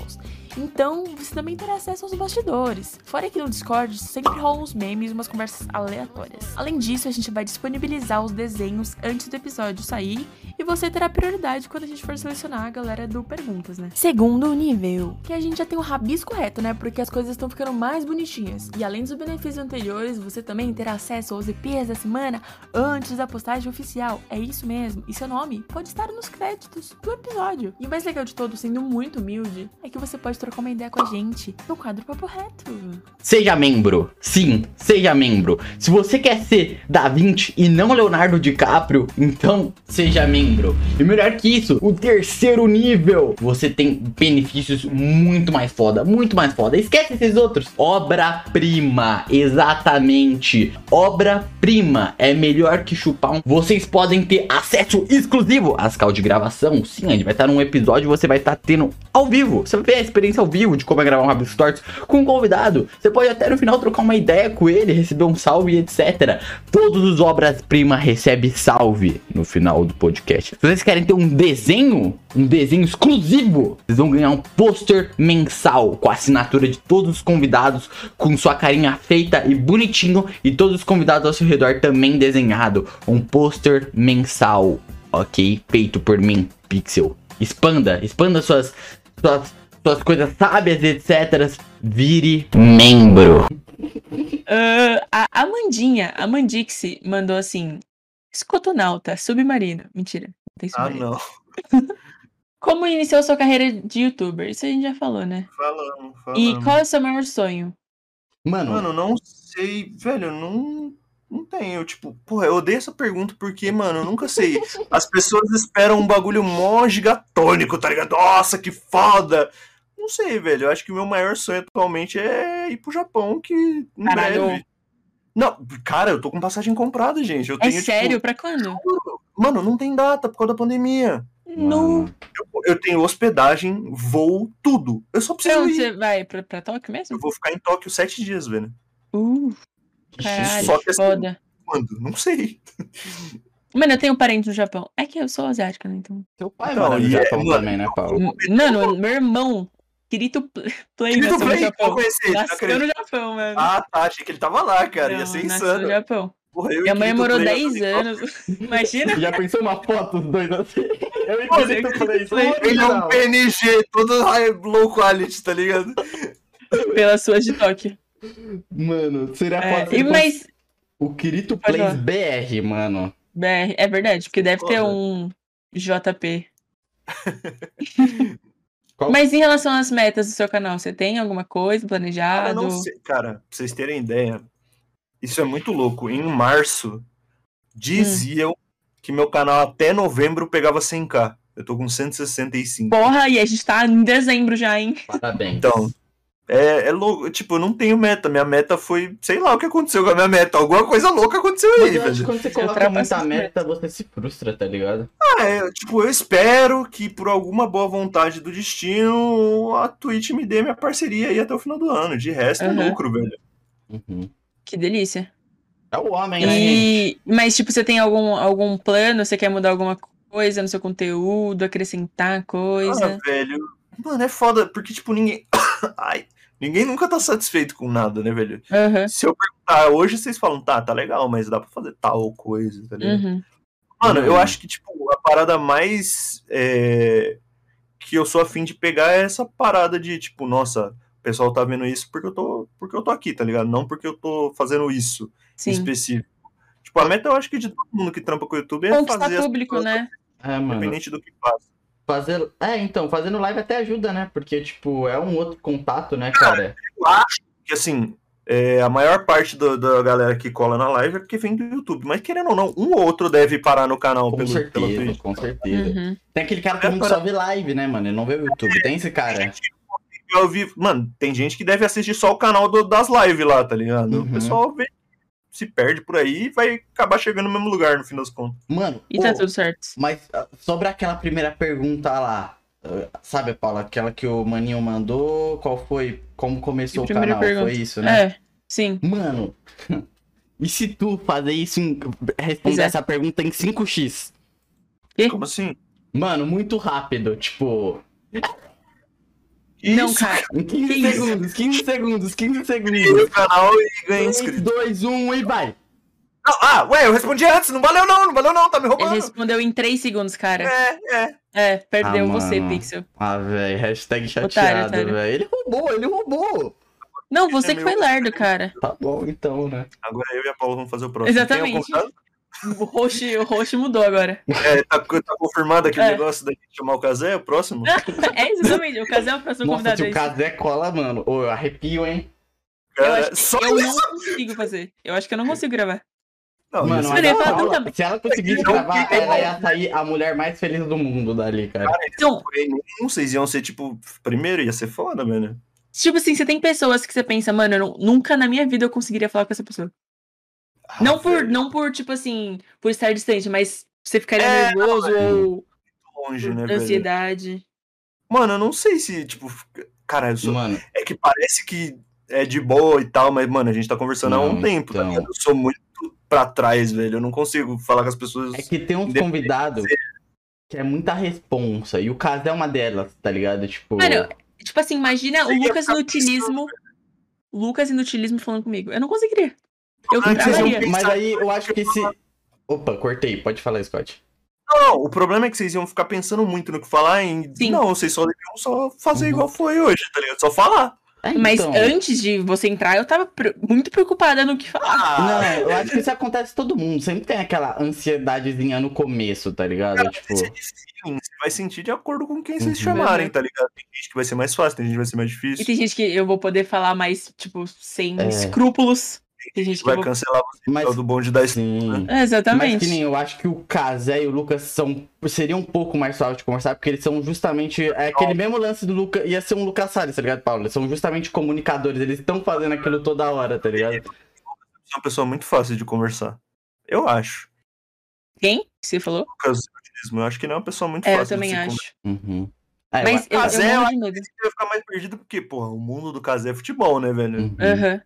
Speaker 2: Então, você também terá acesso aos bastidores. Fora que no Discord sempre rolam uns memes e umas conversas aleatórias. Além disso, a gente vai disponibilizar os desenhos antes do episódio sair e você terá prioridade quando a gente for selecionar a galera do Perguntas, né? Segundo nível, que a gente já tem o rabisco reto, né? Porque as coisas estão ficando mais bonitinhas. E além dos benefícios anteriores, você também terá acesso aos EPs da semana antes da postagem oficial. É isso mesmo. E seu nome pode estar nos créditos do episódio. E o mais legal de todo, sendo muito humilde, é que você pode trocar uma ideia com a gente no quadro Papo Reto.
Speaker 1: Seja membro. Sim, seja membro. Se você quer ser Da Vinci e não Leonardo DiCaprio, então seja membro. E melhor que isso, o terceiro nível. Você tem benefícios muito mais foda, muito mais foda. Esquece esses outros. Obra-prima, exatamente. Obra-prima é melhor que chupar um. Vocês podem ter acesso exclusivo às cal de gravação. Sim, a gente vai estar num episódio e você vai estar tendo ao vivo. Você vai ver a experiência ao vivo de como é gravar um Rabbit Stories com um convidado. Você pode até no final trocar uma ideia com ele, receber um salve, etc. Todos os obras-prima recebem salve no final do podcast. Se vocês querem ter um desenho, um desenho exclusivo, vocês vão ganhar um pôster mensal com a assinatura de todos os convidados, com sua carinha feita e bonitinho, e todos os convidados ao seu redor também desenhado. Um pôster mensal, ok? Feito por mim, Pixel. Expanda, expanda suas, suas, suas coisas sábias, etc. Vire membro.
Speaker 2: Ah, a Amandinha, a Mandixi, mandou assim: Escotonauta, submarino. Mentira, não tem
Speaker 3: Ah,
Speaker 2: submarino.
Speaker 3: não.
Speaker 2: Como iniciou sua carreira de youtuber? Isso a gente já falou, né?
Speaker 3: Falamos,
Speaker 2: E
Speaker 3: falamos.
Speaker 2: qual é o seu maior sonho?
Speaker 1: Mano,
Speaker 3: Mano, não sei, velho, não, não tenho. Tipo, porra, eu odeio essa pergunta porque, mano, eu
Speaker 2: <laughs>
Speaker 3: nunca sei. As pessoas esperam um bagulho mó gigatônico, tá ligado? Nossa, que foda! Não sei, velho. Eu acho que o meu maior sonho atualmente é ir pro Japão, que em
Speaker 2: Caralho.
Speaker 3: breve. Não, cara, eu tô com passagem comprada, gente. Eu
Speaker 2: É
Speaker 3: tenho, tipo,
Speaker 2: sério? Pra quando?
Speaker 3: Mano, não tem data por causa da pandemia.
Speaker 2: No.
Speaker 3: Eu- Eu tenho hospedagem, voo, tudo. Eu só
Speaker 2: Pra
Speaker 3: preciso
Speaker 2: onde
Speaker 3: ir.
Speaker 2: Então você vai? Pra, pra Tóquio
Speaker 3: Eu
Speaker 2: mesmo?
Speaker 3: vou ficar em Tóquio sete dias, velho.
Speaker 2: Uh, caralho,
Speaker 3: Só que assim,
Speaker 2: foda.
Speaker 3: Quando? Não sei.
Speaker 2: Mano, eu tenho parentes no Japão. É que eu sou asiática, né? Então. hum,
Speaker 1: seu pai
Speaker 3: Então,
Speaker 1: mora no
Speaker 3: e é,
Speaker 1: Japão
Speaker 3: mano,
Speaker 1: também, né, Paulo?
Speaker 2: Mano, meu irmão, Kirito Pl- Play,
Speaker 3: Querido
Speaker 2: nasceu
Speaker 3: Blake,
Speaker 2: no
Speaker 3: eu
Speaker 2: Japão.
Speaker 3: conheci ele, não
Speaker 2: Nasceu
Speaker 3: é acredito.
Speaker 2: no Japão, mano.
Speaker 3: Ah, tá, achei que ele tava lá, cara.
Speaker 2: Não,
Speaker 3: Ia ser
Speaker 2: nasceu
Speaker 3: insano.
Speaker 2: no Japão.
Speaker 3: Porra, eu e
Speaker 2: Minha mãe
Speaker 3: Kirito
Speaker 2: morou
Speaker 3: Play,
Speaker 2: 10
Speaker 3: assim,
Speaker 2: anos. <laughs> Imagina?
Speaker 1: Já pensou uma foto dos dois assim? Eu
Speaker 2: Pô,
Speaker 1: inclusive
Speaker 2: eu
Speaker 1: falei isso.
Speaker 2: falei,
Speaker 3: Ele é um
Speaker 1: Não.
Speaker 3: PNG, todo high low quality, tá ligado?
Speaker 2: Pelas suas de Tóquio.
Speaker 1: Mano, seria
Speaker 2: É,
Speaker 1: foda se
Speaker 2: e
Speaker 1: fosse
Speaker 2: mas.
Speaker 1: o Kirito
Speaker 2: Pode
Speaker 1: Plays
Speaker 2: falar.
Speaker 1: BR, mano.
Speaker 2: BR, é verdade, porque deve ter
Speaker 3: Foda.
Speaker 2: um JP.
Speaker 1: Qual-
Speaker 2: Mas em relação às metas do seu canal, você tem alguma coisa
Speaker 3: Cara,
Speaker 2: planejado?
Speaker 3: não sei, cara, pra vocês terem ideia, isso é muito louco. Em março, diziam que meu canal até novembro pegava 100k. Eu tô com 165.
Speaker 2: Porra, e a gente tá em dezembro já, hein?
Speaker 1: Parabéns.
Speaker 3: Então, é, é louco. Tipo, eu não tenho meta. Minha meta foi, sei lá o que aconteceu com a minha meta. Alguma coisa louca aconteceu aí,
Speaker 1: Mas eu
Speaker 3: velho.
Speaker 1: acho que quando você coloca muita
Speaker 2: ultrapassa as
Speaker 1: meta, você se frustra, tá ligado?
Speaker 3: É, tipo, eu espero que por alguma boa vontade do destino a Twitch me dê minha parceria aí até o final do ano. De resto, é
Speaker 2: Aham.
Speaker 3: lucro, velho.
Speaker 1: Uhum.
Speaker 2: Que delícia.
Speaker 1: É o homem, né, gente?
Speaker 2: E, mas, tipo, você tem algum, algum plano? Você quer mudar alguma coisa no seu conteúdo? Acrescentar
Speaker 3: Ah,
Speaker 2: coisa?
Speaker 3: velho. Mano, é foda, porque, tipo, ninguém. <coughs> Ai, ninguém nunca tá satisfeito com nada, né, velho?
Speaker 2: Aham.
Speaker 3: Se eu perguntar hoje, vocês falam, tá, tá legal, mas dá pra fazer tal coisa, tá ligado?
Speaker 2: Uhum.
Speaker 3: Mano, eu
Speaker 1: Uhum.
Speaker 3: acho que, tipo, a parada mais é, que eu sou afim de pegar é essa parada de, tipo, nossa, o pessoal tá vendo isso porque eu tô, porque eu tô aqui, tá ligado? Não porque eu tô fazendo isso em
Speaker 2: Sim.
Speaker 3: específico. Tipo, a meta eu acho que de todo mundo que trampa com o YouTube é
Speaker 2: Conquistar
Speaker 3: fazer as
Speaker 2: público,
Speaker 3: pessoas,
Speaker 2: né?
Speaker 1: É, mano.
Speaker 3: independente do que faça.
Speaker 1: Fazer... É, então, fazendo live até ajuda, né? Porque, tipo, é um outro contato, né, cara?
Speaker 3: Porque, assim, é, a maior parte do- da galera que cola na live é porque vem do YouTube. Mas, querendo ou não, um ou outro deve parar no canal
Speaker 1: Com
Speaker 3: pelo, pela
Speaker 1: certeza,
Speaker 3: Twitch.
Speaker 1: com certeza. É
Speaker 2: Uhum.
Speaker 1: Tem aquele cara também que só vê live, né, mano? Ele não vê o YouTube. Tem esse cara.
Speaker 3: Eu vi, mano, tem gente que deve assistir só o canal do- das lives lá, tá ligado?
Speaker 1: Uhum.
Speaker 3: O pessoal vê se perde por aí e vai acabar chegando no mesmo lugar no fim das contas.
Speaker 1: Mano,
Speaker 2: E tá
Speaker 1: ô,
Speaker 2: tudo certo.
Speaker 1: mas ah, sobre aquela primeira pergunta lá, ah, sabe, Paula, aquela que o Maninho mandou, qual foi, como começou o
Speaker 2: Que primeira
Speaker 1: canal? Foi
Speaker 2: pergunta?
Speaker 1: isso, né?
Speaker 2: É, sim.
Speaker 1: Mano, <laughs> e se tu fazer isso, em, responder
Speaker 2: Pois é.
Speaker 1: essa pergunta em 5x?
Speaker 3: Como assim?
Speaker 1: Mano, muito rápido, tipo,
Speaker 2: Não,
Speaker 3: Isso,
Speaker 2: cara.
Speaker 1: em 15
Speaker 2: Que isso?
Speaker 1: segundos, 15 segundos, 15
Speaker 3: cria
Speaker 1: segundos.
Speaker 3: o canal e ganha
Speaker 1: 3,
Speaker 3: inscrito.
Speaker 1: 2, 1 e vai.
Speaker 3: Não, ah, ué, eu respondi antes, não valeu não, não valeu não, tá me
Speaker 2: Ele
Speaker 3: roubando.
Speaker 2: respondeu em 3 segundos, cara.
Speaker 3: É, é.
Speaker 2: É, perdeu
Speaker 1: Ah,
Speaker 2: você,
Speaker 1: mano.
Speaker 2: Pixel.
Speaker 1: Ah, velho, hashtag
Speaker 2: Otário,
Speaker 1: chateado,
Speaker 2: otário.
Speaker 1: velho. Ele roubou, ele roubou.
Speaker 2: Não, você que
Speaker 3: meu.
Speaker 2: foi <laughs> lerdo, cara.
Speaker 1: Tá bom, então, né?
Speaker 3: Agora eu e a Paula vamos fazer o próximo.
Speaker 2: Exatamente.
Speaker 3: Tem algum caso?
Speaker 2: O Roxo, o Roxo mudou agora.
Speaker 3: É, tá, tá confirmado aquele
Speaker 2: É.
Speaker 3: negócio da gente chamar o Casé, o próximo?
Speaker 2: É, exatamente. O Casé é o próximo
Speaker 1: Nossa,
Speaker 2: convidado.
Speaker 1: se
Speaker 2: é
Speaker 1: o
Speaker 2: isso.
Speaker 1: caso é cola, mano. Ô, eu arrepio, hein?
Speaker 2: Eu,
Speaker 3: Cara,
Speaker 2: acho que
Speaker 3: só
Speaker 2: eu
Speaker 3: isso.
Speaker 2: não consigo fazer. Eu acho que eu não consigo gravar.
Speaker 3: Não,
Speaker 1: mano,
Speaker 3: isso
Speaker 1: a
Speaker 2: olha- eu né? ia falar
Speaker 1: Paula,
Speaker 2: também.
Speaker 1: se ela conseguisse
Speaker 3: Não,
Speaker 1: gravar,
Speaker 3: que-
Speaker 1: ela ia sair a mulher mais feliz do mundo dali, cara.
Speaker 2: Então,
Speaker 3: foi nenhum, vocês iam ser, tipo, primeiro, ia ser foda, mano.
Speaker 2: tipo assim, você tem pessoas que você pensa, mano, eu não- nunca na minha vida eu conseguiria falar com essa pessoa.
Speaker 3: Ah,
Speaker 2: Não por,
Speaker 3: velho,
Speaker 2: não por tipo assim, por estar distante, mas você ficaria
Speaker 3: É,
Speaker 2: nervoso ou
Speaker 3: longe, né, velho?
Speaker 2: ansiedade.
Speaker 3: Mano, eu não sei se, tipo, fica- cara, eu sou...
Speaker 1: Mano,
Speaker 3: é que parece que é de boa e tal, mas, mano, a gente tá conversando há
Speaker 1: Não,
Speaker 3: um tempo, tá
Speaker 1: então.
Speaker 3: ligado? Eu sou muito pra trás, velho. Eu não consigo falar com as pessoas.
Speaker 1: é que tem uns
Speaker 3: Independente
Speaker 1: convidados que é muita responsa. E o caso é uma delas, tá ligado? Tipo.
Speaker 2: Mano, Tipo assim, imagina o
Speaker 3: Eu ia
Speaker 2: Lucas
Speaker 3: ficar
Speaker 2: Nutilismo. Lucas Inutilismo falando comigo. Eu não conseguiria. Eu
Speaker 3: Antes eu
Speaker 2: travaria.
Speaker 1: mas aí eu acho que se. Opa, cortei. Pode falar, Scott.
Speaker 3: Não, o problema é que vocês iam ficar pensando muito no que falar e
Speaker 2: Sim.
Speaker 3: não, vocês só deviam só fazer
Speaker 1: Uhum.
Speaker 3: igual foi hoje, tá ligado? Só falar.
Speaker 1: É,
Speaker 2: Mas
Speaker 1: então.
Speaker 2: antes de você entrar, eu tava pre- muito preocupada no que falar.
Speaker 1: Não,
Speaker 3: Ah,
Speaker 1: eu acho que isso acontece com todo mundo. Sempre tem aquela ansiedadezinha no começo, tá ligado? tipo.
Speaker 3: isso é de feeling, você vai sentir de acordo com quem vocês
Speaker 1: Uhum.
Speaker 3: chamarem, tá ligado? Tem gente que vai ser mais fácil, tem gente que vai ser mais
Speaker 2: E
Speaker 3: difícil.
Speaker 2: tem gente que eu vou poder falar mais, tipo, sem
Speaker 1: É.
Speaker 2: escrúpulos. Tem gente que eu
Speaker 3: Vai
Speaker 2: vou...
Speaker 3: cancelar você
Speaker 1: Mas.
Speaker 3: do bonde da esquina.
Speaker 1: Sim.
Speaker 2: É,
Speaker 1: Mas
Speaker 2: Exatamente.
Speaker 1: que nem eu acho que o Kazé e o Lucas são, seriam um pouco mais fáceis de conversar, porque eles são justamente. É aquele mesmo lance do Lucas. Ia ser um Lucas Salles, tá ligado, Paulo? Eles são justamente comunicadores, eles estão fazendo aquilo toda hora, tá ligado?
Speaker 3: Você é uma pessoa muito fácil de conversar. Eu acho.
Speaker 2: Quem? que Você falou?
Speaker 3: Lucas, eu acho que não é uma pessoa muito
Speaker 2: É, eu
Speaker 3: fácil
Speaker 2: também
Speaker 3: de se
Speaker 2: acho.
Speaker 3: conversar.
Speaker 1: Uhum. É,
Speaker 2: Mas eu,
Speaker 3: Mas é,
Speaker 2: eu
Speaker 3: eu
Speaker 2: morro de medo.
Speaker 3: Você vai ficar mais perdido porque, porra, o mundo do casé é futebol, né, velho? É
Speaker 1: eu- uhum.
Speaker 2: Aham.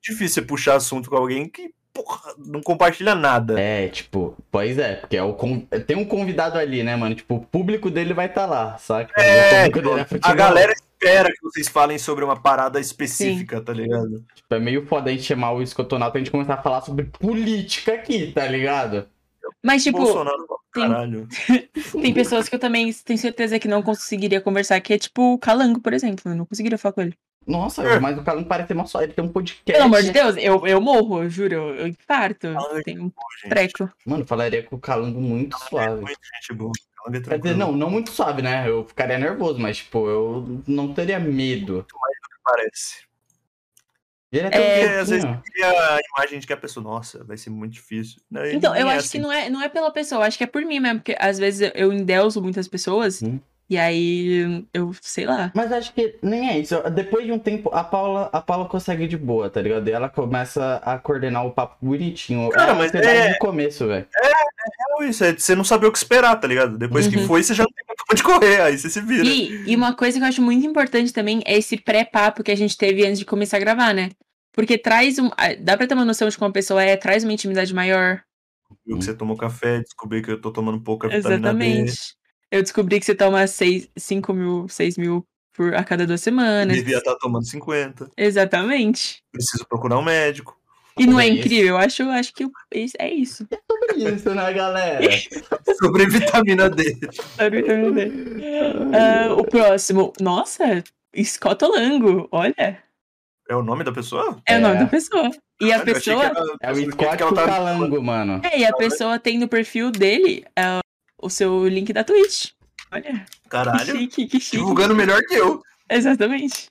Speaker 3: Difícil você puxar assunto com alguém que, porra, não compartilha nada.
Speaker 1: É, tipo, pois é, porque é o con- tem um convidado ali, né, mano? Tipo, o público dele vai estar lá, saca? Mas
Speaker 3: É,
Speaker 1: o público dele
Speaker 3: a
Speaker 1: futebol.
Speaker 3: galera espera que vocês falem sobre uma parada específica, tá ligado?
Speaker 1: Tipo, é meio foda a gente chamar o escotonauta pra gente começar a falar sobre política aqui, tá ligado?
Speaker 2: Mas, tipo,
Speaker 3: Bolsonaro, pra
Speaker 2: tem-
Speaker 3: caralho.
Speaker 2: tem pessoas que eu também tenho certeza que não conseguiria conversar, que é tipo o Calango, por exemplo. Eu não conseguiria falar com ele.
Speaker 1: Nossa,
Speaker 3: É.
Speaker 1: mas o cara não parece ter uma só. Ele tem um podcast.
Speaker 2: Pelo amor de Deus, eu, eu morro, eu juro. Eu, eu infarto.
Speaker 3: Calango é
Speaker 2: Tenho um
Speaker 3: Pô, gente,
Speaker 2: treco.
Speaker 1: Mano, falaria com o Calango muito suave.
Speaker 3: é Muito gente boa. Calango é
Speaker 1: Quer dizer,
Speaker 3: tranquilo,
Speaker 1: não, não muito suave, né? Eu ficaria nervoso, mas, tipo, eu não teria medo.
Speaker 3: parece.
Speaker 1: E ele é tão
Speaker 2: É,
Speaker 1: quietinho.
Speaker 3: às vezes- E a imagem de que a pessoa, nossa, vai ser muito difícil. Não, ele
Speaker 2: Então,
Speaker 3: nem
Speaker 2: eu
Speaker 3: é
Speaker 2: acho que
Speaker 3: assim.
Speaker 2: não é, não é pela pessoa, eu acho que é por mim mesmo, porque às vezes eu- eu endeuso muitas pessoas,
Speaker 1: Hum.
Speaker 2: e aí eu sei lá.
Speaker 1: Mas acho que nem é isso. Depois de um tempo, a Paula, a Paula consegue de boa, tá ligado? E ela começa a coordenar o papo bonitinho.
Speaker 3: Cara,
Speaker 1: Ela
Speaker 3: mas
Speaker 1: tem
Speaker 3: é-
Speaker 1: idade de começo,
Speaker 3: <laughs>
Speaker 1: velho.
Speaker 3: Não, isso, é de você não saber o que esperar, tá ligado? Depois que
Speaker 2: Uhum.
Speaker 3: foi, você já não tem pra onde correr, aí você se vira.
Speaker 2: E, e uma coisa que eu acho muito importante também é esse pré-papo que a gente teve antes de começar a gravar, né? Porque traz um. ah, Dá pra ter uma noção de como a pessoa é, traz uma intimidade maior.
Speaker 3: Viu que você tomou café, descobri que eu tô tomando pouca vitamina D.
Speaker 2: Exatamente. Eu descobri que você toma 5 mil, 6 mil por, a cada duas semanas.
Speaker 3: Devia estar tomando 50.
Speaker 2: Exatamente.
Speaker 3: Preciso procurar um médico. <laughs>
Speaker 2: E não é
Speaker 1: Isso.
Speaker 2: incrível? Eu acho, eu acho que isso- é isso.
Speaker 1: Isso, né, galera?
Speaker 3: Sobre
Speaker 2: É.
Speaker 3: vitamina D.
Speaker 2: Sobre vitamina D. né? Ah, o próximo. Nossa, Scotolango, olha.
Speaker 3: É o nome da pessoa?
Speaker 2: É, o nome
Speaker 1: É.
Speaker 2: da pessoa. E a
Speaker 3: Eu achei que
Speaker 2: pessoa.
Speaker 3: era-
Speaker 1: É o
Speaker 3: eu achei que
Speaker 1: Scott
Speaker 3: ela tá
Speaker 1: com o
Speaker 3: tava-
Speaker 1: Calango, mano.
Speaker 2: É, e a pessoa tem no perfil dele ah, o seu link da Twitch. Olha, que
Speaker 3: Caralho,
Speaker 2: chique, que chique.
Speaker 3: divulgando melhor que eu.
Speaker 2: Exatamente.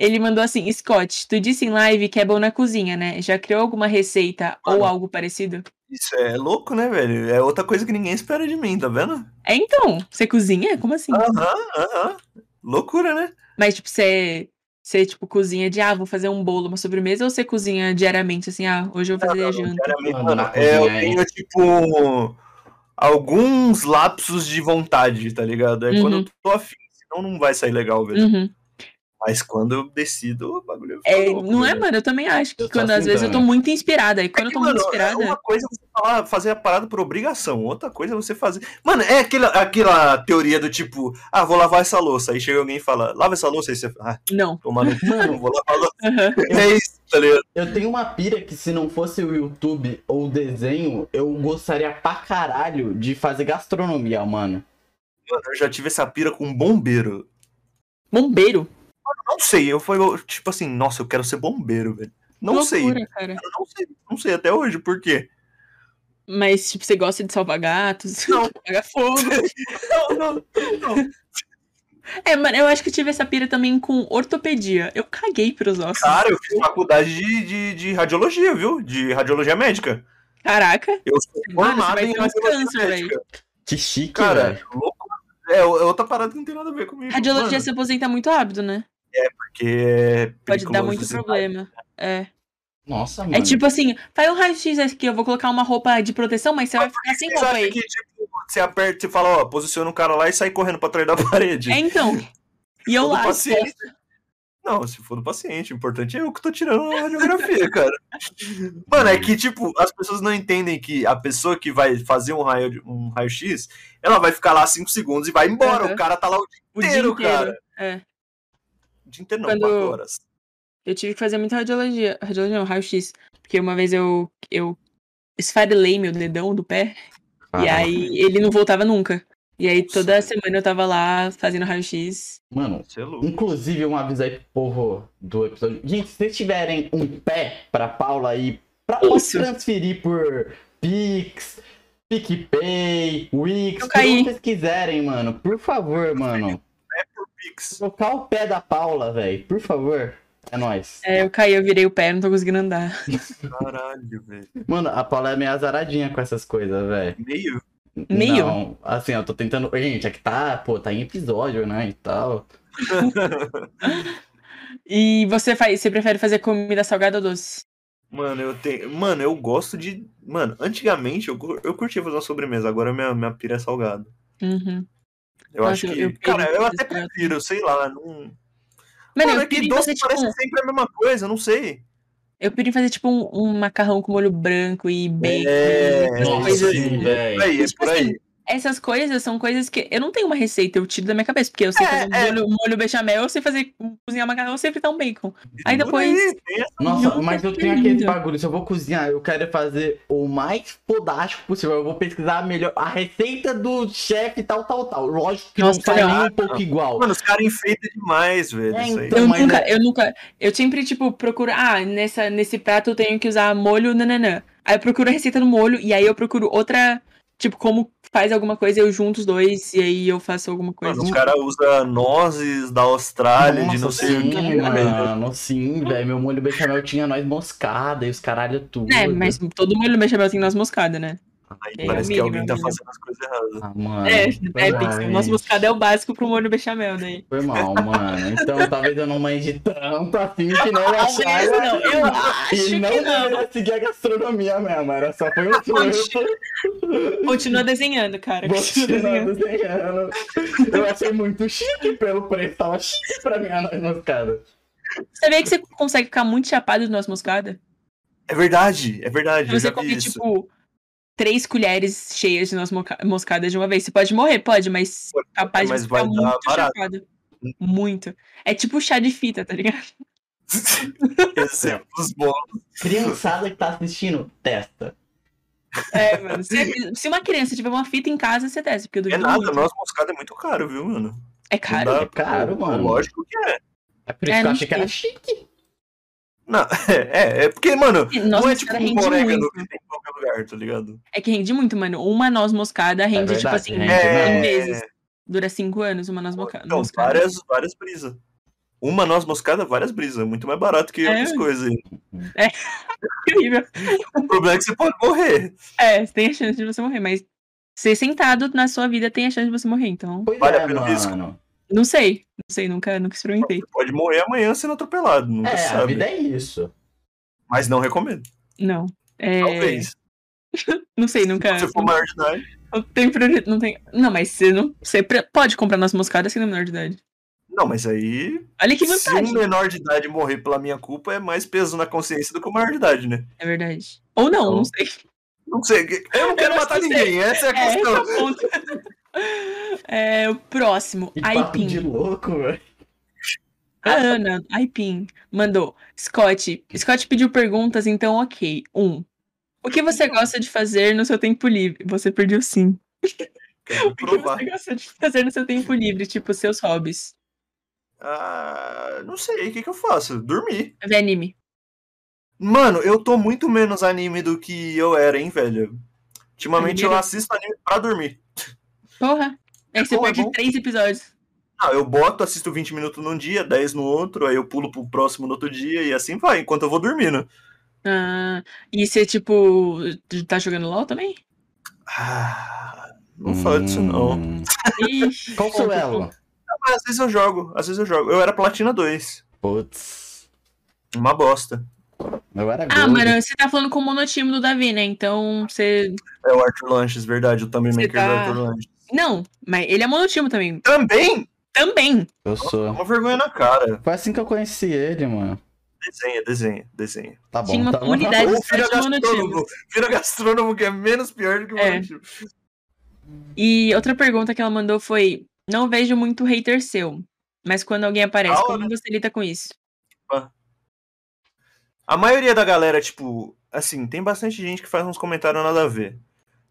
Speaker 2: Ele mandou assim, Scott, tu disse em live que é bom na cozinha, né? Já criou alguma receita ou
Speaker 3: Mano.
Speaker 2: algo parecido?
Speaker 3: Isso é louco, né, velho? É outra coisa que ninguém espera de mim, tá vendo?
Speaker 2: É
Speaker 3: Ah.
Speaker 2: então, você cozinha? Como assim?
Speaker 3: Aham, aham. Loucura, né?
Speaker 2: Mas, tipo, você, Você, tipo, cozinha de, ah, vou fazer um bolo, uma sobremesa, ou você cozinha diariamente, assim, ah, hoje eu vou fazer janta?
Speaker 3: Sinceramente,
Speaker 1: Mano,
Speaker 3: mano,
Speaker 1: na
Speaker 3: é, eu
Speaker 1: cozinha, hein?
Speaker 3: tenho, tipo, alguns lapsos de vontade, tá ligado? É quando
Speaker 2: Uhum.
Speaker 3: eu tô afim, senão não vai sair legal, velho.
Speaker 2: Uhum.
Speaker 3: Mas quando eu decido, o bagulho fica
Speaker 2: É,
Speaker 3: Tá louco,
Speaker 2: não é,
Speaker 3: velho.
Speaker 2: mano? Eu também acho que
Speaker 1: Eu
Speaker 2: quando,
Speaker 1: faço
Speaker 2: às vezes, eu
Speaker 1: então,
Speaker 2: tô muito inspirada. E quando eu
Speaker 3: que,
Speaker 2: tô muito
Speaker 3: mano,
Speaker 2: inspirada.
Speaker 3: é uma coisa é você falar, fazer a parada por obrigação, outra coisa é você fazer. Mano, é aquela, aquela teoria do tipo, ah, vou lavar essa louça. Aí chega alguém e fala, lava essa louça, aí você fala, ah,
Speaker 2: Não.
Speaker 3: tomar no cu,
Speaker 1: Mano,
Speaker 3: vou lavar a <laughs> louça.
Speaker 2: Aham.
Speaker 3: É isso, tá ligado?
Speaker 1: eu tenho uma pira que se não fosse o YouTube ou o desenho, eu gostaria pra caralho de fazer gastronomia, mano.
Speaker 3: Mano, eu já tive essa pira com um bombeiro.
Speaker 2: Bombeiro.
Speaker 3: Não sei, eu fui, eu, tipo assim, nossa, eu quero ser bombeiro, velho. Não
Speaker 2: Loucura,
Speaker 3: sei,
Speaker 2: cara.
Speaker 3: eu não sei, não sei até hoje por quê.
Speaker 2: Mas, tipo, você gosta de salvar gatos? <laughs>
Speaker 3: Não.
Speaker 2: Apagar fogo.
Speaker 3: Não, não.
Speaker 2: É, mano, eu acho que eu tive essa pira também com ortopedia. Eu caguei pros ossos.
Speaker 3: Cara, eu fiz faculdade de, de, de radiologia, viu? De radiologia médica.
Speaker 2: Caraca.
Speaker 3: Eu sou
Speaker 2: Mano, você
Speaker 3: formado
Speaker 2: vai
Speaker 3: em
Speaker 2: ter umas
Speaker 3: radiologia
Speaker 2: câncer, velho.
Speaker 3: médica.
Speaker 1: Que chique,
Speaker 3: Cara,
Speaker 1: velho.
Speaker 3: louco. É, é outra parada que não tem nada a ver comigo.
Speaker 2: Radiologia
Speaker 3: mano,
Speaker 2: se aposenta muito rápido, né?
Speaker 3: porque é
Speaker 2: Pode dar
Speaker 3: periculoso,
Speaker 2: muito
Speaker 3: assim.
Speaker 2: problema. É.
Speaker 1: Nossa, mano.
Speaker 2: É tipo assim, faz um raio-x aqui, eu vou colocar uma roupa de proteção, mas você vai ficar sem
Speaker 3: Vocês
Speaker 2: roupa
Speaker 3: acham
Speaker 2: aí.
Speaker 3: que, tipo, você aperta e fala, ó, posiciona o cara lá e sai correndo pra trás da <laughs> parede.
Speaker 2: É, então. E eu
Speaker 3: do
Speaker 2: lá,
Speaker 3: paciente. Não, se for do paciente, o importante é eu que tô tirando a radiografia, <laughs> cara. Mano, é que, tipo, as pessoas não entendem que a pessoa que vai fazer um raio-x, um raio X, ela vai ficar lá 5 segundos e vai embora.
Speaker 2: Aham.
Speaker 3: O cara tá lá o dia
Speaker 2: o dia
Speaker 3: inteiro,
Speaker 2: inteiro.
Speaker 3: cara.
Speaker 2: É.
Speaker 3: O dia inteiro não,
Speaker 2: Quando-
Speaker 3: 4 horas.
Speaker 2: Eu tive que fazer muita radiologia. Radiologia não, raio-x. Porque uma vez eu, eu esfarelei meu dedão do pé. E
Speaker 1: Caralho.
Speaker 2: aí ele não voltava nunca. E aí toda
Speaker 3: Nossa.
Speaker 2: semana eu tava lá fazendo raio-x.
Speaker 1: Mano,
Speaker 3: Você é louco.
Speaker 1: inclusive um aviso aí pro povo do episódio. Gente, se vocês tiverem um pé pra Paula aí, pra pode
Speaker 2: Isso.
Speaker 1: transferir por Pix, PicPay, Wix,
Speaker 2: Eu
Speaker 1: o que
Speaker 2: caí.
Speaker 1: vocês quiserem, mano. Por favor, mano.
Speaker 3: Pix.
Speaker 1: Tocar o pé da Paula, velho. Por favor. É nóis.
Speaker 2: É, eu caí, eu virei o pé, não tô conseguindo andar.
Speaker 3: Caralho, velho.
Speaker 1: Mano, a Paula é meio azaradinha com essas coisas, velho.
Speaker 3: Meio.
Speaker 2: Meio?
Speaker 1: Não, assim, eu tô tentando. Gente, é que tá, pô, tá em episódio, né? E tal.
Speaker 2: E você faz, você prefere fazer comida salgada ou doce?
Speaker 3: Mano, eu tenho. Mano, eu gosto de. Mano, antigamente eu, cur- eu curtia fazer uma sobremesa, agora minha, minha pira é salgada.
Speaker 2: Uhum.
Speaker 3: Eu
Speaker 2: Nossa,
Speaker 3: acho
Speaker 2: eu-
Speaker 3: que.
Speaker 2: eu
Speaker 3: cara,
Speaker 2: piro
Speaker 3: eu
Speaker 2: em
Speaker 3: até
Speaker 2: fazer salgada.
Speaker 3: prefiro, sei lá. Não...
Speaker 2: Mano,
Speaker 3: Mano, é
Speaker 2: eu
Speaker 3: que
Speaker 2: piro em fazer,
Speaker 3: doce
Speaker 2: tipo,
Speaker 3: parece
Speaker 2: um-
Speaker 3: sempre a mesma coisa, eu não sei.
Speaker 2: eu piro em fazer, tipo, um, um macarrão com molho branco e bacon.
Speaker 3: É,
Speaker 2: e essas
Speaker 3: nossa,
Speaker 2: coisas.
Speaker 3: sim.
Speaker 1: velho.
Speaker 3: Por aí, é
Speaker 2: Tipo
Speaker 3: por
Speaker 2: assim,
Speaker 3: aí.
Speaker 2: essas coisas são coisas que eu não tenho uma receita, eu tiro da minha cabeça, porque eu sei
Speaker 3: É,
Speaker 2: fazer um
Speaker 3: é.
Speaker 2: molho, molho bechamel, eu sei fazer um, cozinhar macarrão, eu sei fritar um bacon. Aí
Speaker 3: Por
Speaker 2: depois-
Speaker 3: aí, tem essa-
Speaker 1: Nossa,
Speaker 2: Nossa,
Speaker 1: mas eu
Speaker 2: que
Speaker 1: tenho aquele
Speaker 2: lindo.
Speaker 1: bagulho, se eu vou cozinhar, eu quero é fazer o mais podástico possível. Eu vou pesquisar a melhor a receita do chefe tal, tal, tal. Lógico que
Speaker 2: Nossa,
Speaker 1: não sai nem
Speaker 2: não.
Speaker 1: um pouco igual.
Speaker 3: Mano, os caras enfeitam demais, velho.
Speaker 1: É,
Speaker 3: isso aí.
Speaker 1: então.
Speaker 2: Eu
Speaker 1: mas
Speaker 2: nunca, eu nunca, eu sempre, tipo, procuro, ah, nessa, nesse prato eu tenho que usar molho, nananã. Aí eu procuro a receita no molho, e aí eu procuro outra, tipo, como faz alguma coisa, eu junto os dois, e aí eu faço
Speaker 1: Ah,
Speaker 2: alguma coisa.
Speaker 3: Mano, os
Speaker 2: um
Speaker 3: caras usam nozes da Austrália, de não
Speaker 1: Nossa,
Speaker 3: sei o
Speaker 1: sim,
Speaker 3: que, velho.
Speaker 1: mano, sim, velho. Meu molho bechamel tinha nós moscada e os caralho tudo.
Speaker 2: É, mas todo molho bechamel tem noz moscada, né?
Speaker 3: Aí
Speaker 2: É,
Speaker 3: parece que
Speaker 2: amigo,
Speaker 3: alguém tá
Speaker 2: amigo.
Speaker 3: fazendo as coisas erradas.
Speaker 1: Ah, mano.
Speaker 2: é,
Speaker 1: foi
Speaker 2: é,
Speaker 1: mal,
Speaker 2: Pix,
Speaker 1: hein?
Speaker 2: noz moscada é o básico pro molho bechamel, né? daí.
Speaker 1: Foi mal, mano. Então talvez eu não mande tanto assim que nem ela
Speaker 2: Talvez
Speaker 1: saiba.
Speaker 2: é não, eu acho
Speaker 1: E
Speaker 2: que
Speaker 1: não
Speaker 2: não.
Speaker 1: deveria seguir a gastronomia mesmo, era só foi um surto.
Speaker 2: <laughs> Continua desenhando, cara. Continua
Speaker 3: né?
Speaker 2: desenhando.
Speaker 1: Bolsonaro desenhando. Eu achei muito chique pelo preço. Tava chique pra mim a noz moscada.
Speaker 2: Sabia que você consegue ficar muito chapado de noz moscada?
Speaker 3: É verdade, é verdade. eu
Speaker 2: você
Speaker 3: já vi
Speaker 2: come,
Speaker 3: isso. <laughs>
Speaker 2: tipo, três colheres cheias de noz moca- moscada de uma vez. Você pode morrer, pode, mas
Speaker 3: Pode,
Speaker 2: capaz
Speaker 3: mas
Speaker 2: de
Speaker 3: vai
Speaker 2: ficar
Speaker 3: dar
Speaker 2: muito
Speaker 3: barato.
Speaker 2: chapado. Muito. É tipo chá de fita, tá ligado?
Speaker 3: Exemplos bons.
Speaker 1: Criançada que tá assistindo, testa.
Speaker 2: É, <laughs> mano. Se, se uma criança tiver uma fita em casa, você desce, porque eu
Speaker 3: É
Speaker 2: duvido
Speaker 3: nada,
Speaker 2: muito.
Speaker 3: nossa moscada é muito caro, viu, mano? Não
Speaker 2: É caro.
Speaker 3: dá-
Speaker 1: é caro,
Speaker 3: pô,
Speaker 1: mano.
Speaker 3: Lógico que é.
Speaker 1: É por isso que
Speaker 2: É,
Speaker 1: eu
Speaker 2: não
Speaker 1: achei que era
Speaker 2: sei.
Speaker 1: chique.
Speaker 3: Não, <laughs> é, é, é porque, mano,
Speaker 2: Noz
Speaker 3: não é
Speaker 2: moscada
Speaker 3: tipo um
Speaker 2: rende
Speaker 3: orégano
Speaker 2: muito.
Speaker 3: que tem em qualquer lugar, tá ligado?
Speaker 2: É que rende muito, mano. Uma noz moscada rende, tipo
Speaker 1: É verdade,
Speaker 2: assim,
Speaker 1: rende,
Speaker 3: É,
Speaker 2: cem
Speaker 1: né?
Speaker 2: vezes. Dura cinco anos uma noz moca-
Speaker 3: Então,
Speaker 2: moscada. <laughs>
Speaker 3: várias, várias brisas. Uma noz moscada, várias brisas. Muito mais barato que
Speaker 2: É.
Speaker 3: outras coisas.
Speaker 2: Incrível.
Speaker 3: O problema é que você pode morrer.
Speaker 2: É, você tem a chance de você morrer, mas ser sentado na sua vida tem a chance de você morrer, então.
Speaker 1: Pois
Speaker 3: Vale a
Speaker 1: é,
Speaker 3: pena o
Speaker 1: mano.
Speaker 3: risco.
Speaker 2: Não sei. Não sei, nunca, nunca experimentei.
Speaker 3: Pode morrer amanhã sendo atropelado, nunca
Speaker 1: É, a
Speaker 3: sabe.
Speaker 1: vida é isso.
Speaker 3: Mas não recomendo.
Speaker 2: Não. É,
Speaker 3: Talvez.
Speaker 2: Não sei, nunca.
Speaker 3: Se você for maior de idade.
Speaker 2: Não tem prioridade. Não, tem... não, mas você não. Você pre- pode comprar nas moscadas sendo menor de idade.
Speaker 3: Não, mas aí.
Speaker 2: Olha que
Speaker 3: se um
Speaker 2: vantagem.
Speaker 3: menor de idade morrer pela minha culpa, é mais peso na consciência do que o maior de idade, né?
Speaker 2: É verdade. Ou não,
Speaker 3: Então,
Speaker 2: não sei.
Speaker 3: Não sei. Eu não quero
Speaker 2: não
Speaker 3: matar
Speaker 2: sei.
Speaker 3: ninguém. Essa é a
Speaker 2: É, esse é <laughs>
Speaker 3: questão.
Speaker 2: o ponto. É, o próximo,
Speaker 1: Que papo de
Speaker 2: Aipim.
Speaker 1: louco, velho.
Speaker 2: A Ana, Aipim, mandou. Scott. Scott pediu perguntas, então ok. Um. O que você gosta de fazer no seu tempo livre? Você perdeu sim.
Speaker 3: Quero
Speaker 2: O que
Speaker 3: provar.
Speaker 2: você gosta de fazer no seu tempo livre? Tipo, seus hobbies.
Speaker 3: Ah, não sei. O que, que eu faço? Dormir.
Speaker 2: Ver anime.
Speaker 3: Mano, eu tô muito menos anime do que eu era, hein, velho? Ultimamente eu
Speaker 2: Anime?
Speaker 3: assisto anime pra dormir.
Speaker 2: Porra. Aí você
Speaker 3: bom, é
Speaker 2: perde
Speaker 3: bom.
Speaker 2: três episódios.
Speaker 3: Ah, eu boto, assisto 20 minutos num dia, 10 no outro, aí eu pulo pro próximo no outro dia e assim vai, enquanto eu vou dormindo.
Speaker 2: Ah, e você, tipo, tá jogando LOL também?
Speaker 3: Ah, não fala disso não. Ah,
Speaker 1: Hum.
Speaker 2: Ixi,
Speaker 1: Qual é o seu elo?
Speaker 3: Mas às vezes eu jogo, às vezes eu jogo. Eu era Platina 2,
Speaker 1: Putz.
Speaker 3: uma bosta.
Speaker 1: Eu era
Speaker 2: Ah,
Speaker 1: gold.
Speaker 2: mano, você tá falando com o monotime do Davi, né? Então você.
Speaker 3: É o Arthur Lanches, verdade, o Thumb
Speaker 2: Você
Speaker 3: Maker do
Speaker 2: tá-
Speaker 3: Arthur Lanches.
Speaker 2: Não, mas ele é monotime também.
Speaker 3: Também?
Speaker 2: Também.
Speaker 1: Eu sou.
Speaker 3: Uma vergonha na cara.
Speaker 1: Foi assim que eu conheci ele, mano.
Speaker 3: Desenha, desenha, desenha.
Speaker 1: Tá bom.
Speaker 2: Tinha uma
Speaker 1: tá bom.
Speaker 2: comunidade
Speaker 3: Ou
Speaker 2: do
Speaker 3: vira
Speaker 2: site monotime.
Speaker 3: gastrônomo, vira gastrônomo que é menos pior do que o
Speaker 2: É.
Speaker 3: monotimo.
Speaker 2: E outra pergunta que ela mandou foi: Não vejo muito hater seu, mas quando alguém aparece,
Speaker 3: Aula,
Speaker 2: como você lida com isso?
Speaker 3: A maioria da galera, tipo, assim, tem bastante gente que faz uns comentários nada a ver.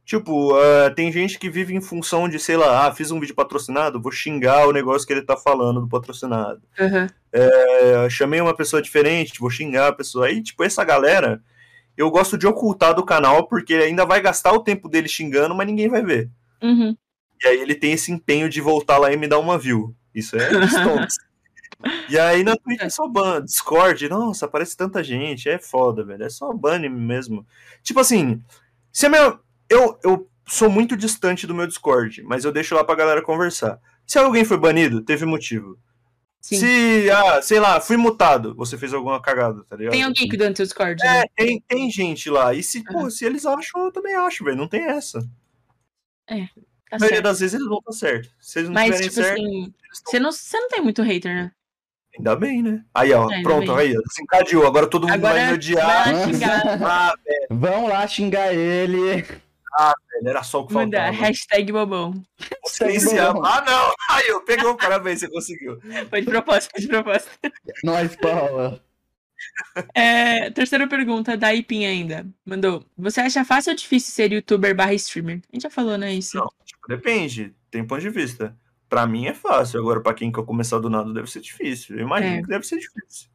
Speaker 3: Tipo, ah, tem gente que vive em função de, sei lá, ah, fiz um vídeo patrocinado, vou xingar o negócio que ele tá falando do patrocinado.
Speaker 2: Aham.
Speaker 3: É, chamei uma pessoa diferente, vou xingar a pessoa. Aí, tipo, essa galera, eu gosto de ocultar do canal, porque ele ainda vai gastar o tempo dele xingando, mas ninguém vai ver.
Speaker 2: Uhum.
Speaker 3: E aí ele tem esse empenho de voltar lá e me dar uma view. Isso é stonks. e aí na Twitch é só ban. Discord, nossa, aparece tanta gente. É foda, velho. É só ban mesmo. Tipo assim, se a minha... eu, eu sou muito distante do meu Discord, mas eu deixo lá pra galera conversar. Se alguém foi banido, teve motivo.
Speaker 2: Sim.
Speaker 3: Se, ah, sei lá, fui mutado, você fez alguma cagada, tá ligado?
Speaker 2: Tem alguém cuidando do seu Discord? né?
Speaker 3: É, tem, tem gente lá. E se, pô, se eles acham, eu também acho, velho. Não tem essa.
Speaker 2: Tá
Speaker 3: a maioria
Speaker 2: certo.
Speaker 3: das vezes eles vão estar certo. Se eles não
Speaker 2: Mas,
Speaker 3: tiverem
Speaker 2: tipo
Speaker 3: certo,
Speaker 2: assim,
Speaker 3: eles tão
Speaker 2: você não, você não tem muito hater, né?
Speaker 3: Ainda bem, né? Aí, ó,
Speaker 2: É, ainda
Speaker 3: pronto,
Speaker 2: bem.
Speaker 3: aí, ó, desencadeou. Agora todo mundo vai me
Speaker 2: Agora é
Speaker 3: odiar.
Speaker 2: vai lá xingar,
Speaker 3: Ah,
Speaker 1: Vão lá xingar ele.
Speaker 3: velho, era só o que
Speaker 2: mandar
Speaker 3: faltava.
Speaker 2: hashtag bobão.
Speaker 3: Vocês se
Speaker 1: Tá
Speaker 3: amam. Ah, não! <laughs> Aí, eu peguei o parabéns, você conseguiu.
Speaker 2: Foi de propósito, foi de propósito.
Speaker 1: Nós, Paula.
Speaker 2: É, terceira pergunta, da Ipin ainda. Mandou. Você acha fácil ou difícil ser youtuber barra streamer? A gente já falou, né? Isso.
Speaker 3: Não. Tipo, depende, tem ponto de vista. Pra mim é fácil, agora pra quem quer começar do nada deve ser difícil. Eu imagino
Speaker 2: É.
Speaker 3: que deve ser difícil.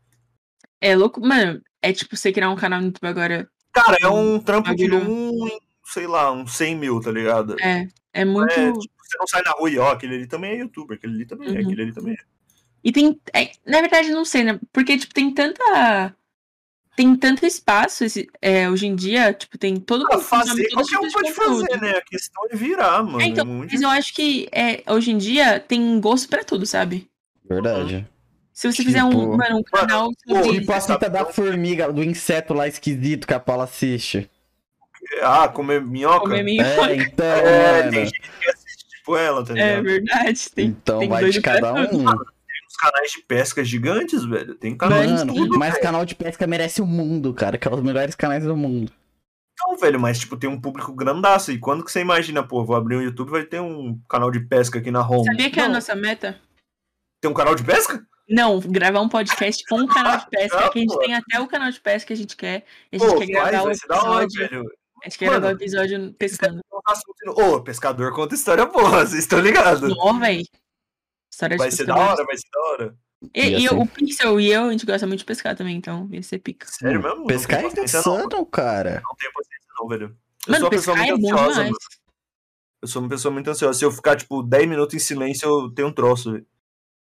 Speaker 2: É louco. Mano, é tipo você criar um canal no YouTube agora.
Speaker 3: Cara, é um trampo de
Speaker 2: Bagulho.
Speaker 3: um, em, sei lá, um 100 mil, tá ligado?
Speaker 2: É. É muito.
Speaker 3: É, tipo, você não sai na rua e ó, aquele ali também é youtuber, aquele ali também é,
Speaker 2: Uhum.
Speaker 3: aquele ali também é.
Speaker 2: E tem. é, na verdade, não sei, né? Porque, tipo, tem tanta. Tem tanto espaço esse, é, hoje em dia. Tipo, tem todo
Speaker 3: Pra
Speaker 2: conteúdo,
Speaker 3: fazer,
Speaker 2: todo
Speaker 3: qualquer
Speaker 2: tipo
Speaker 3: um
Speaker 2: de
Speaker 3: pode
Speaker 2: conteúdo.
Speaker 3: fazer, né? A questão é virar, mano.
Speaker 2: É, então,
Speaker 3: muito
Speaker 2: Mas eu acho que é, hoje em dia tem gosto pra tudo, sabe?
Speaker 1: Verdade.
Speaker 2: Se você fizer um,
Speaker 1: Tipo-
Speaker 2: mano, um canal
Speaker 3: pô, tá
Speaker 2: sobre.
Speaker 1: Tipo a fita da formiga, do inseto lá esquisito que a Paula assiste.
Speaker 3: Ah, comer minhoca?
Speaker 2: Comer minhoca.
Speaker 1: É, então,
Speaker 3: É, tem
Speaker 1: mano.
Speaker 3: gente que assiste tipo ela, tá
Speaker 2: É
Speaker 3: ligado?
Speaker 2: verdade, tem.
Speaker 1: Então
Speaker 2: tem
Speaker 1: vai
Speaker 2: doido
Speaker 1: de cada
Speaker 2: pra
Speaker 1: um.
Speaker 3: Tem uns canais de pesca gigantes, velho. Tem canais de
Speaker 1: Mano,
Speaker 3: é tudo,
Speaker 1: mas
Speaker 3: velho.
Speaker 1: canal de pesca merece o mundo, cara. Que é um dos melhores canais do mundo.
Speaker 3: Então, velho, mas tipo, tem um público grandaço. E quando que você imagina, pô, vou abrir um YouTube vai ter um canal de pesca aqui na home.
Speaker 1: Então,
Speaker 2: Sabia que é a
Speaker 3: Não,
Speaker 2: nossa meta?
Speaker 3: Tem um canal de pesca?
Speaker 2: Não, gravar um podcast com um canal de pesca,
Speaker 3: Não,
Speaker 2: que a gente
Speaker 3: pô.
Speaker 2: tem até o canal de pesca que a gente quer. e A gente
Speaker 3: Pô,
Speaker 2: quer
Speaker 3: faz,
Speaker 2: gravar o
Speaker 3: vai ser da hora,
Speaker 2: episódio.
Speaker 3: velho.
Speaker 2: A gente quer
Speaker 3: Mano.
Speaker 2: gravar o episódio
Speaker 3: <laughs>
Speaker 2: pescando.
Speaker 3: É um assunto- Ô, pescador conta história boa, <laughs> vocês estão ligados?
Speaker 2: Nó, velho. História
Speaker 3: Vai
Speaker 2: de
Speaker 3: ser da
Speaker 2: pescador.
Speaker 3: hora, vai ser da hora.
Speaker 1: Ia
Speaker 2: E, e
Speaker 1: ser.
Speaker 2: o Pixel e eu, a gente gosta muito de pescar também, então ia ser pica.
Speaker 3: Sério mesmo? Não
Speaker 1: Pescar é
Speaker 3: tenho paciência, não.
Speaker 1: insano, cara.
Speaker 3: Não tenho paciência, não, velho. Eu sou
Speaker 2: Mano,
Speaker 3: uma pessoa
Speaker 2: pescar é
Speaker 3: muito
Speaker 2: bom
Speaker 3: ansiosa,
Speaker 2: demais.
Speaker 3: mano. Eu sou uma pessoa muito ansiosa. Se eu ficar, tipo, 10 minutos em silêncio, eu tenho um troço, velho.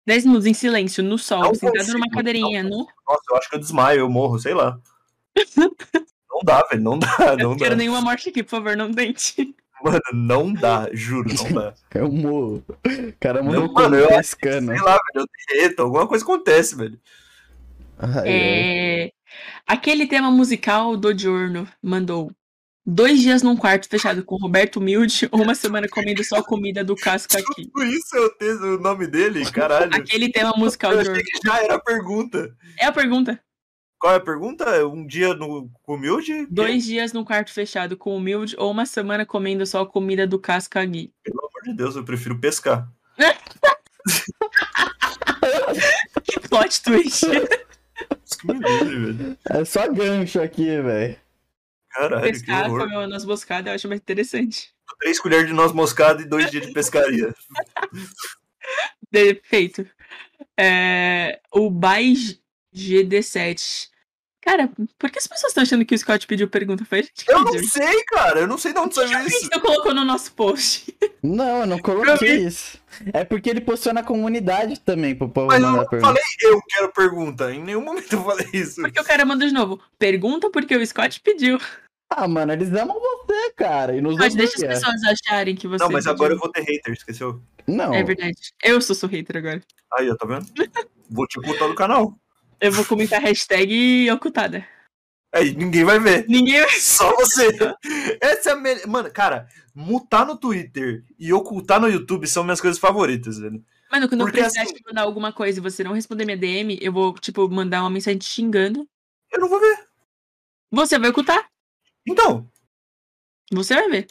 Speaker 2: 10 minutos em silêncio, no sol,
Speaker 3: Não
Speaker 2: sentado
Speaker 3: consigo,
Speaker 2: numa
Speaker 3: não
Speaker 2: cadeirinha, no.
Speaker 3: Nossa, eu acho que eu desmaio, eu morro, sei
Speaker 2: <laughs>
Speaker 3: lá. Não dá, velho, não dá,
Speaker 2: Eu
Speaker 3: não
Speaker 2: não quero
Speaker 3: dá.
Speaker 2: nenhuma morte aqui, por favor, não tente.
Speaker 3: Mano, não dá, juro, não
Speaker 2: <laughs>
Speaker 3: dá.
Speaker 1: É um morro. O cara
Speaker 3: Não,
Speaker 1: mandou
Speaker 3: mano, eu
Speaker 1: um
Speaker 3: acho que
Speaker 1: pescando.
Speaker 3: Sei lá, velho, eu derreto, alguma coisa acontece, velho.
Speaker 1: Ai, ai.
Speaker 2: É, Aquele tema musical do Diurno mandou. Dois dias num quarto fechado com Roberto Humilde ou uma semana comendo só a comida do Casca aqui.
Speaker 3: Tudo isso é o, texto, o
Speaker 2: <laughs>
Speaker 3: nome dele, caralho.
Speaker 2: Aquele tema musical
Speaker 3: Eu
Speaker 2: do
Speaker 3: achei
Speaker 2: Diurno.
Speaker 3: que já era a pergunta.
Speaker 2: É a pergunta.
Speaker 3: Qual é a pergunta? Um dia no com humilde?
Speaker 2: Dois dias num quarto fechado com Humilde ou uma semana comendo só a comida do Casca Gui.
Speaker 3: Pelo amor de Deus, eu prefiro pescar.
Speaker 2: Que plot
Speaker 3: <laughs>
Speaker 2: twist.
Speaker 3: Isso que me livre, velho.
Speaker 1: É só gancho aqui, velho.
Speaker 3: Caralho, que
Speaker 2: Pescar,
Speaker 3: horror.
Speaker 2: comer uma noz moscada, eu acho mais interessante.
Speaker 3: Três colheres de noz moscada e dois dias de
Speaker 2: <laughs>
Speaker 3: pescaria.
Speaker 2: Perfeito. É, o Bai GD7. Cara, por que as pessoas estão achando que o Scott pediu pergunta? Foi a gente que
Speaker 3: Eu não
Speaker 2: pediu.
Speaker 3: sei, cara. Eu não sei de onde
Speaker 2: Já
Speaker 3: saiu
Speaker 2: que a gente
Speaker 3: isso.
Speaker 2: não colocou no nosso post.
Speaker 1: Não, eu não
Speaker 2: Pra
Speaker 1: coloquei isso. É porque ele postou na comunidade também pro povo
Speaker 3: Mas eu
Speaker 1: mandar
Speaker 3: não
Speaker 1: pergunta.
Speaker 3: falei eu quero pergunta. Em nenhum momento eu falei isso.
Speaker 2: Porque o cara manda de novo. Pergunta porque o Scott pediu.
Speaker 1: Ah, mano, eles amam você, cara. E nos
Speaker 2: Mas deixa as
Speaker 1: odeia.
Speaker 2: pessoas acharem que você.
Speaker 3: é. Não, mas
Speaker 2: pediu.
Speaker 3: agora eu vou ter hater, esqueceu?
Speaker 1: Não.
Speaker 2: É verdade. Eu sou sua hater agora.
Speaker 3: Aí, ó,
Speaker 2: <laughs>
Speaker 3: tá vendo? Vou te ocultar do canal.
Speaker 2: Eu vou comentar a hashtag ocultada.
Speaker 3: Aí, ninguém vai ver. <laughs>
Speaker 2: Ninguém.
Speaker 3: Só você. Essa é a melhor. Mano, cara, mutar no Twitter e ocultar no YouTube são minhas coisas favoritas, velho.
Speaker 2: Mano, quando eu
Speaker 3: Porque
Speaker 2: precisar
Speaker 3: assim-
Speaker 2: te mandar alguma coisa e você não responder minha DM, eu vou, tipo, mandar uma mensagem te xingando.
Speaker 3: Eu não vou ver.
Speaker 2: Você vai ocultar.
Speaker 3: Então.
Speaker 2: Você vai ver.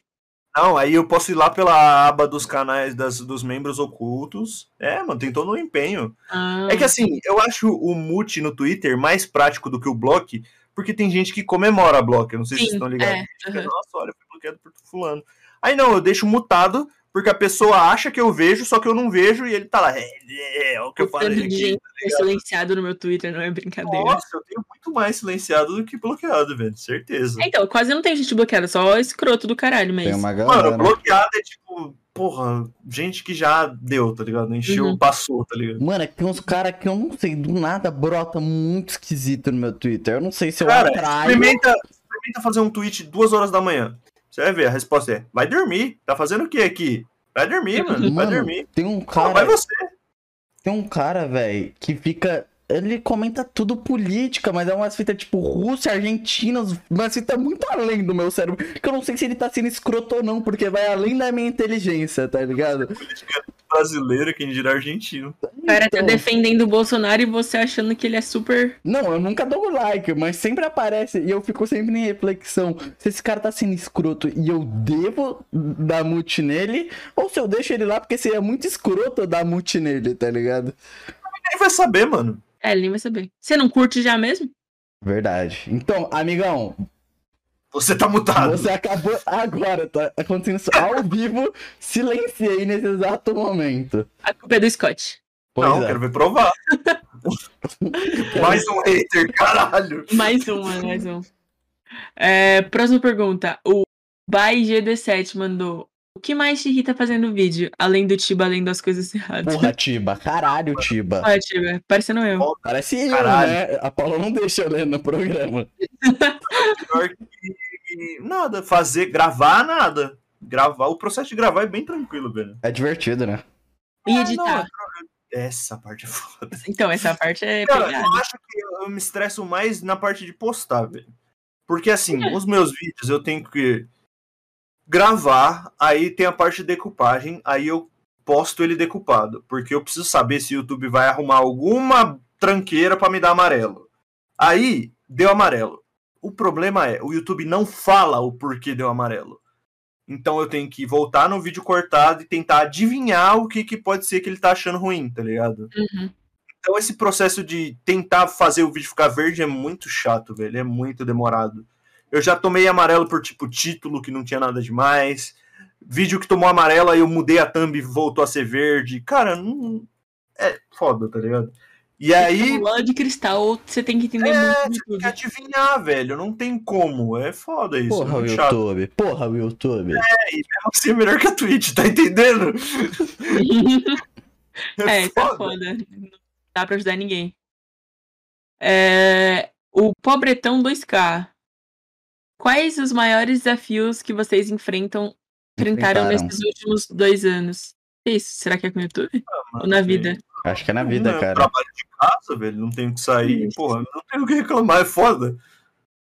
Speaker 3: Não, aí eu posso ir lá pela aba dos canais das, dos membros ocultos. É, mano, tem todo um empenho.
Speaker 2: Ah,
Speaker 3: É que assim, eu acho o mute no Twitter mais prático do que o block, porque tem gente que comemora a block, eu não sei se
Speaker 2: Sim,
Speaker 3: vocês estão ligados.
Speaker 2: é,
Speaker 3: Fica,
Speaker 2: aham.
Speaker 3: Nossa, olha, eu fui bloqueado por fulano. Aí não, eu deixo mutado, porque a pessoa acha que eu vejo, só que eu não vejo, e ele tá lá, é, é, é o que eu
Speaker 2: o tanto
Speaker 3: falei
Speaker 2: de
Speaker 3: aqui.
Speaker 2: gente que é silenciado no meu Twitter não é brincadeira.
Speaker 3: Nossa, eu tenho muito mais silenciado do que bloqueado, velho, certeza.
Speaker 2: É, Então, quase não tem gente bloqueada, só escroto do caralho, mas.
Speaker 1: Tem uma galera.
Speaker 3: Mano, bloqueado é tipo, porra, gente que já deu, tá ligado? Encheu,
Speaker 2: Uhum.
Speaker 3: passou, tá ligado?
Speaker 1: Mano, é que tem uns caras que eu não sei, do nada brota muito esquisito no meu Twitter. Eu não sei se eu
Speaker 3: Cara,
Speaker 1: atraio.
Speaker 3: Experimenta, experimenta fazer um tweet duas horas da manhã. Você vai ver, a resposta é: vai dormir. Tá fazendo o que aqui? Vai dormir, mano. Vai
Speaker 1: Mano,
Speaker 3: dormir.
Speaker 1: Tem um
Speaker 3: Não,
Speaker 1: cara,
Speaker 3: vai você.
Speaker 1: tem um cara, velho, que fica. Ele comenta tudo política, mas é umas fitas tipo Rússia, Argentina, umas fitas muito além do meu cérebro. Que eu não sei se ele tá sendo escroto ou não, porque vai além da minha inteligência, tá ligado?
Speaker 3: Brasileiro, quem dirá argentino.
Speaker 2: O cara tá
Speaker 1: Então,
Speaker 2: defendendo o Bolsonaro e você achando que ele é super.
Speaker 1: Não, eu nunca dou like, mas sempre aparece e eu fico sempre em reflexão. Se esse cara tá sendo escroto e eu devo dar mute nele, ou se eu deixo ele lá porque seria muito escroto eu dar mute nele, tá ligado?
Speaker 3: Quem vai saber, mano?
Speaker 2: É, ele nem vai saber. Você não curte já mesmo?
Speaker 1: Verdade. Então, amigão,
Speaker 3: Você tá mutado.
Speaker 1: Você acabou agora, tá acontecendo isso
Speaker 3: <laughs>
Speaker 1: ao vivo, silenciei nesse exato momento.
Speaker 2: A culpa é do Scott.
Speaker 1: Pois
Speaker 3: não,
Speaker 1: é.
Speaker 3: quero
Speaker 1: <laughs>
Speaker 3: ver provar. mais um hater, caralho.
Speaker 2: Mais um, mano, mais um. É, próxima pergunta. O By GD7 mandou. O que mais te irrita fazendo vídeo? Além do Tiba, além das coisas erradas.
Speaker 1: Porra, Tiba. Caralho, Tiba.
Speaker 2: Ah, Tiba, parecendo eu.
Speaker 1: Parece eu,
Speaker 3: Caralho.
Speaker 1: né? A Paula não deixa eu ler no programa.
Speaker 3: Pior que- que nada. Fazer, gravar, nada. Gravar, o processo de gravar é bem tranquilo, velho.
Speaker 1: É divertido, né?
Speaker 2: E
Speaker 3: Ah,
Speaker 2: editar.
Speaker 3: não, Essa parte é foda.
Speaker 2: Então, essa parte é
Speaker 3: Cara,
Speaker 2: pegada.
Speaker 3: eu acho que eu me estresso mais na parte de postar, velho. Porque assim,
Speaker 2: É.
Speaker 3: os meus vídeos eu tenho que gravar, aí tem a parte de decupagem, aí eu posto ele decupado, porque eu preciso saber se o YouTube vai arrumar alguma tranqueira pra me dar amarelo. Aí deu amarelo. O problema é, o YouTube não fala o porquê deu amarelo. Então eu tenho que voltar no vídeo cortado e tentar adivinhar o que, que pode ser que ele tá achando ruim, tá ligado?
Speaker 2: Uhum.
Speaker 3: Então esse processo de tentar fazer o vídeo ficar verde é muito chato, velho. É muito demorado. Eu já tomei amarelo por tipo título que não tinha nada demais. Vídeo que tomou amarelo, aí eu mudei a thumb e voltou a ser verde. Cara, não. É foda, tá ligado? E
Speaker 2: Tem
Speaker 3: aí
Speaker 2: uma bola de cristal, ou você tem que entender
Speaker 3: É,
Speaker 2: muito de
Speaker 3: tem que
Speaker 2: tudo.
Speaker 3: adivinhar, velho. Não tem como. É foda isso.
Speaker 1: Porra,
Speaker 3: é
Speaker 1: o
Speaker 3: muito chato.
Speaker 1: YouTube. Porra, o YouTube.
Speaker 3: Você é melhor que a Twitch, tá entendendo?
Speaker 2: <laughs> É, tá foda. Não dá pra ajudar ninguém. É, O Pobretão 2K. Quais os maiores desafios que vocês enfrentam enfrentaram
Speaker 1: Enfrentaram.
Speaker 2: nesses últimos dois anos. Que isso? Será que é com o YouTube? Ou na vida?
Speaker 1: Acho que é na vida,
Speaker 3: eu
Speaker 1: cara.
Speaker 3: trabalho de casa, velho. Não tenho que sair.
Speaker 2: Isso.
Speaker 3: Porra, não tenho o que reclamar. É foda.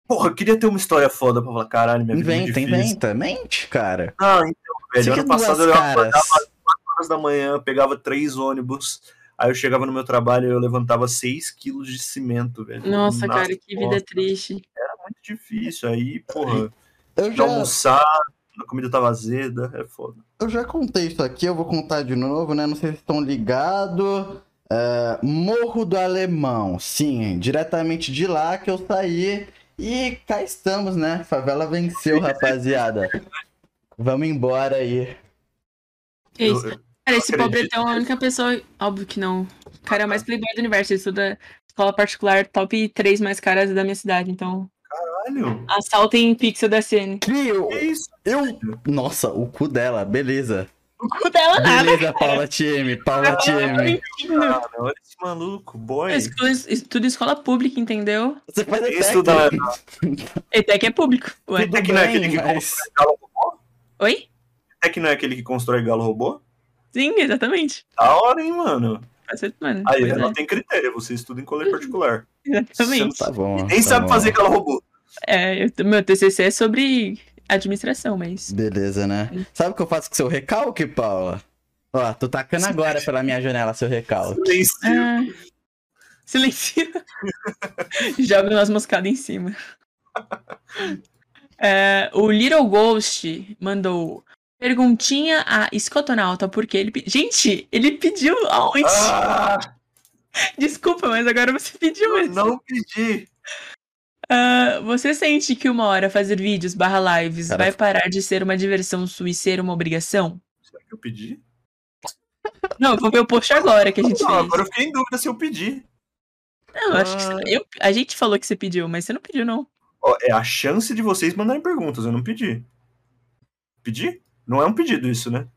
Speaker 3: Porra, eu queria ter uma história foda pra falar. Caralho, minha vida é
Speaker 1: Inventa,
Speaker 3: difícil.
Speaker 1: inventa. Mente, cara.
Speaker 3: Ah, então,
Speaker 1: Você
Speaker 3: velho.
Speaker 1: quer
Speaker 3: Ano
Speaker 1: duas
Speaker 3: passado eu
Speaker 1: caras.
Speaker 3: acordava às 4 horas da manhã, pegava três ônibus. Aí eu chegava no meu trabalho e eu levantava 6 quilos de cimento, velho.
Speaker 2: Nossa,
Speaker 3: Na
Speaker 2: cara, que vida
Speaker 3: costas.
Speaker 2: triste.
Speaker 3: Muito difícil. Aí, porra,
Speaker 1: Eu
Speaker 3: de
Speaker 1: já,
Speaker 3: almoçar, a comida tava azeda, é foda.
Speaker 1: eu já contei isso aqui, eu vou contar de novo, né? Não sei se estão ligados. É, Morro do Alemão, sim, diretamente de lá que eu saí. E cá estamos, né? Favela venceu, rapaziada. Vamos embora aí.
Speaker 2: É isso.
Speaker 3: Eu- eu-
Speaker 2: Cara, esse
Speaker 3: acredito
Speaker 2: pobretão é a única pessoa. Óbvio que não. O cara é o mais playboy do universo. Ele estuda escola particular, top 3 mais caras da minha cidade. Então,
Speaker 3: Caralho,
Speaker 2: assaltem pixel da CN.
Speaker 1: Que eu,
Speaker 3: que isso?
Speaker 1: eu. Nossa, o cu dela, beleza.
Speaker 2: O cu dela nada. tá
Speaker 1: Beleza, Paula TM,
Speaker 3: Ah,
Speaker 1: Paula TM.
Speaker 3: Cara, olha esse maluco, boy.
Speaker 2: Eu estudo- Estudo em escola pública, entendeu?
Speaker 1: Você faz ETEC.
Speaker 3: Estudar.
Speaker 2: ETEC é público. Ué.
Speaker 1: Tudo
Speaker 3: É que não é aquele
Speaker 1: bem,
Speaker 3: que
Speaker 1: mas...
Speaker 2: Oi?
Speaker 3: É que não é aquele que constrói galo robô?
Speaker 2: Sim, exatamente.
Speaker 3: Da hora, hein, mano?
Speaker 2: Faz sete semanas.
Speaker 3: Aí
Speaker 2: Pois
Speaker 3: ela
Speaker 2: é,
Speaker 3: tem critério, você estuda em colégio particular.
Speaker 2: Exatamente.
Speaker 1: Tá bom.
Speaker 3: Nem
Speaker 1: tá
Speaker 3: sabe
Speaker 1: bom.
Speaker 3: fazer galo robô.
Speaker 2: É, eu- meu TCC é sobre administração, mas.
Speaker 1: Beleza, né? Sabe o que eu faço com seu recalque, Paula? Ó, tô tacando agora pela minha janela seu recalque.
Speaker 3: Nem sei.
Speaker 2: Ah, silencio. <laughs> Joga umas moscadas em cima. <laughs> É, o Little Ghost mandou perguntinha a Escotonauta porque ele. pe- Gente, ele pediu <laughs> aonde?
Speaker 3: Ah,
Speaker 2: Desculpa, mas agora você pediu
Speaker 3: eu
Speaker 2: mesmo.
Speaker 3: não pedi.
Speaker 2: Ah, você sente que uma hora fazer vídeos barra lives
Speaker 1: Cara,
Speaker 2: vai parar de ser uma diversão sua e ser uma obrigação?
Speaker 3: Será que eu pedi?
Speaker 2: Não, eu vou ver o post agora que a gente
Speaker 3: Não,
Speaker 2: fez.
Speaker 3: agora eu fiquei em dúvida se eu pedi.
Speaker 2: Não, eu acho que você- eu- a gente falou que você pediu, mas você não pediu, não.
Speaker 3: Ó, é a chance de vocês mandarem perguntas, eu não pedi. Pedi? Não é um pedido isso, né?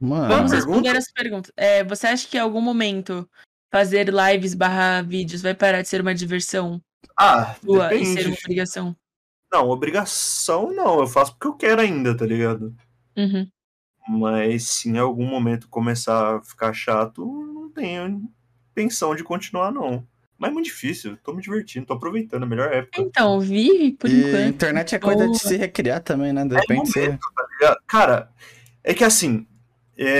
Speaker 2: Vamos
Speaker 1: Mano,
Speaker 3: Vamos-
Speaker 2: responder
Speaker 3: Ah, pergunta?
Speaker 2: as perguntas. É, você acha que em algum momento fazer lives barra vídeos vai parar de ser uma diversão
Speaker 3: Ah,
Speaker 2: sua e ser
Speaker 3: depende.
Speaker 2: uma obrigação?
Speaker 3: Não, obrigação não, eu faço porque eu quero ainda, tá ligado?
Speaker 2: Uhum.
Speaker 3: Mas se em algum momento começar a ficar chato, não tenho intenção de continuar, não. Mas é muito difícil, tô me divertindo, tô aproveitando a melhor época.
Speaker 2: Então, vive por
Speaker 1: e
Speaker 2: enquanto.
Speaker 1: internet é coisa
Speaker 2: Boa.
Speaker 1: de se recriar também, né? De
Speaker 3: É
Speaker 1: repente você.
Speaker 3: Cara, Cara, é que assim.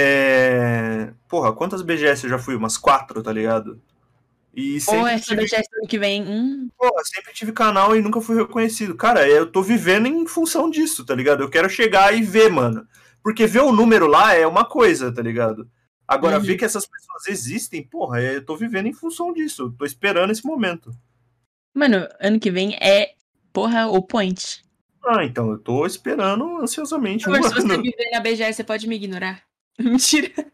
Speaker 3: É... Porra, quantas BGS eu já fui? Umas quatro, tá ligado? E sempre,
Speaker 2: Ou é essa
Speaker 3: tive,
Speaker 2: BGS ano que vem. Hum,
Speaker 3: porra, sempre tive canal e nunca fui reconhecido. Cara, eu tô vivendo em função disso, tá ligado? Eu quero chegar e ver, mano. Porque ver o número lá é uma coisa, tá ligado? Agora,
Speaker 2: Uhum.
Speaker 3: ver que essas pessoas existem, porra, eu tô vivendo em função disso. Eu tô esperando esse momento.
Speaker 2: Mano, ano que vem é, porra, o point.
Speaker 3: Ah, então, eu tô esperando ansiosamente um
Speaker 2: Amor, se você
Speaker 3: ano.
Speaker 2: viver na BGS, você pode me ignorar. <laughs> Mentira.
Speaker 3: <laughs>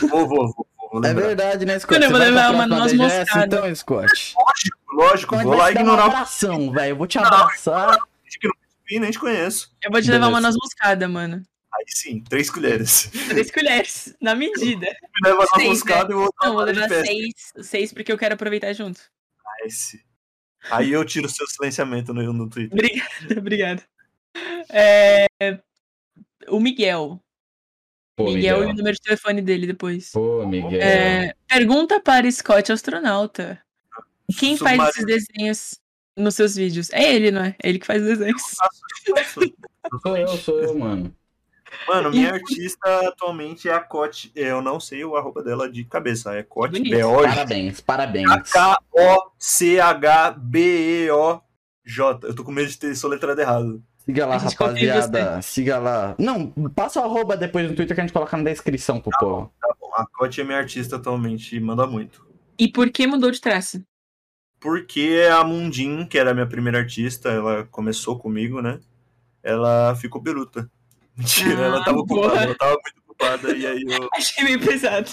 Speaker 3: Vou, vou, vou. vou
Speaker 1: É
Speaker 3: lembrar.
Speaker 1: verdade, né, Scott?
Speaker 2: Mano, eu vou
Speaker 1: Você vai
Speaker 2: levar
Speaker 1: pra
Speaker 2: uma
Speaker 1: próxima
Speaker 2: noz
Speaker 1: BGS,
Speaker 2: moscada.
Speaker 1: Então, Scott.
Speaker 3: Lógico, lógico.
Speaker 1: Scott
Speaker 3: Vou
Speaker 1: vai
Speaker 3: lá
Speaker 1: te dar um
Speaker 3: ignorar o
Speaker 1: abração, velho. Eu vou te abraçar.
Speaker 3: E nem te conheço.
Speaker 2: Eu vou te levar uma
Speaker 1: Beleza.
Speaker 2: noz moscada, mano.
Speaker 3: Aí sim, três colheres. <laughs>
Speaker 2: Três colheres, na medida.
Speaker 3: Me leva uma
Speaker 1: né?
Speaker 2: Seis,
Speaker 3: moscada e outra
Speaker 2: Não, vou
Speaker 3: vara de
Speaker 2: levar
Speaker 3: pesca.
Speaker 2: seis, seis porque eu quero aproveitar junto. <laughs>
Speaker 3: Esse. Aí eu tiro seu silenciamento no, no Twitter.
Speaker 2: Obrigada, obrigada. É, o Miguel. Miguel, e o número de telefone dele depois.
Speaker 1: Pô,
Speaker 3: Miguel.
Speaker 2: É, pergunta para Scott Astronauta. Quem faz
Speaker 3: Submarino.
Speaker 2: esses desenhos nos seus vídeos? É ele, não é? É ele que faz os desenhos.
Speaker 1: Sou eu, sou eu, mano.
Speaker 3: Mano, minha artista atualmente é a Cote. Eu não sei o arroba dela de cabeça. É Cote
Speaker 2: Bonito.
Speaker 3: B-O-J.
Speaker 1: Parabéns, parabéns.
Speaker 3: Tá, K-O-C-H-B-E-O-J. Eu tô com medo de ter soletrado errado.
Speaker 1: Siga lá,
Speaker 2: A gente confia em
Speaker 1: rapaziada. Siga lá. Não, passa o arroba depois no Twitter que a gente coloca na descrição pro povo.
Speaker 3: Tá bom, a Cote é minha artista atualmente e manda muito.
Speaker 2: E por que mudou de traço?
Speaker 3: porque é a Mundin, que era a minha primeira artista, ela começou comigo, né? Ela ficou biruta. <laughs> Mentira,
Speaker 2: Ah,
Speaker 3: ela tava ocupada,
Speaker 2: boa.
Speaker 3: ela tava muito ocupada, e aí eu-
Speaker 2: Achei meio pesado.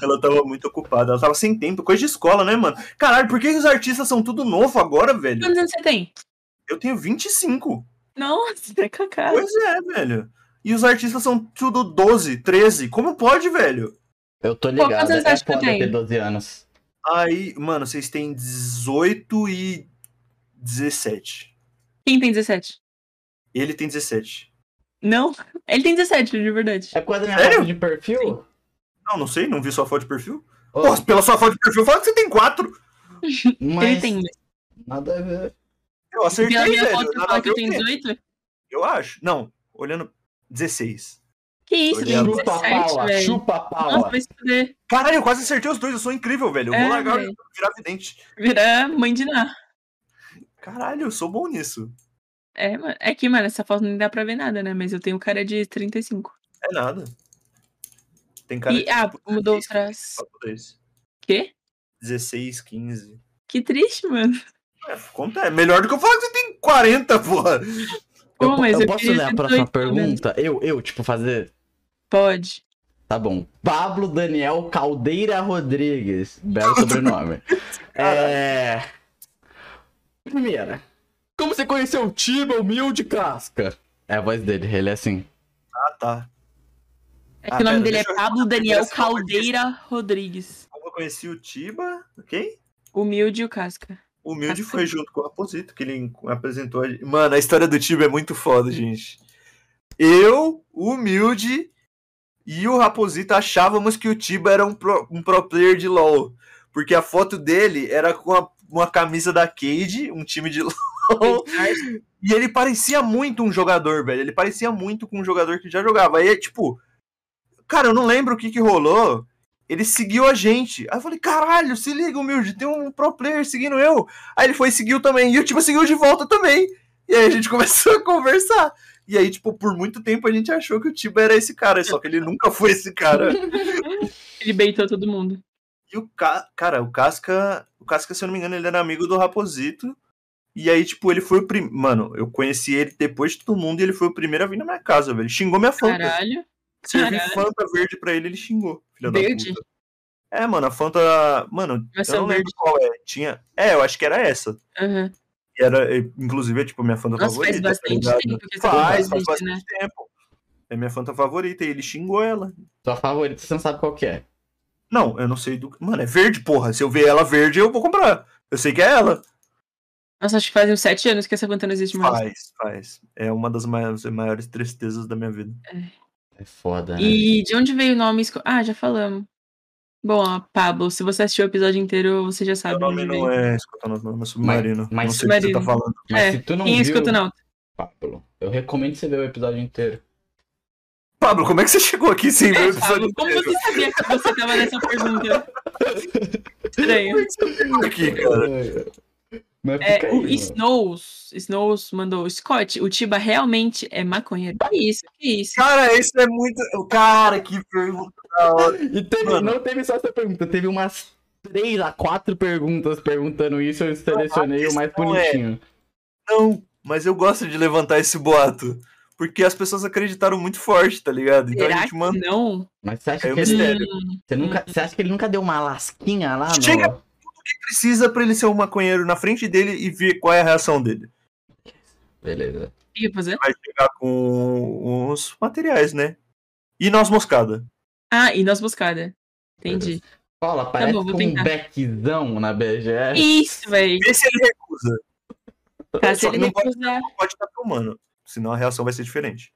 Speaker 3: ela tava muito ocupada, ela tava sem tempo, coisa de escola, né, mano? Caralho, por que os artistas são tudo novo agora, velho?
Speaker 2: Quantos anos você tem?
Speaker 3: Eu tenho 25.
Speaker 2: Nossa, é cacá.
Speaker 3: Pois é, velho. E os artistas são tudo 12, 13. Como pode, velho?
Speaker 1: Eu tô
Speaker 2: quantos
Speaker 1: ligado,
Speaker 2: anos
Speaker 1: é
Speaker 2: acha que eu
Speaker 1: foda
Speaker 2: tenho?
Speaker 1: ter 12 anos.
Speaker 3: Aí, mano, vocês têm 18 e 17.
Speaker 2: Quem tem 17?
Speaker 3: Ele tem 17.
Speaker 2: Não, ele tem 17, de verdade.
Speaker 1: É por causa da minha
Speaker 3: Sério?
Speaker 1: foto de perfil?
Speaker 3: Não, não sei, não vi sua foto de perfil.
Speaker 1: Ô,
Speaker 3: Nossa, pela sua foto de perfil, fala que você tem quatro.
Speaker 1: mas
Speaker 2: Ele tem.
Speaker 1: Nada a ver.
Speaker 3: Eu acertei,
Speaker 2: Pela minha
Speaker 3: velho.
Speaker 2: foto, eu
Speaker 3: né? Nada a
Speaker 2: falo que
Speaker 3: ver
Speaker 2: eu
Speaker 3: o
Speaker 2: tenho
Speaker 3: quê?
Speaker 2: 18?
Speaker 3: Eu acho. Não, olhando. 16.
Speaker 2: Que isso, eu tenho
Speaker 3: Olhando.
Speaker 1: Chupa a
Speaker 2: 17,
Speaker 1: pala,
Speaker 2: velho.
Speaker 1: chupa a pala.
Speaker 2: Nossa, vai se fuder.
Speaker 3: Caralho, eu quase acertei os dois, eu sou incrível, velho. Eu
Speaker 2: É,
Speaker 3: vou largar
Speaker 2: velho.
Speaker 3: e virar vidente.
Speaker 2: Virar mãe de Ná.
Speaker 3: Caralho, eu sou bom nisso.
Speaker 2: É, mano. É que, mano, essa foto não dá pra ver nada, né? Mas eu tenho cara de 35.
Speaker 3: É nada. Tem cara
Speaker 2: e, ah, mudou o traço.
Speaker 3: outras.
Speaker 2: Quê?
Speaker 3: 16, 15.
Speaker 2: Que triste, mano.
Speaker 3: É, conta, é melhor do que eu falar que você tem 40, porra.
Speaker 2: Pô,
Speaker 1: Eu,
Speaker 2: mas
Speaker 1: eu
Speaker 2: eu
Speaker 1: posso
Speaker 2: queria
Speaker 1: ler a
Speaker 2: ter
Speaker 1: próxima
Speaker 2: 18 pelo menos.
Speaker 1: pergunta? Eu, eu, tipo, fazer.
Speaker 2: Pode.
Speaker 1: Tá bom. Pablo Daniel Caldeira Rodrigues. Belo
Speaker 2: <laughs>
Speaker 1: sobrenome. é. Primeira. Como você conheceu o Tiba, humilde casca? É a voz dele, ele é assim.
Speaker 3: Ah, tá.
Speaker 2: É
Speaker 3: Ah,
Speaker 2: que o nome
Speaker 3: pera,
Speaker 2: dele é
Speaker 3: deixa eu-
Speaker 2: Pablo Daniel
Speaker 3: Essa é uma
Speaker 2: Caldeira Rodrigues.
Speaker 3: Como eu conheci o Tiba, ok?
Speaker 2: Humilde e o Casca.
Speaker 3: O Humilde
Speaker 2: Assim.
Speaker 3: foi junto com o Raposito, que ele en- apresentou. a gente. Mano, a história do Tiba é muito foda, gente. Eu, o Humilde e o Raposito achávamos que o Tiba era um pro, um pro player de LoL. Porque a foto dele era com a- uma camisa da Cade, um time de LoL. E ele parecia muito um jogador, velho. Ele parecia muito com um jogador que já jogava. Aí, tipo, cara, eu não lembro o que que rolou. Ele seguiu a gente. Aí eu falei, caralho, se liga, humilde, tem um pro player seguindo eu. Aí ele foi e seguiu também. E o tipo seguiu de volta também. E aí a gente <laughs> começou a conversar. E aí, tipo, por muito tempo a gente achou que o Tiba era esse cara, só que ele nunca foi esse cara.
Speaker 2: Ele beitou todo mundo.
Speaker 3: E o Ca... cara, o Casca, o Casca, se eu não me engano, ele era amigo do Raposito. E aí, tipo, ele foi o primeiro. Mano, eu conheci ele depois de todo mundo e ele foi o primeiro a vir na minha casa, velho. Xingou minha Fanta.
Speaker 2: Caralho.
Speaker 3: Servi
Speaker 2: caralho.
Speaker 3: Fanta verde pra ele, ele xingou. Filha
Speaker 2: Verde?
Speaker 3: da puta. É, mano, a Fanta. Mano,
Speaker 2: Mas
Speaker 3: eu não
Speaker 2: são
Speaker 3: lembro
Speaker 2: verdes.
Speaker 3: qual é. Tinha. É, eu acho que era essa.
Speaker 2: Aham.
Speaker 3: E era, eh, inclusive, é, tipo, minha Fanta
Speaker 2: Nossa,
Speaker 3: favorita.
Speaker 2: faz
Speaker 3: tá
Speaker 2: bastante
Speaker 3: ligado?
Speaker 2: tempo que essa
Speaker 3: Faz,
Speaker 2: coisa
Speaker 3: faz
Speaker 2: existe, né?
Speaker 3: bastante tempo. É minha Fanta favorita e ele xingou ela.
Speaker 1: Sua favorita, você não sabe qual que é.
Speaker 3: Não, eu não sei do. Mano, é verde, porra. Se eu ver ela verde, eu vou comprar. Eu sei que é ela.
Speaker 2: Nossa, acho que fazem uns sete anos que essa planta não existe mais.
Speaker 3: Faz, faz. É uma das maiores, maiores tristezas da minha vida.
Speaker 1: É foda, né?
Speaker 2: E de onde veio o nome? esco- Ah, já falamos. Bom, ó, Pablo, se você assistiu o episódio inteiro, você já sabe.
Speaker 3: Meu nome
Speaker 2: onde
Speaker 3: não
Speaker 2: veio.
Speaker 3: é Escotonauta, meu nome é Submarino.
Speaker 1: mas
Speaker 3: não sei o que você tá
Speaker 2: Submarino.
Speaker 3: falando.
Speaker 1: Mas
Speaker 2: é,
Speaker 1: se tu não
Speaker 2: Quem é
Speaker 1: viu,
Speaker 2: escotonauta?
Speaker 1: Pablo, eu recomendo você ver o episódio inteiro.
Speaker 3: Pablo, como é que você chegou aqui sem ver o
Speaker 2: É, Pablo,
Speaker 3: episódio
Speaker 2: como
Speaker 3: inteiro?
Speaker 2: você sabia que você tava nessa pergunta? Estranho.
Speaker 3: Como é que você chegou aqui, cara?
Speaker 1: Mas fica
Speaker 2: É,
Speaker 1: aí,
Speaker 2: o
Speaker 1: mano.
Speaker 2: Snows, Snows mandou, Scott, o Tiba realmente é maconheiro. Que isso, que isso.
Speaker 3: Cara, isso é muito. Cara, que pergunta da hora.
Speaker 1: E teve-
Speaker 3: Mano.
Speaker 1: não teve só essa pergunta, teve umas três a quatro perguntas perguntando isso, eu selecionei o mais
Speaker 3: questão é-
Speaker 1: bonitinho.
Speaker 3: Não, mas eu gosto de levantar esse boato. Porque as pessoas acreditaram muito forte, tá ligado? Então a
Speaker 2: Será
Speaker 3: gente
Speaker 2: que
Speaker 3: manda.
Speaker 2: não?
Speaker 1: Mas você acha
Speaker 3: É um
Speaker 1: que ele,
Speaker 3: mistério.
Speaker 1: você nunca, você acha que ele nunca deu uma lasquinha lá, não?
Speaker 3: Chega- Precisa pra ele ser um maconheiro na frente dele e ver qual é a reação dele.
Speaker 1: Beleza.
Speaker 2: O que que eu ia fazer?
Speaker 3: Vai chegar com uns materiais, né? E nós moscada.
Speaker 2: Ah, e nós buscada. Entendi.
Speaker 1: Paula, parece
Speaker 2: bom, vou
Speaker 1: com um
Speaker 2: tentar.
Speaker 1: beckzão na
Speaker 2: Que
Speaker 1: BGS.
Speaker 2: Isso, velho.
Speaker 3: Vê se ele recusa.
Speaker 2: Tá, se
Speaker 3: Só
Speaker 2: ele
Speaker 3: que não
Speaker 2: me acusar,
Speaker 3: Não pode estar filmando. Senão a reação vai ser diferente.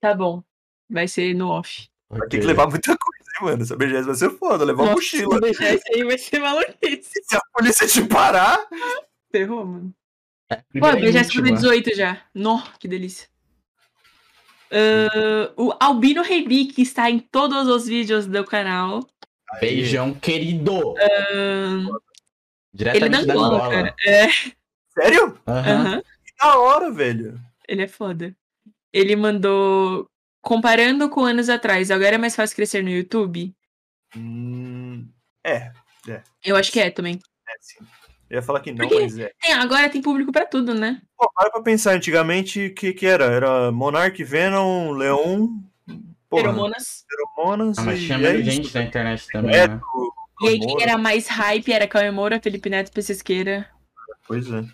Speaker 2: tá bom. Vai ser no off.
Speaker 3: Vai ter que levar muita <laughs> coisa, hein, mano. Essa BGS vai ser foda, levar
Speaker 2: Nossa,
Speaker 3: mochila.
Speaker 2: Se deixar isso aí, vai ser maluquice.
Speaker 3: <laughs> Se a polícia te parar.
Speaker 2: Ferrou, mano. Pô,
Speaker 1: Primeira e é
Speaker 2: já é se
Speaker 1: última.
Speaker 2: 18 já. Nó, que delícia. Ah, o Albino Rebi, que está em todos os vídeos do canal.
Speaker 1: Beijão, querido.
Speaker 2: Ah, ele é da
Speaker 1: Diretamente da
Speaker 2: Angola,
Speaker 1: Angola.
Speaker 2: cara. É,
Speaker 3: Sério?
Speaker 1: Aham.
Speaker 2: aham.
Speaker 3: Que da hora, velho.
Speaker 2: Ele é foda. Ele mandou. Comparando com anos atrás, agora é mais fácil crescer no YouTube?
Speaker 3: Hum, é,
Speaker 2: Eu acho que é também.
Speaker 3: é sim. Eu ia falar que
Speaker 2: Por
Speaker 3: não,
Speaker 2: quê?
Speaker 3: mas é.
Speaker 2: Tem, agora tem público pra tudo, né?
Speaker 3: Pô, para pra pensar, antigamente, o que que era? Era Monark, Venom, Leon, porra,
Speaker 2: Feromonas.
Speaker 3: Feromonas
Speaker 1: Ah, mas
Speaker 3: e
Speaker 1: tinha
Speaker 3: é
Speaker 1: menos
Speaker 3: isso.
Speaker 1: gente na internet também,
Speaker 3: É,
Speaker 1: né?
Speaker 2: E aí, quem
Speaker 3: Moura,
Speaker 2: era mais hype era Cauê Moura, Felipe Neto, Pesqueira.
Speaker 3: Pois é.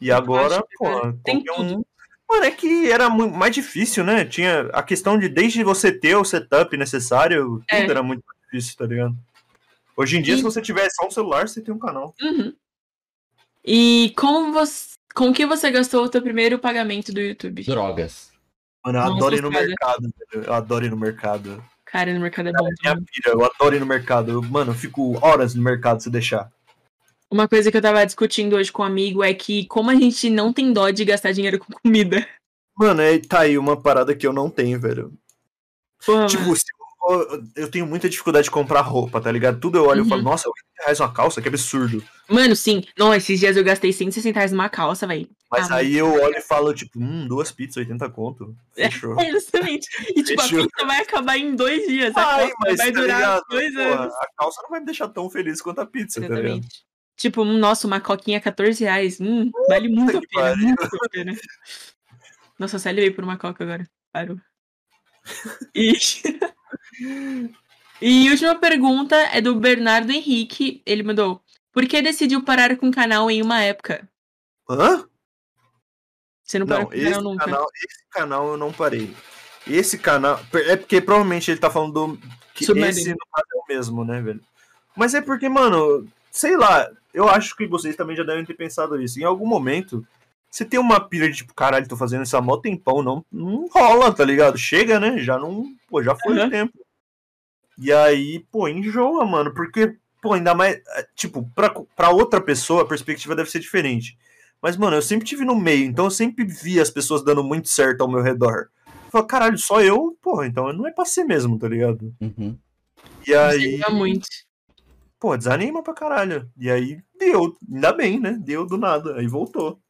Speaker 3: E
Speaker 2: Eu
Speaker 3: agora,
Speaker 2: acho que,
Speaker 3: pô,
Speaker 2: cara, tem
Speaker 3: qualquer um. Mano, é que era mu- mais difícil, né? Tinha a questão de desde você ter o setup necessário,
Speaker 2: É.
Speaker 3: tudo era muito mais difícil, tá ligado? Hoje em dia,
Speaker 2: E-
Speaker 3: se você tiver só um celular, você tem um canal.
Speaker 2: Uhum. E como você. Com que você gastou o seu primeiro pagamento do YouTube?
Speaker 1: Drogas.
Speaker 3: Mano, eu
Speaker 2: Não
Speaker 3: adoro ir no
Speaker 2: sossega.
Speaker 3: mercado, velho. Eu adoro ir no mercado.
Speaker 2: Cara, no mercado é bom.
Speaker 3: Minha filha, eu adoro ir no mercado. Eu, mano, eu fico horas no mercado se deixar.
Speaker 2: Uma coisa que eu tava discutindo hoje com um amigo é que como a gente não tem dó de gastar dinheiro com comida.
Speaker 3: <laughs> Mano, é, tá aí uma parada que eu não tenho, velho.
Speaker 2: Pô,
Speaker 3: Tipo, se eu, eu- eu tenho muita dificuldade de comprar roupa, tá ligado? Tudo eu olho e falo,
Speaker 2: Uhum.
Speaker 3: nossa, 80 reais uma calça, que absurdo.
Speaker 2: Mano, sim. Não, esses dias eu gastei 160 reais numa calça, velho.
Speaker 3: Mas
Speaker 2: Ah,
Speaker 3: aí eu olho e falo, tipo, hum, duas pizzas, 80 conto. Fechou.
Speaker 2: É, <laughs> justamente. E tipo, a
Speaker 3: Fechou.
Speaker 2: pizza vai acabar em dois dias. A
Speaker 3: Ai,
Speaker 2: calça vai
Speaker 3: tá
Speaker 2: durar
Speaker 3: ligado?
Speaker 2: dois
Speaker 3: Pô,
Speaker 2: anos.
Speaker 3: A calça não vai me deixar tão feliz quanto a pizza, tá ligado?
Speaker 2: Exatamente. Tipo, hum, nossa, uma coquinha 14 reais. Hum, vale muito a
Speaker 3: que
Speaker 2: pena.
Speaker 3: pariu.
Speaker 2: Muito a pena. Nossa, eu salivei por uma coca agora. Parou. E... <laughs> e última pergunta é do Bernardo Henrique. Ele mandou. Por que decidiu parar com o canal em uma época?
Speaker 3: Hã?
Speaker 2: Você não parou
Speaker 3: Não,
Speaker 2: com o
Speaker 3: esse
Speaker 2: canal nunca.
Speaker 3: canal, esse canal eu não parei. Esse canal. É porque provavelmente ele tá falando do. Que
Speaker 2: Submarino.
Speaker 3: esse não é o mesmo, né, velho? Mas é porque, mano, sei lá, eu acho que vocês também já devem ter pensado isso. Em algum momento, você tem uma pilha de tipo, caralho, tô fazendo isso há mó tempão, não, não rola, tá ligado? Chega, né? Já não. Pô, já foi
Speaker 2: Aham.
Speaker 3: o tempo. E aí, pô, enjoa, mano, porque, pô, ainda mais. ah, Tipo, pra, pra outra pessoa, a perspectiva deve ser diferente. Mas, mano, eu sempre tive no meio, então eu sempre vi as pessoas dando muito certo ao meu redor. Eu falo, caralho, só eu? Porra, então não é pra ser mesmo, tá ligado?
Speaker 1: Uhum.
Speaker 3: E aí,
Speaker 2: Desanima muito.
Speaker 3: pô, desanima pra caralho. E aí, deu, ainda bem, né? Deu do nada, aí voltou.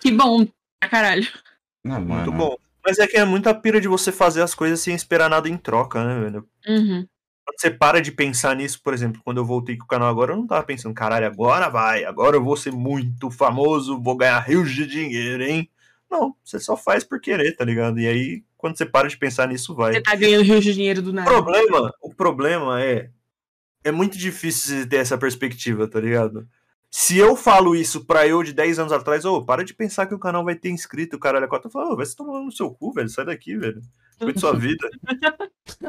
Speaker 2: Que bom pra caralho.
Speaker 1: Ah,
Speaker 3: Muito
Speaker 1: mano.
Speaker 3: bom. Mas é que é muita pira de você fazer as coisas sem esperar nada em troca, né, velho?
Speaker 2: Uhum.
Speaker 3: Quando você para de pensar nisso, por exemplo, quando eu voltei com o canal agora, eu não tava pensando, caralho, agora vai, agora eu vou ser muito famoso, vou ganhar rios de dinheiro, hein? Não, você só faz por querer, tá ligado? E aí, quando você para de pensar nisso, vai.
Speaker 2: Você tá ganhando rios de dinheiro do
Speaker 3: O
Speaker 2: nada.
Speaker 3: problema, o problema é. É muito difícil você ter essa perspectiva, tá ligado? Se eu falo isso pra eu de 10 anos atrás, ô, para de pensar que o canal vai ter inscrito, caralho, a cota fala, ô, vai se tomar no seu cu, velho, sai daqui, velho. Cuide sua vida.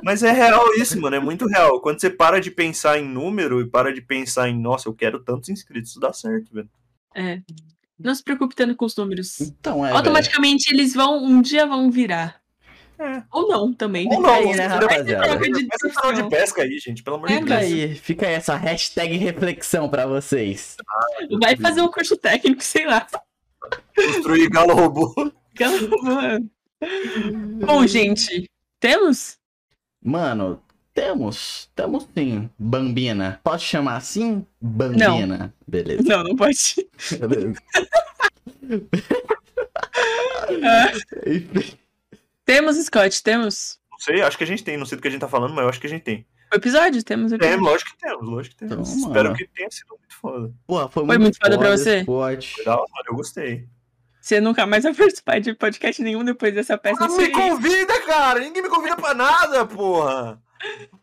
Speaker 3: Mas é real isso, mano, é muito real. Quando você para de pensar em número e para de pensar em, nossa, eu quero tantos inscritos, isso dá certo, velho.
Speaker 2: É. Não se preocupe tanto com os números.
Speaker 1: Então é.
Speaker 2: Automaticamente eles vão, um dia vão virar.
Speaker 3: É.
Speaker 2: Ou não também.
Speaker 3: Ou
Speaker 2: né?
Speaker 3: não,
Speaker 2: Aí,
Speaker 1: né,
Speaker 2: essa
Speaker 1: rapaziada?
Speaker 2: troca de
Speaker 3: Essa é canal de
Speaker 2: discussão.
Speaker 3: pesca aí, gente, pelo amor de
Speaker 2: É,
Speaker 1: Fica
Speaker 3: Deus.
Speaker 1: aí, fica aí essa hashtag reflexão pra vocês.
Speaker 2: Vai fazer um curso técnico, sei lá.
Speaker 3: Construir galo robô.
Speaker 2: Aquela- Bom, gente, temos?
Speaker 1: Mano, temos, temos sim, Bambina. Posso chamar assim? Bambina.
Speaker 2: <laughs>
Speaker 1: Beleza.
Speaker 2: Não, não pode.
Speaker 1: Beleza.
Speaker 2: Ah, temos, Scott, temos.
Speaker 3: Não sei, acho que a gente tem, não sei do que a gente tá falando, mas eu acho que a gente tem.
Speaker 2: O episódio, temos o
Speaker 3: Tem,
Speaker 2: episódio.
Speaker 3: É, lógico que temos, lógico que temos.
Speaker 1: Então,
Speaker 3: Espero
Speaker 1: mano.
Speaker 3: que tenha sido muito foda.
Speaker 1: Porra, foi,
Speaker 2: Foi muito foda pra você?
Speaker 1: Esporte.
Speaker 3: Da hora, eu gostei.
Speaker 2: Você nunca mais vai participar de podcast nenhum depois dessa peça.
Speaker 3: Ah, me convida, cara! Ninguém me convida pra nada, porra!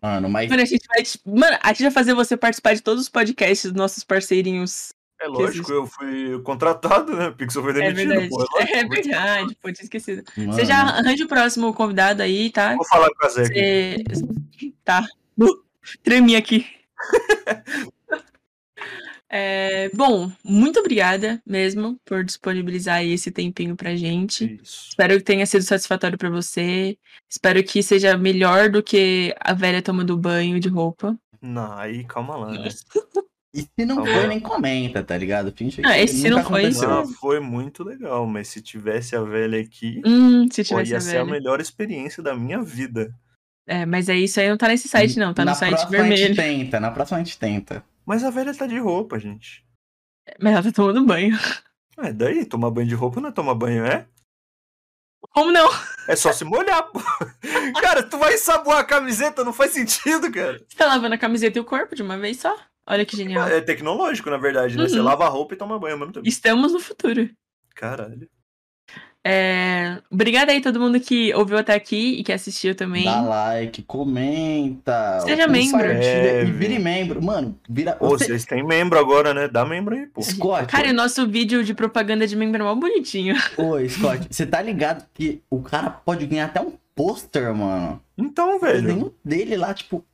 Speaker 1: Mano, mas
Speaker 2: Mano, a gente vai. te- Mano, a gente vai fazer você participar de todos os podcasts dos nossos parceirinhos.
Speaker 3: É lógico, eu fui contratado, né? Pixel foi
Speaker 2: É
Speaker 3: demitido,
Speaker 2: verdade.
Speaker 3: porra.
Speaker 2: É verdade, pô, tinha esquecido.
Speaker 1: mano,
Speaker 2: Você já arranja o próximo convidado aí, tá?
Speaker 3: Vou falar com a Zeca.
Speaker 2: Você... É, Tá. Uh, Tremi
Speaker 3: <laughs>
Speaker 2: aqui. É, bom, muito obrigada mesmo por disponibilizar aí esse tempinho pra gente.
Speaker 3: Isso.
Speaker 2: Espero que tenha sido satisfatório pra você. Espero que seja melhor do que a velha tomando banho de roupa.
Speaker 3: Não, aí calma lá. né?
Speaker 1: E se não
Speaker 3: Calma.
Speaker 1: foi, nem comenta, tá ligado? Finge
Speaker 2: Ah,
Speaker 1: que
Speaker 2: e se
Speaker 1: nunca
Speaker 2: não foi,
Speaker 1: aconteceu.
Speaker 3: Não, assim, foi muito legal, mas se tivesse a velha aqui,
Speaker 2: Hum, se
Speaker 3: pô,
Speaker 2: tivesse
Speaker 3: ia
Speaker 2: a
Speaker 3: ser a
Speaker 2: velha.
Speaker 3: melhor experiência da minha vida.
Speaker 2: É, mas é isso aí, não tá nesse site, não. Tá
Speaker 1: na
Speaker 2: no site
Speaker 1: próxima a gente
Speaker 2: vermelho.
Speaker 1: tenta, na próxima a gente tenta.
Speaker 3: Mas a velha tá de roupa, gente.
Speaker 2: <laughs> Mas ela tá tomando banho.
Speaker 3: É, daí, tomar banho de roupa não é tomar banho, é?
Speaker 2: Como não?
Speaker 3: É só se molhar, pô. <laughs> Cara, tu vai saboar a camiseta, não faz sentido, cara.
Speaker 2: Você tá lavando a camiseta e o corpo de uma vez só? Olha que genial.
Speaker 3: É tecnológico, na verdade, né? Você
Speaker 2: Uhum.
Speaker 3: lava a roupa e toma banho ao mesmo tempo.
Speaker 2: Estamos no futuro.
Speaker 3: Caralho.
Speaker 2: É... Obrigada aí todo mundo que ouviu até aqui e que assistiu também.
Speaker 1: Dá like, comenta.
Speaker 2: Seja membro.
Speaker 1: compartilha E
Speaker 3: Breve.
Speaker 1: vire membro. Mano, vira.
Speaker 3: Ô,
Speaker 1: você-
Speaker 3: vocês têm membro agora, né? Dá membro aí, pô.
Speaker 1: Scott,
Speaker 2: Cara, e o nosso vídeo de propaganda de membro é mó bonitinho.
Speaker 1: ô, Scott, você tá ligado que o cara pode ganhar até um pôster, mano.
Speaker 3: Então,
Speaker 1: O
Speaker 3: velho.
Speaker 1: desenho dele lá, tipo.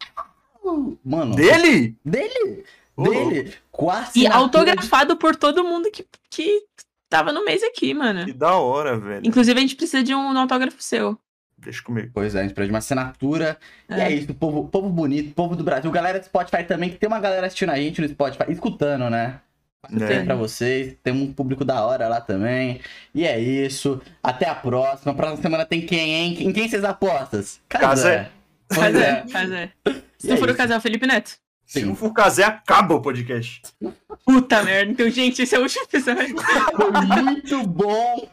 Speaker 1: Mano.
Speaker 3: Dele?
Speaker 1: Dele?
Speaker 3: Ô,
Speaker 1: Dele? Quase.
Speaker 2: E autografado por todo mundo que, que tava no mês aqui, mano.
Speaker 3: Que da hora, velho.
Speaker 2: Inclusive, a gente precisa de um autógrafo seu.
Speaker 3: Deixa comigo.
Speaker 1: Pois é, a gente precisa de uma assinatura. E
Speaker 2: É.
Speaker 1: é isso, povo, povo bonito, povo do Brasil. Galera do Spotify também, que tem uma galera assistindo a gente no Spotify, escutando, né? Tem
Speaker 3: Né?
Speaker 2: É.
Speaker 1: pra vocês, tem um público da hora lá também. E é isso. Até a próxima. Próxima semana tem quem, hein? Em quem vocês apostam?
Speaker 3: Casé.
Speaker 1: Pois é.
Speaker 2: Pois é. Se
Speaker 1: E
Speaker 2: não
Speaker 1: é
Speaker 2: for o
Speaker 1: isso.
Speaker 2: casal Felipe Neto.
Speaker 3: Se não for casar, acaba o podcast.
Speaker 2: Puta merda. Então, gente, esse é o último episódio.
Speaker 1: Foi muito bom.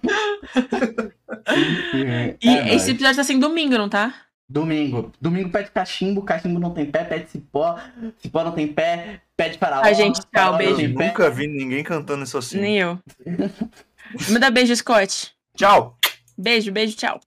Speaker 1: Enfim,
Speaker 2: E
Speaker 1: é nóis.
Speaker 2: esse episódio tá sendo domingo, não tá?
Speaker 1: Domingo. Domingo pede cachimbo, cachimbo não tem pé, pede cipó, cipó não tem pé, pede faraó.
Speaker 2: Ai, gente, tchau,
Speaker 1: faraó não
Speaker 2: beijo.
Speaker 1: tem né?
Speaker 3: Eu
Speaker 1: pé.
Speaker 3: nunca vi ninguém cantando isso assim.
Speaker 2: Nem eu. Manda beijo, Scott.
Speaker 3: Tchau!
Speaker 2: Beijo, beijo, tchau.